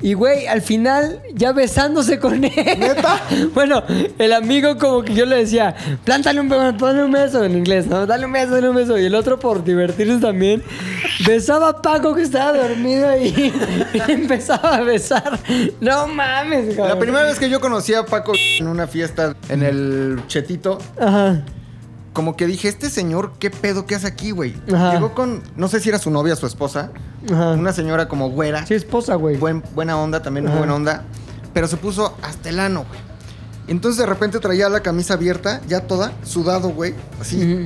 S1: Y, güey, al final ya besándose con él. bueno, el amigo como que yo le decía, plántale un, beso, ponle un beso en inglés, ¿no? Dale un beso, dale un beso. Y el otro, por divertirse también, besaba a Paco que estaba dormido y, y empezaba a besar. No mames, cabrón.
S2: La primera vez que yo conocí a Paco en una fiesta en el Chetito,
S1: Ajá.
S2: como que dije, este señor, ¿qué pedo que hace aquí, güey?
S1: Ajá.
S2: Llegó con, no sé si era su novia, su esposa,
S1: Ajá.
S2: una señora como güera,
S1: Sí, esposa, güey.
S2: buen- buena onda, también muy
S1: Ajá.
S2: buena onda, pero se puso hasta el ano, güey. Entonces de repente traía la camisa abierta, ya toda, sudado, güey, así,
S1: Ujú.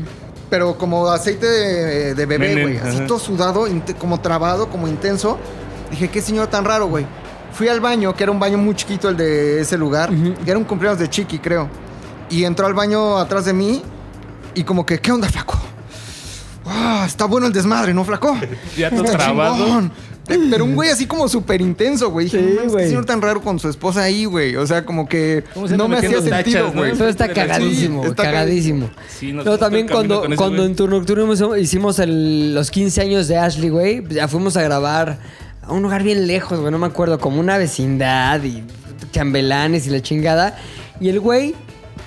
S2: pero como aceite de, de bebé,
S4: Menen,
S2: güey, así
S4: ajá.
S2: todo sudado, inte- como trabado, como intenso. Dije, qué señor tan raro, güey. Fui al baño, que era un baño muy chiquito el de ese lugar,
S1: Ujú.
S2: que era un cumpleaños de Chiqui, creo. Y entró al baño atrás de mí y como que, ¿qué onda, flaco? Ah, está bueno el desmadre, ¿no, flaco?
S4: Ya todo
S2: Está
S4: trabado.
S2: chingón. Eh, Pero un güey así como súper intenso, güey. Dije,
S1: Sí,
S2: no mames, qué
S1: güey.
S2: señor tan raro con su esposa ahí, güey. O sea, como que
S4: ¿Cómo se
S2: no
S4: andan
S2: me hacía
S4: metiendo
S2: sentido,
S4: tachas, no?
S2: güey.
S1: Eso está
S4: Sí,
S1: cagadísimo,
S2: está
S1: cagadísimo.
S4: Sí, nos
S1: Luego
S4: fuimos
S1: también
S4: todo el camino
S1: cuando,
S4: con ese
S1: cuando
S4: güey.
S1: en tu nocturno hicimos- hicimos el- los 15 años de Ashley, güey, pues ya fuimos a grabar a un lugar bien lejos, güey, no me acuerdo, como una vecindad y chambelanes y la chingada. Y el güey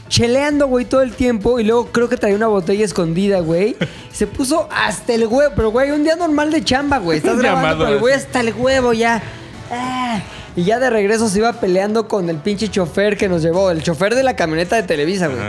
S1: cheleando, güey, todo el tiempo. Y luego creo que traía una botella escondida, güey. Se puso hasta el huevo, pero, güey, un día normal de chamba, güey. Estás
S4: Un
S1: grabando,
S4: llamado
S1: pero el
S4: así.
S1: güey hasta el huevo ya. Ah. Y ya de regreso se iba peleando con el pinche chofer que nos llevó, el chofer de la camioneta de Televisa, güey.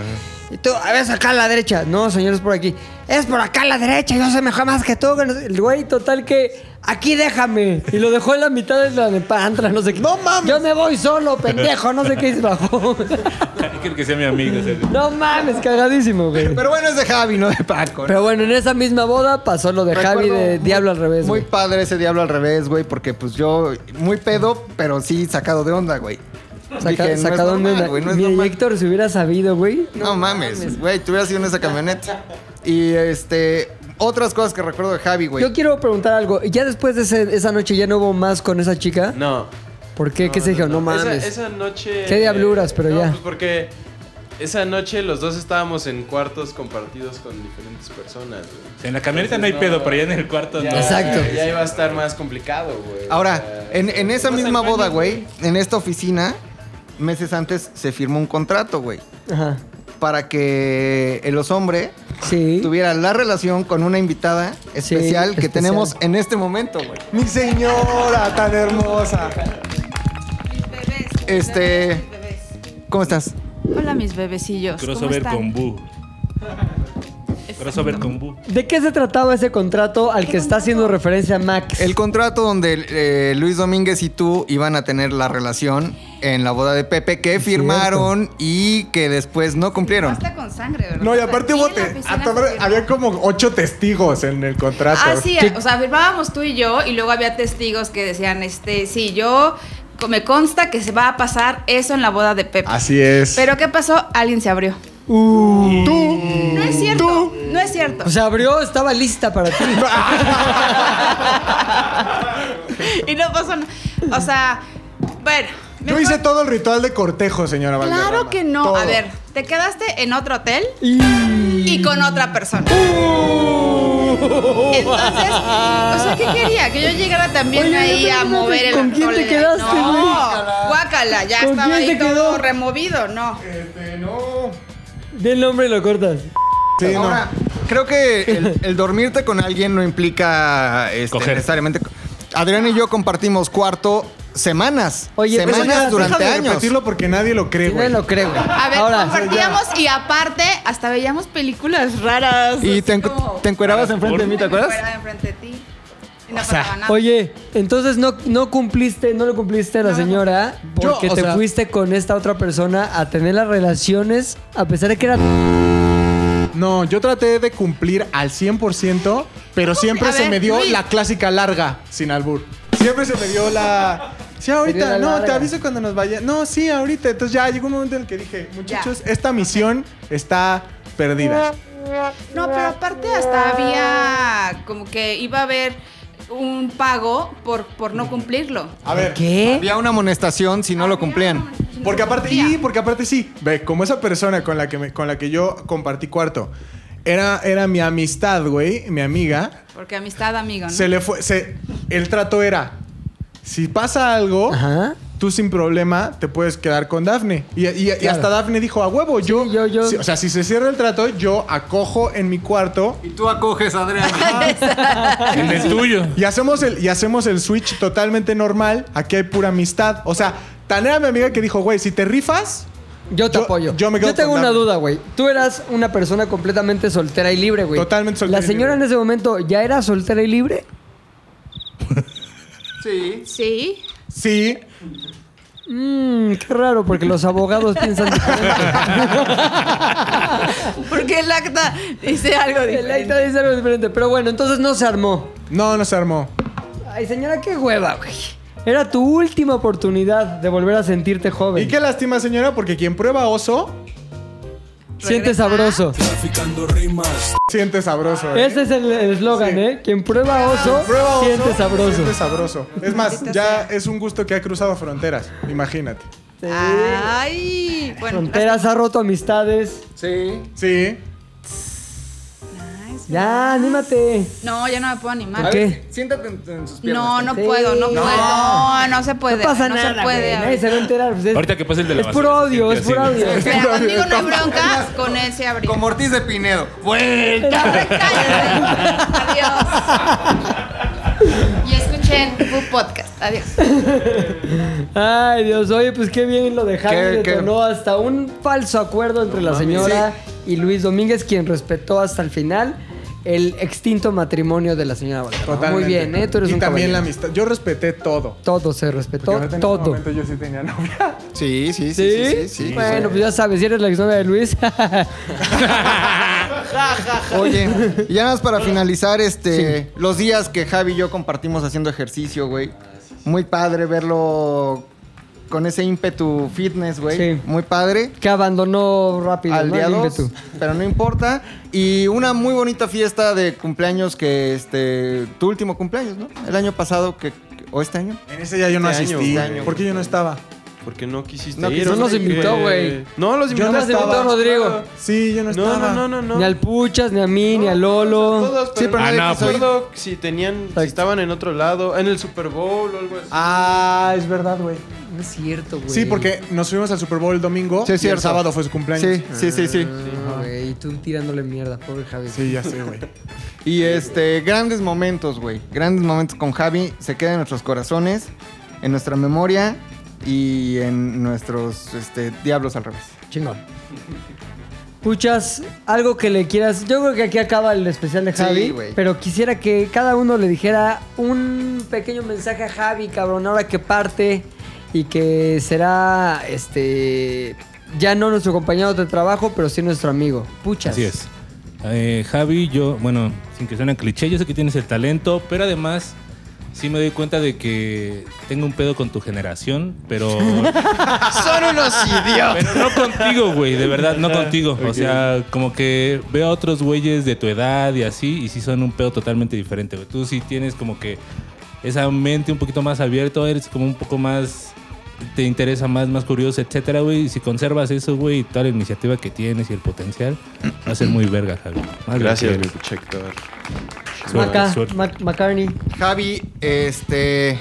S1: Y tú, a ver, acá a la derecha. No, señor, es por aquí. Es por acá a la derecha, yo sé mejor más que tú. que no sé- El güey, total que, aquí déjame. Y lo dejó en la mitad de la nepantra, no sé qué. No mames. Yo me voy solo, pendejo, no sé qué. Y se bajó.
S4: Quiero que sea mi amigo. o sea,
S1: No mames, cagadísimo, güey.
S2: Pero bueno, es de Javi, no de Paco. ¿no?
S1: Pero bueno, en esa misma boda pasó lo de Javi
S2: Recuerdo
S1: de
S2: muy-
S1: Diablo al revés.
S2: Muy
S1: güey.
S2: padre ese diablo al revés, güey, porque pues yo muy pedo, pero sí sacado de onda, güey.
S1: Saca-
S2: Dije, no es
S1: sacado de
S2: normal,
S1: onda.
S2: güey, no es
S1: Ni
S2: normal.
S1: Héctor se hubiera sabido, güey.
S2: No, mames, güey, tú hubieras ido en esa camioneta. Y este, otras cosas que recuerdo de Javi, güey.
S1: Yo quiero preguntar algo. ¿Ya después de ese- esa noche ya no hubo más con esa chica?
S5: No.
S1: ¿Por qué? ¿Qué se dijo? No, mames.
S5: Esa, esa noche.
S1: Qué diabluras, pero
S5: no,
S1: ya.
S5: Pues porque esa noche los dos estábamos en cuartos compartidos con diferentes personas. güey.
S4: En la camioneta no hay pedo, pero ya en el cuarto no.
S2: Exacto.
S5: Ya iba a estar más complicado, güey.
S2: Ahora, en, en esa
S5: vas al
S2: misma
S5: baño,
S2: boda, güey, en esta oficina, meses antes se firmó un contrato, güey.
S1: Ajá.
S2: Para que el hombre
S1: Sí.
S2: tuviera la relación con una invitada especial que
S1: especial.
S2: tenemos en este momento, güey.
S17: Mi señora tan hermosa.
S2: Este. ¿Cómo estás?
S18: Hola mis bebecillos. ¿Cómo
S4: Crossover
S18: están?
S4: con Bu. Crossover con Bu.
S1: ¿De qué se trataba ese contrato al que está haciendo referencia Max?
S2: El contrato donde eh, Luis Domínguez y tú iban a tener la relación en la boda de Pepe que firmaron y que después no cumplieron.
S18: Está con sangre, ¿verdad?
S3: No, y aparte
S18: Sí,
S3: hubo
S18: la
S3: te-
S18: oficina
S3: a tomar-
S18: confirmó.
S3: había como ocho testigos en el contrato.
S18: Ah, sí,
S3: ¿Qué-
S18: o sea, firmábamos tú y yo y luego había testigos que decían, este, sí, yo co- me consta que se va a pasar eso en la boda de Pepe.
S3: Así es.
S18: Pero ¿qué pasó? Alguien se abrió.
S3: tú.
S18: No es cierto. No es cierto.
S1: O sea, abrió, estaba lista para ti.
S18: y no pasó nada. O sea, bueno.
S3: Yo
S18: mejor-
S3: hice todo el ritual de cortejo, señora Valderrama.
S18: Claro que no.
S3: Todo.
S18: A ver, te quedaste en otro hotel y con otra persona.
S3: Uh.
S18: Entonces, o sea, ¿qué quería? Que yo llegara también
S1: Oye,
S18: ahí
S1: ya te
S18: a mover el
S1: quedaste. ¿Con quién te
S18: control.
S1: quedaste,
S18: No,
S1: güey?
S18: guácala, ya
S1: ¿Con
S18: estaba
S1: quién
S18: ahí
S1: te
S18: todo
S1: quedó?
S18: removido, no.
S3: Este,
S1: Del nombre lo cortas.
S3: Sí, no.
S2: Ahora, creo que el, el dormirte con alguien no implica este,
S4: Coger.
S2: necesariamente. Adrián y yo compartimos cuarto semanas.
S1: Oye, pero
S2: semanas
S1: ya,
S2: durante
S3: Deja de
S2: años.
S3: repetirlo porque nadie lo cree,
S1: Nadie
S3: güey.
S1: lo cree, güey.
S18: A ver,
S1: Ahora,
S18: compartíamos y aparte hasta veíamos películas raras.
S2: Y
S18: así
S2: te, encu-
S18: como-
S2: te encuerabas enfrente de mí, ¿te
S18: Me
S2: acuerdas?
S18: encueraba enfrente de ti. Y no
S3: sea,
S18: pasaba nada.
S1: Oye, entonces no, no cumpliste, no lo cumpliste a la señora
S3: Yo,
S1: porque
S3: o
S1: te
S3: sea-
S1: fuiste con esta otra persona a tener las relaciones a pesar de que era...
S3: No, yo traté de cumplir al 100%, pero siempre
S18: A
S3: se
S18: ver,
S3: me dio
S18: Luis.
S3: la clásica larga, sin albur. Siempre se me dio la... Sí,
S1: Se dio la
S3: ahorita, no, te
S1: larga.
S3: aviso cuando nos vaya. No, sí, ahorita. Entonces ya llegó un momento en el que dije, muchachos, esta misión está perdida.
S18: No, pero aparte hasta había como que iba a haber un pago por, por no cumplirlo.
S3: A ver,
S1: ¿Qué?
S2: Había una amonestación si no lo cumplían.
S3: Porque aparte, y porque aparte sí, ve, como esa persona con la que, me- con la que yo compartí cuarto era, era mi amistad, güey, mi amiga,
S18: Porque amistad, amigo, ¿no?
S3: se le fue, se, el trato era, si pasa algo,
S1: Ajá.
S3: tú sin problema te puedes quedar con Dafne. Y, y- y
S1: Claro.
S3: hasta Dafne dijo, a huevo, yo,
S1: yo- yo-
S3: sí, o sea, si se cierra el trato, yo acojo en mi cuarto
S2: Y tú acoges a Adrián.
S4: En el tuyo.
S3: y hacemos el, y hacemos el switch totalmente normal, aquí hay pura amistad. O sea, tan era mi amiga que dijo, güey, si te rifas...
S1: Yo te
S3: Yo-
S1: apoyo.
S3: yo me quedo
S1: tengo
S3: con
S1: una
S3: Dafne.
S1: duda, güey. Tú eras una persona completamente soltera y libre, güey.
S3: Totalmente soltera
S1: ¿La
S3: y
S1: señora
S3: libre.
S1: en ese momento ya era soltera y libre?
S18: Sí.
S3: Sí,
S1: Mmm, qué raro, porque los abogados piensan diferente.
S18: Porque el acta dice algo
S1: El acta
S18: diferente.
S1: dice algo diferente. Pero bueno, entonces no se armó.
S3: No, no se armó.
S1: Ay, señora, qué hueva, güey. Era tu última oportunidad de volver a sentirte joven.
S3: Y qué lástima, señora, porque quien prueba oso,
S1: Siente
S18: Regresa.
S1: sabroso.
S3: siente sabroso. ¿eh?
S1: Ese es el el eslogan,
S3: Sí.
S1: ¿eh? Quien prueba oso,
S3: Prueba oso,
S1: siente sabroso.
S3: Siente sabroso. Es más, ya es un gusto que ha cruzado fronteras. Imagínate.
S1: Sí.
S18: Ay. Ah, Bueno,
S1: Ah, Fronteras ha roto amistades.
S3: Sí.
S18: las- Ay,
S1: Ya, anímate.
S18: No, ya no me puedo animar.
S1: ¿Por qué?
S2: Siéntate en, en sus piernas.
S18: No, no
S2: Sí.
S18: puedo, no puedo. No, no se puede.
S1: No pasa nada,
S18: se
S1: güey,
S18: puede.
S1: nadie se va a enterar. pues, es-
S4: Ahorita que pase el de la
S1: Es puro
S4: basura,
S1: audio,
S4: se
S1: es puro
S4: siente
S1: audio.
S4: así.
S18: Mira, conmigo no hay broncas, con él se abrí.
S2: Como Ortiz de Pinedo. ¡Vuelta!
S18: Y escuchen un podcast. Adiós.
S1: Ay, Dios, oye, pues qué bien lo de Javi
S2: Qué- qué-
S1: detonó hasta un falso acuerdo entre la señora y Luis Domínguez, quien respetó hasta el final el extinto matrimonio de la señora Valderrama. Muy
S3: Totalmente.
S1: bien, ¿eh? Tú eres
S3: y
S1: un
S3: también la
S1: caballero.
S3: amistad. Yo respeté todo.
S1: Todo se
S3: Porque
S1: respetó,
S3: ahorita en ese
S1: todo.
S3: momento yo sí tenía novia.
S2: Sí, sí, sí,
S1: ¿Sí?
S2: sí, sí, sí.
S1: Bueno, pues ya sabes, si eres la exnovia de Luis.
S2: Oye, y ya nada más para finalizar, este, los días que Javi y yo compartimos haciendo ejercicio, güey. Muy padre verlo con ese ímpetu fitness, güey.
S1: Sí.
S2: Muy padre.
S1: que abandonó rápido.
S2: Al
S1: ¿no?
S2: día
S1: El
S2: dos,
S1: ímpetu.
S2: pero no importa. Y una muy bonita fiesta de cumpleaños que, este, tu último cumpleaños, ¿no? El año pasado, que, o este año.
S3: En ese día yo no
S5: Este año,
S3: asistí.
S5: este año,
S3: ¿Por qué yo no estaba?
S5: Porque no quisiste
S1: No,
S5: ir.
S1: no
S5: ¿o
S1: nos
S5: qué?
S1: invitó, güey.
S5: No, los invitó.
S1: no nos invitó Rodrigo.
S3: Sí, yo no
S5: No,
S3: estaba.
S5: no, no, no, no. pues,
S1: Ni al Puchas, ni a mí, ni a Lolo.
S5: Todos,
S2: Sí,
S5: pero
S2: pero
S5: no
S4: Ah,
S2: nadie
S4: no,
S2: quiso
S4: pues.
S2: ir.
S5: recuerdo si tenían, si estaban en otro lado, en el Super Bowl o algo así.
S3: Ah, es verdad, güey.
S1: No es cierto, güey.
S3: Sí, porque nos fuimos al Super Bowl el domingo
S2: Sí, es
S3: y el
S2: cierto.
S3: sábado fue su cumpleaños.
S2: Sí, sí, sí, sí.
S1: Ah, güey, y tú tirándole mierda, pobre Javi.
S3: Sí, ya sé, güey.
S2: Y este, grandes momentos, güey. Grandes momentos con Javi. Se queda en nuestros corazones, en nuestra memoria y en nuestros este, diablos al revés.
S1: Chingón. Puchas, algo que le quieras. Yo creo que aquí acaba el especial de
S2: Sí,
S1: Javi.
S2: güey.
S1: pero quisiera que cada uno le dijera un pequeño mensaje a Javi, cabrón, ahora que parte y que será este. Ya no nuestro compañero de trabajo, pero sí nuestro amigo. Puchas.
S4: Así es. Eh, Javi, yo, bueno, sin que suene cliché, yo sé que tienes el talento, pero además sí me doy cuenta de que tengo un pedo con tu generación, pero,
S19: Son unos idiotas.
S4: pero no contigo, güey, de verdad, no contigo. O sea, como que veo a otros güeyes de tu edad y así, y sí son un pedo totalmente diferente, güey. Tú sí tienes como que esa mente un poquito más abierta, eres como un poco más te interesa más, más curioso, etcétera, güey. Y si conservas eso, güey, y toda la iniciativa que tienes y el potencial, va a ser muy verga, Javi. Más
S5: Gracias,
S4: verga.
S5: mi Puchector.
S1: Maca,
S4: Suerte.
S1: Ma- McCartney.
S2: Javi, este.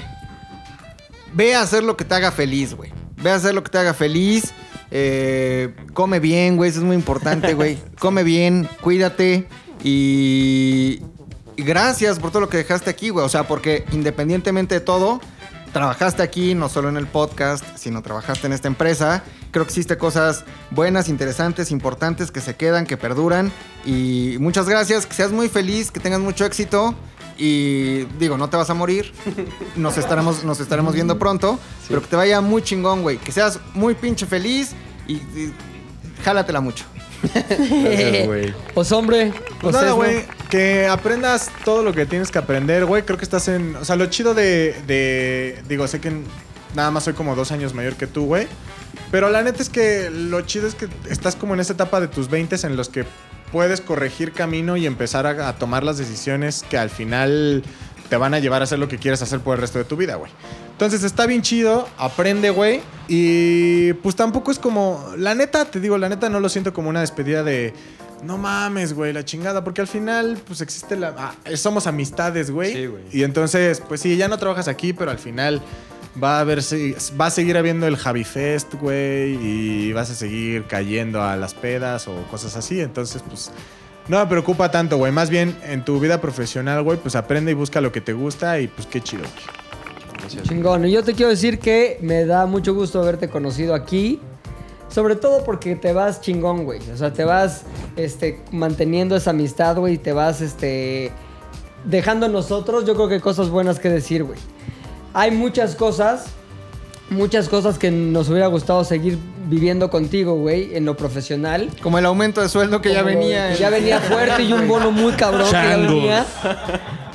S2: Ve a hacer lo que te haga feliz, güey. Ve a hacer lo que te haga feliz. Eh, come bien, güey. Eso es muy importante, güey. come bien, cuídate. Y. y Gracias por todo lo que dejaste aquí, güey. O sea, porque independientemente de todo, trabajaste aquí, no solo en el podcast, sino trabajaste en esta empresa. Creo que hiciste cosas buenas, interesantes, importantes que se quedan, que perduran. Y muchas gracias, que seas muy feliz, que tengas mucho éxito. Y digo, no te vas a morir. Nos estaremos, nos estaremos viendo pronto. Pero que te vaya muy chingón, güey. Que seas muy pinche feliz y, y jálatela mucho.
S5: Gracias, güey.
S1: Os hombre.
S3: Pues
S1: os
S3: nada,
S1: esno.
S3: güey. Que aprendas todo lo que tienes que aprender, güey. Creo que estás en. O sea, lo chido de. de- digo, sé que n- nada más soy como dos años mayor que tú, güey. Pero la neta es que lo chido es que estás como en esta etapa de tus 20 en los que puedes corregir camino y empezar a, a tomar las decisiones que al final te van a llevar a hacer lo que quieres hacer por el resto de tu vida, güey. Entonces está bien chido, aprende, güey. Y pues tampoco es como. La neta, te digo, la neta no lo siento como una despedida de. No mames, güey, la chingada. Porque al final, pues existe la. ah, somos amistades, güey.
S5: Sí, güey.
S3: Y entonces, pues sí, ya no trabajas aquí, pero al final va a haber. si- Va a seguir habiendo el Javi Fest, güey. Y vas a seguir cayendo a las pedas o cosas así. Entonces, pues. No me preocupa tanto, güey. Más bien en tu vida profesional, güey, pues aprende y busca lo que te gusta y pues qué chido, güey.
S1: Chingón. Y yo te quiero decir que me da mucho gusto haberte conocido aquí. Sobre todo porque te vas chingón, güey. O sea, te vas este, manteniendo esa amistad, güey. Y te vas este, dejando en nosotros, yo creo que cosas buenas que decir, güey. Hay muchas cosas, muchas cosas que nos hubiera gustado seguir viviendo contigo, güey, en lo profesional.
S2: Como el aumento de sueldo que ya
S1: Como
S2: venía.
S1: que ya venía fuerte y un bono muy cabrón que ya
S4: Chango.
S1: venía.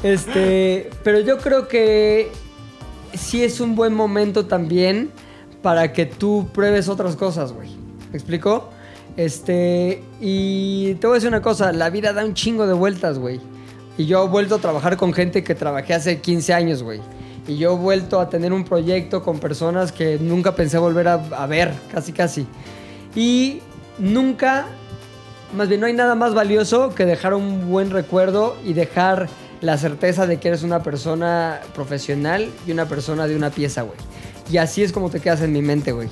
S1: Este, pero yo creo que sí es un buen momento también para que tú pruebes otras cosas, güey. ¿Me explico? Este, y te voy a decir una cosa, la vida da un chingo de vueltas, güey. Y yo he vuelto a trabajar con gente que trabajé hace 15 años, güey. Y yo he vuelto a tener un proyecto con personas que nunca pensé volver a, a ver, casi casi. Y nunca más bien no hay nada más valioso que dejar un buen recuerdo y dejar la certeza de que eres una persona profesional y una persona de una pieza, güey. Y así es como te quedas en mi mente, güey.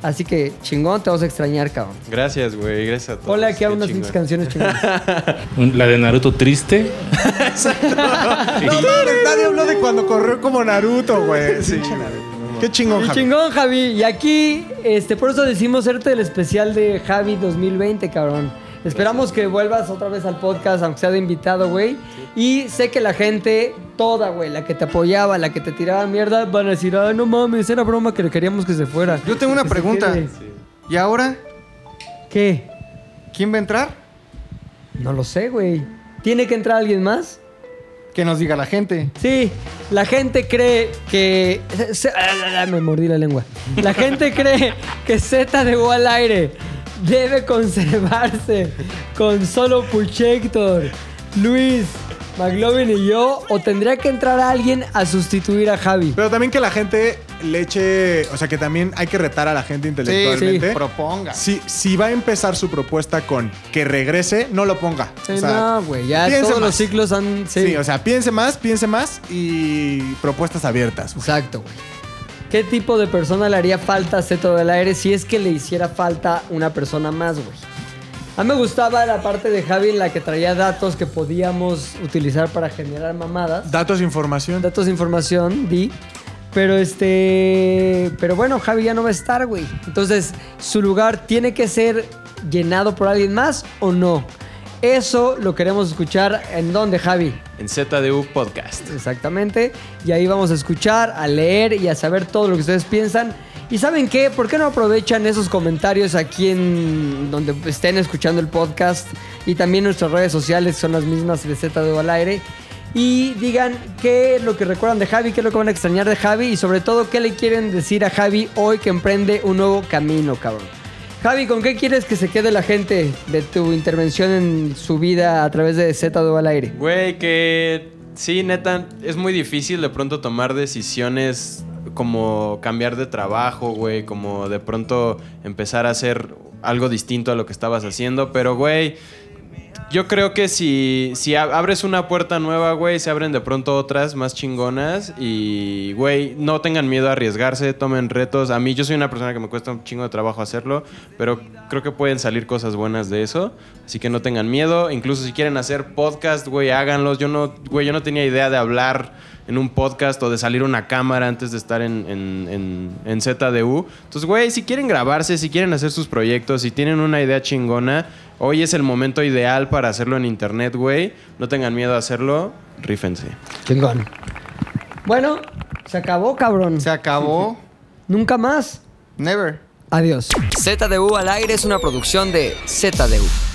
S1: Así que chingón, te vas a extrañar, cabrón.
S5: Gracias, güey. Gracias a todos.
S1: Hola, que hago unas
S5: Pues, chingón.
S1: pinches canciones chingonas.
S4: La de Naruto triste.
S3: No mames, nadie habló de cuando corrió como Naruto, güey. Pinche Naruto. Qué chingón,
S1: Qué
S3: Javi.
S1: chingón, Javi. Y aquí, este, por eso decimos serte el especial de Javi 2020, cabrón. Esperamos que vuelvas otra vez al podcast, aunque sea de invitado, güey. Y sé que la gente, toda, güey, la que te apoyaba, la que te tiraba mierda, van a decir, ah, no mames, era broma que queríamos que se fuera.
S2: Yo tengo una
S1: Que se
S2: pregunta.
S1: quede.
S2: ¿Y ahora?
S1: ¿Qué?
S2: ¿Quién va a entrar?
S1: No lo sé, güey. ¿Tiene que entrar alguien más?
S2: Que nos diga la gente.
S1: Sí, la gente cree que. se- se- me mordí la lengua. La gente cree que Z de al aire debe conservarse con solo Puchector, Luis, McLovin y yo, o tendría que entrar alguien a sustituir a Javi.
S3: Pero también que la gente le eche. O sea, que también hay que retar a la gente intelectualmente.
S2: sí. Proponga.
S3: Si, si va a empezar su propuesta con que regrese, no lo ponga. O
S1: Sí,
S3: sea,
S1: no, güey, ya
S3: piense
S1: todos los
S3: más.
S1: ciclos han.
S3: Sí. o sea, piense más, piense más y propuestas abiertas. güey.
S1: Exacto, güey. ¿Qué tipo de persona le haría falta a Zeto del Aire si es que le hiciera falta una persona más, güey? A mí me gustaba la parte de Javi en la que traía datos que podíamos utilizar para generar mamadas.
S3: Datos, información.
S1: Datos, información, di. Pero este. Pero bueno, Javi ya no va a estar, güey. Entonces, su lugar tiene que ser llenado por alguien más o no. Eso lo queremos escuchar en dónde, Javi.
S5: En ZDU Podcast.
S1: Exactamente. Y ahí vamos a escuchar, a leer y a saber todo lo que ustedes piensan. ¿Y saben qué? ¿Por qué no aprovechan esos comentarios aquí en donde estén escuchando el podcast y también nuestras redes sociales que son las mismas de ZDU al aire? Y digan qué es lo que recuerdan de Javi, qué es lo que van a extrañar de Javi y sobre todo qué le quieren decir a Javi hoy que emprende un nuevo camino, cabrón. Javi, ¿con qué quieres que se quede la gente de tu intervención en su vida a través de ZDU al aire?
S5: Güey, que sí, neta, es muy difícil de pronto tomar decisiones como cambiar de trabajo, güey, como de pronto empezar a hacer algo distinto a lo que estabas haciendo, pero güey, yo creo que si, si ab- abres una puerta nueva, güey, se abren de pronto otras más chingonas y, güey, no tengan miedo a arriesgarse, tomen retos. A mí yo soy una persona que me cuesta un chingo de trabajo hacerlo, pero creo que pueden salir cosas buenas de eso. Así que no tengan miedo. Incluso si quieren hacer podcast, güey, háganlos. Yo no, güey, yo no tenía idea de hablar en un podcast o de salir a una cámara antes de estar en, en, en, en ZDU. Entonces, güey, si quieren grabarse, si quieren hacer sus proyectos, si tienen una idea chingona, hoy es el momento ideal para hacerlo en internet, güey. No tengan miedo a hacerlo, rífense.
S1: Chingón. Bueno, se acabó, cabrón. Se
S2: acabó.
S1: Nunca más.
S2: Never.
S1: Adiós.
S20: ZDU al aire es una producción de ZDU.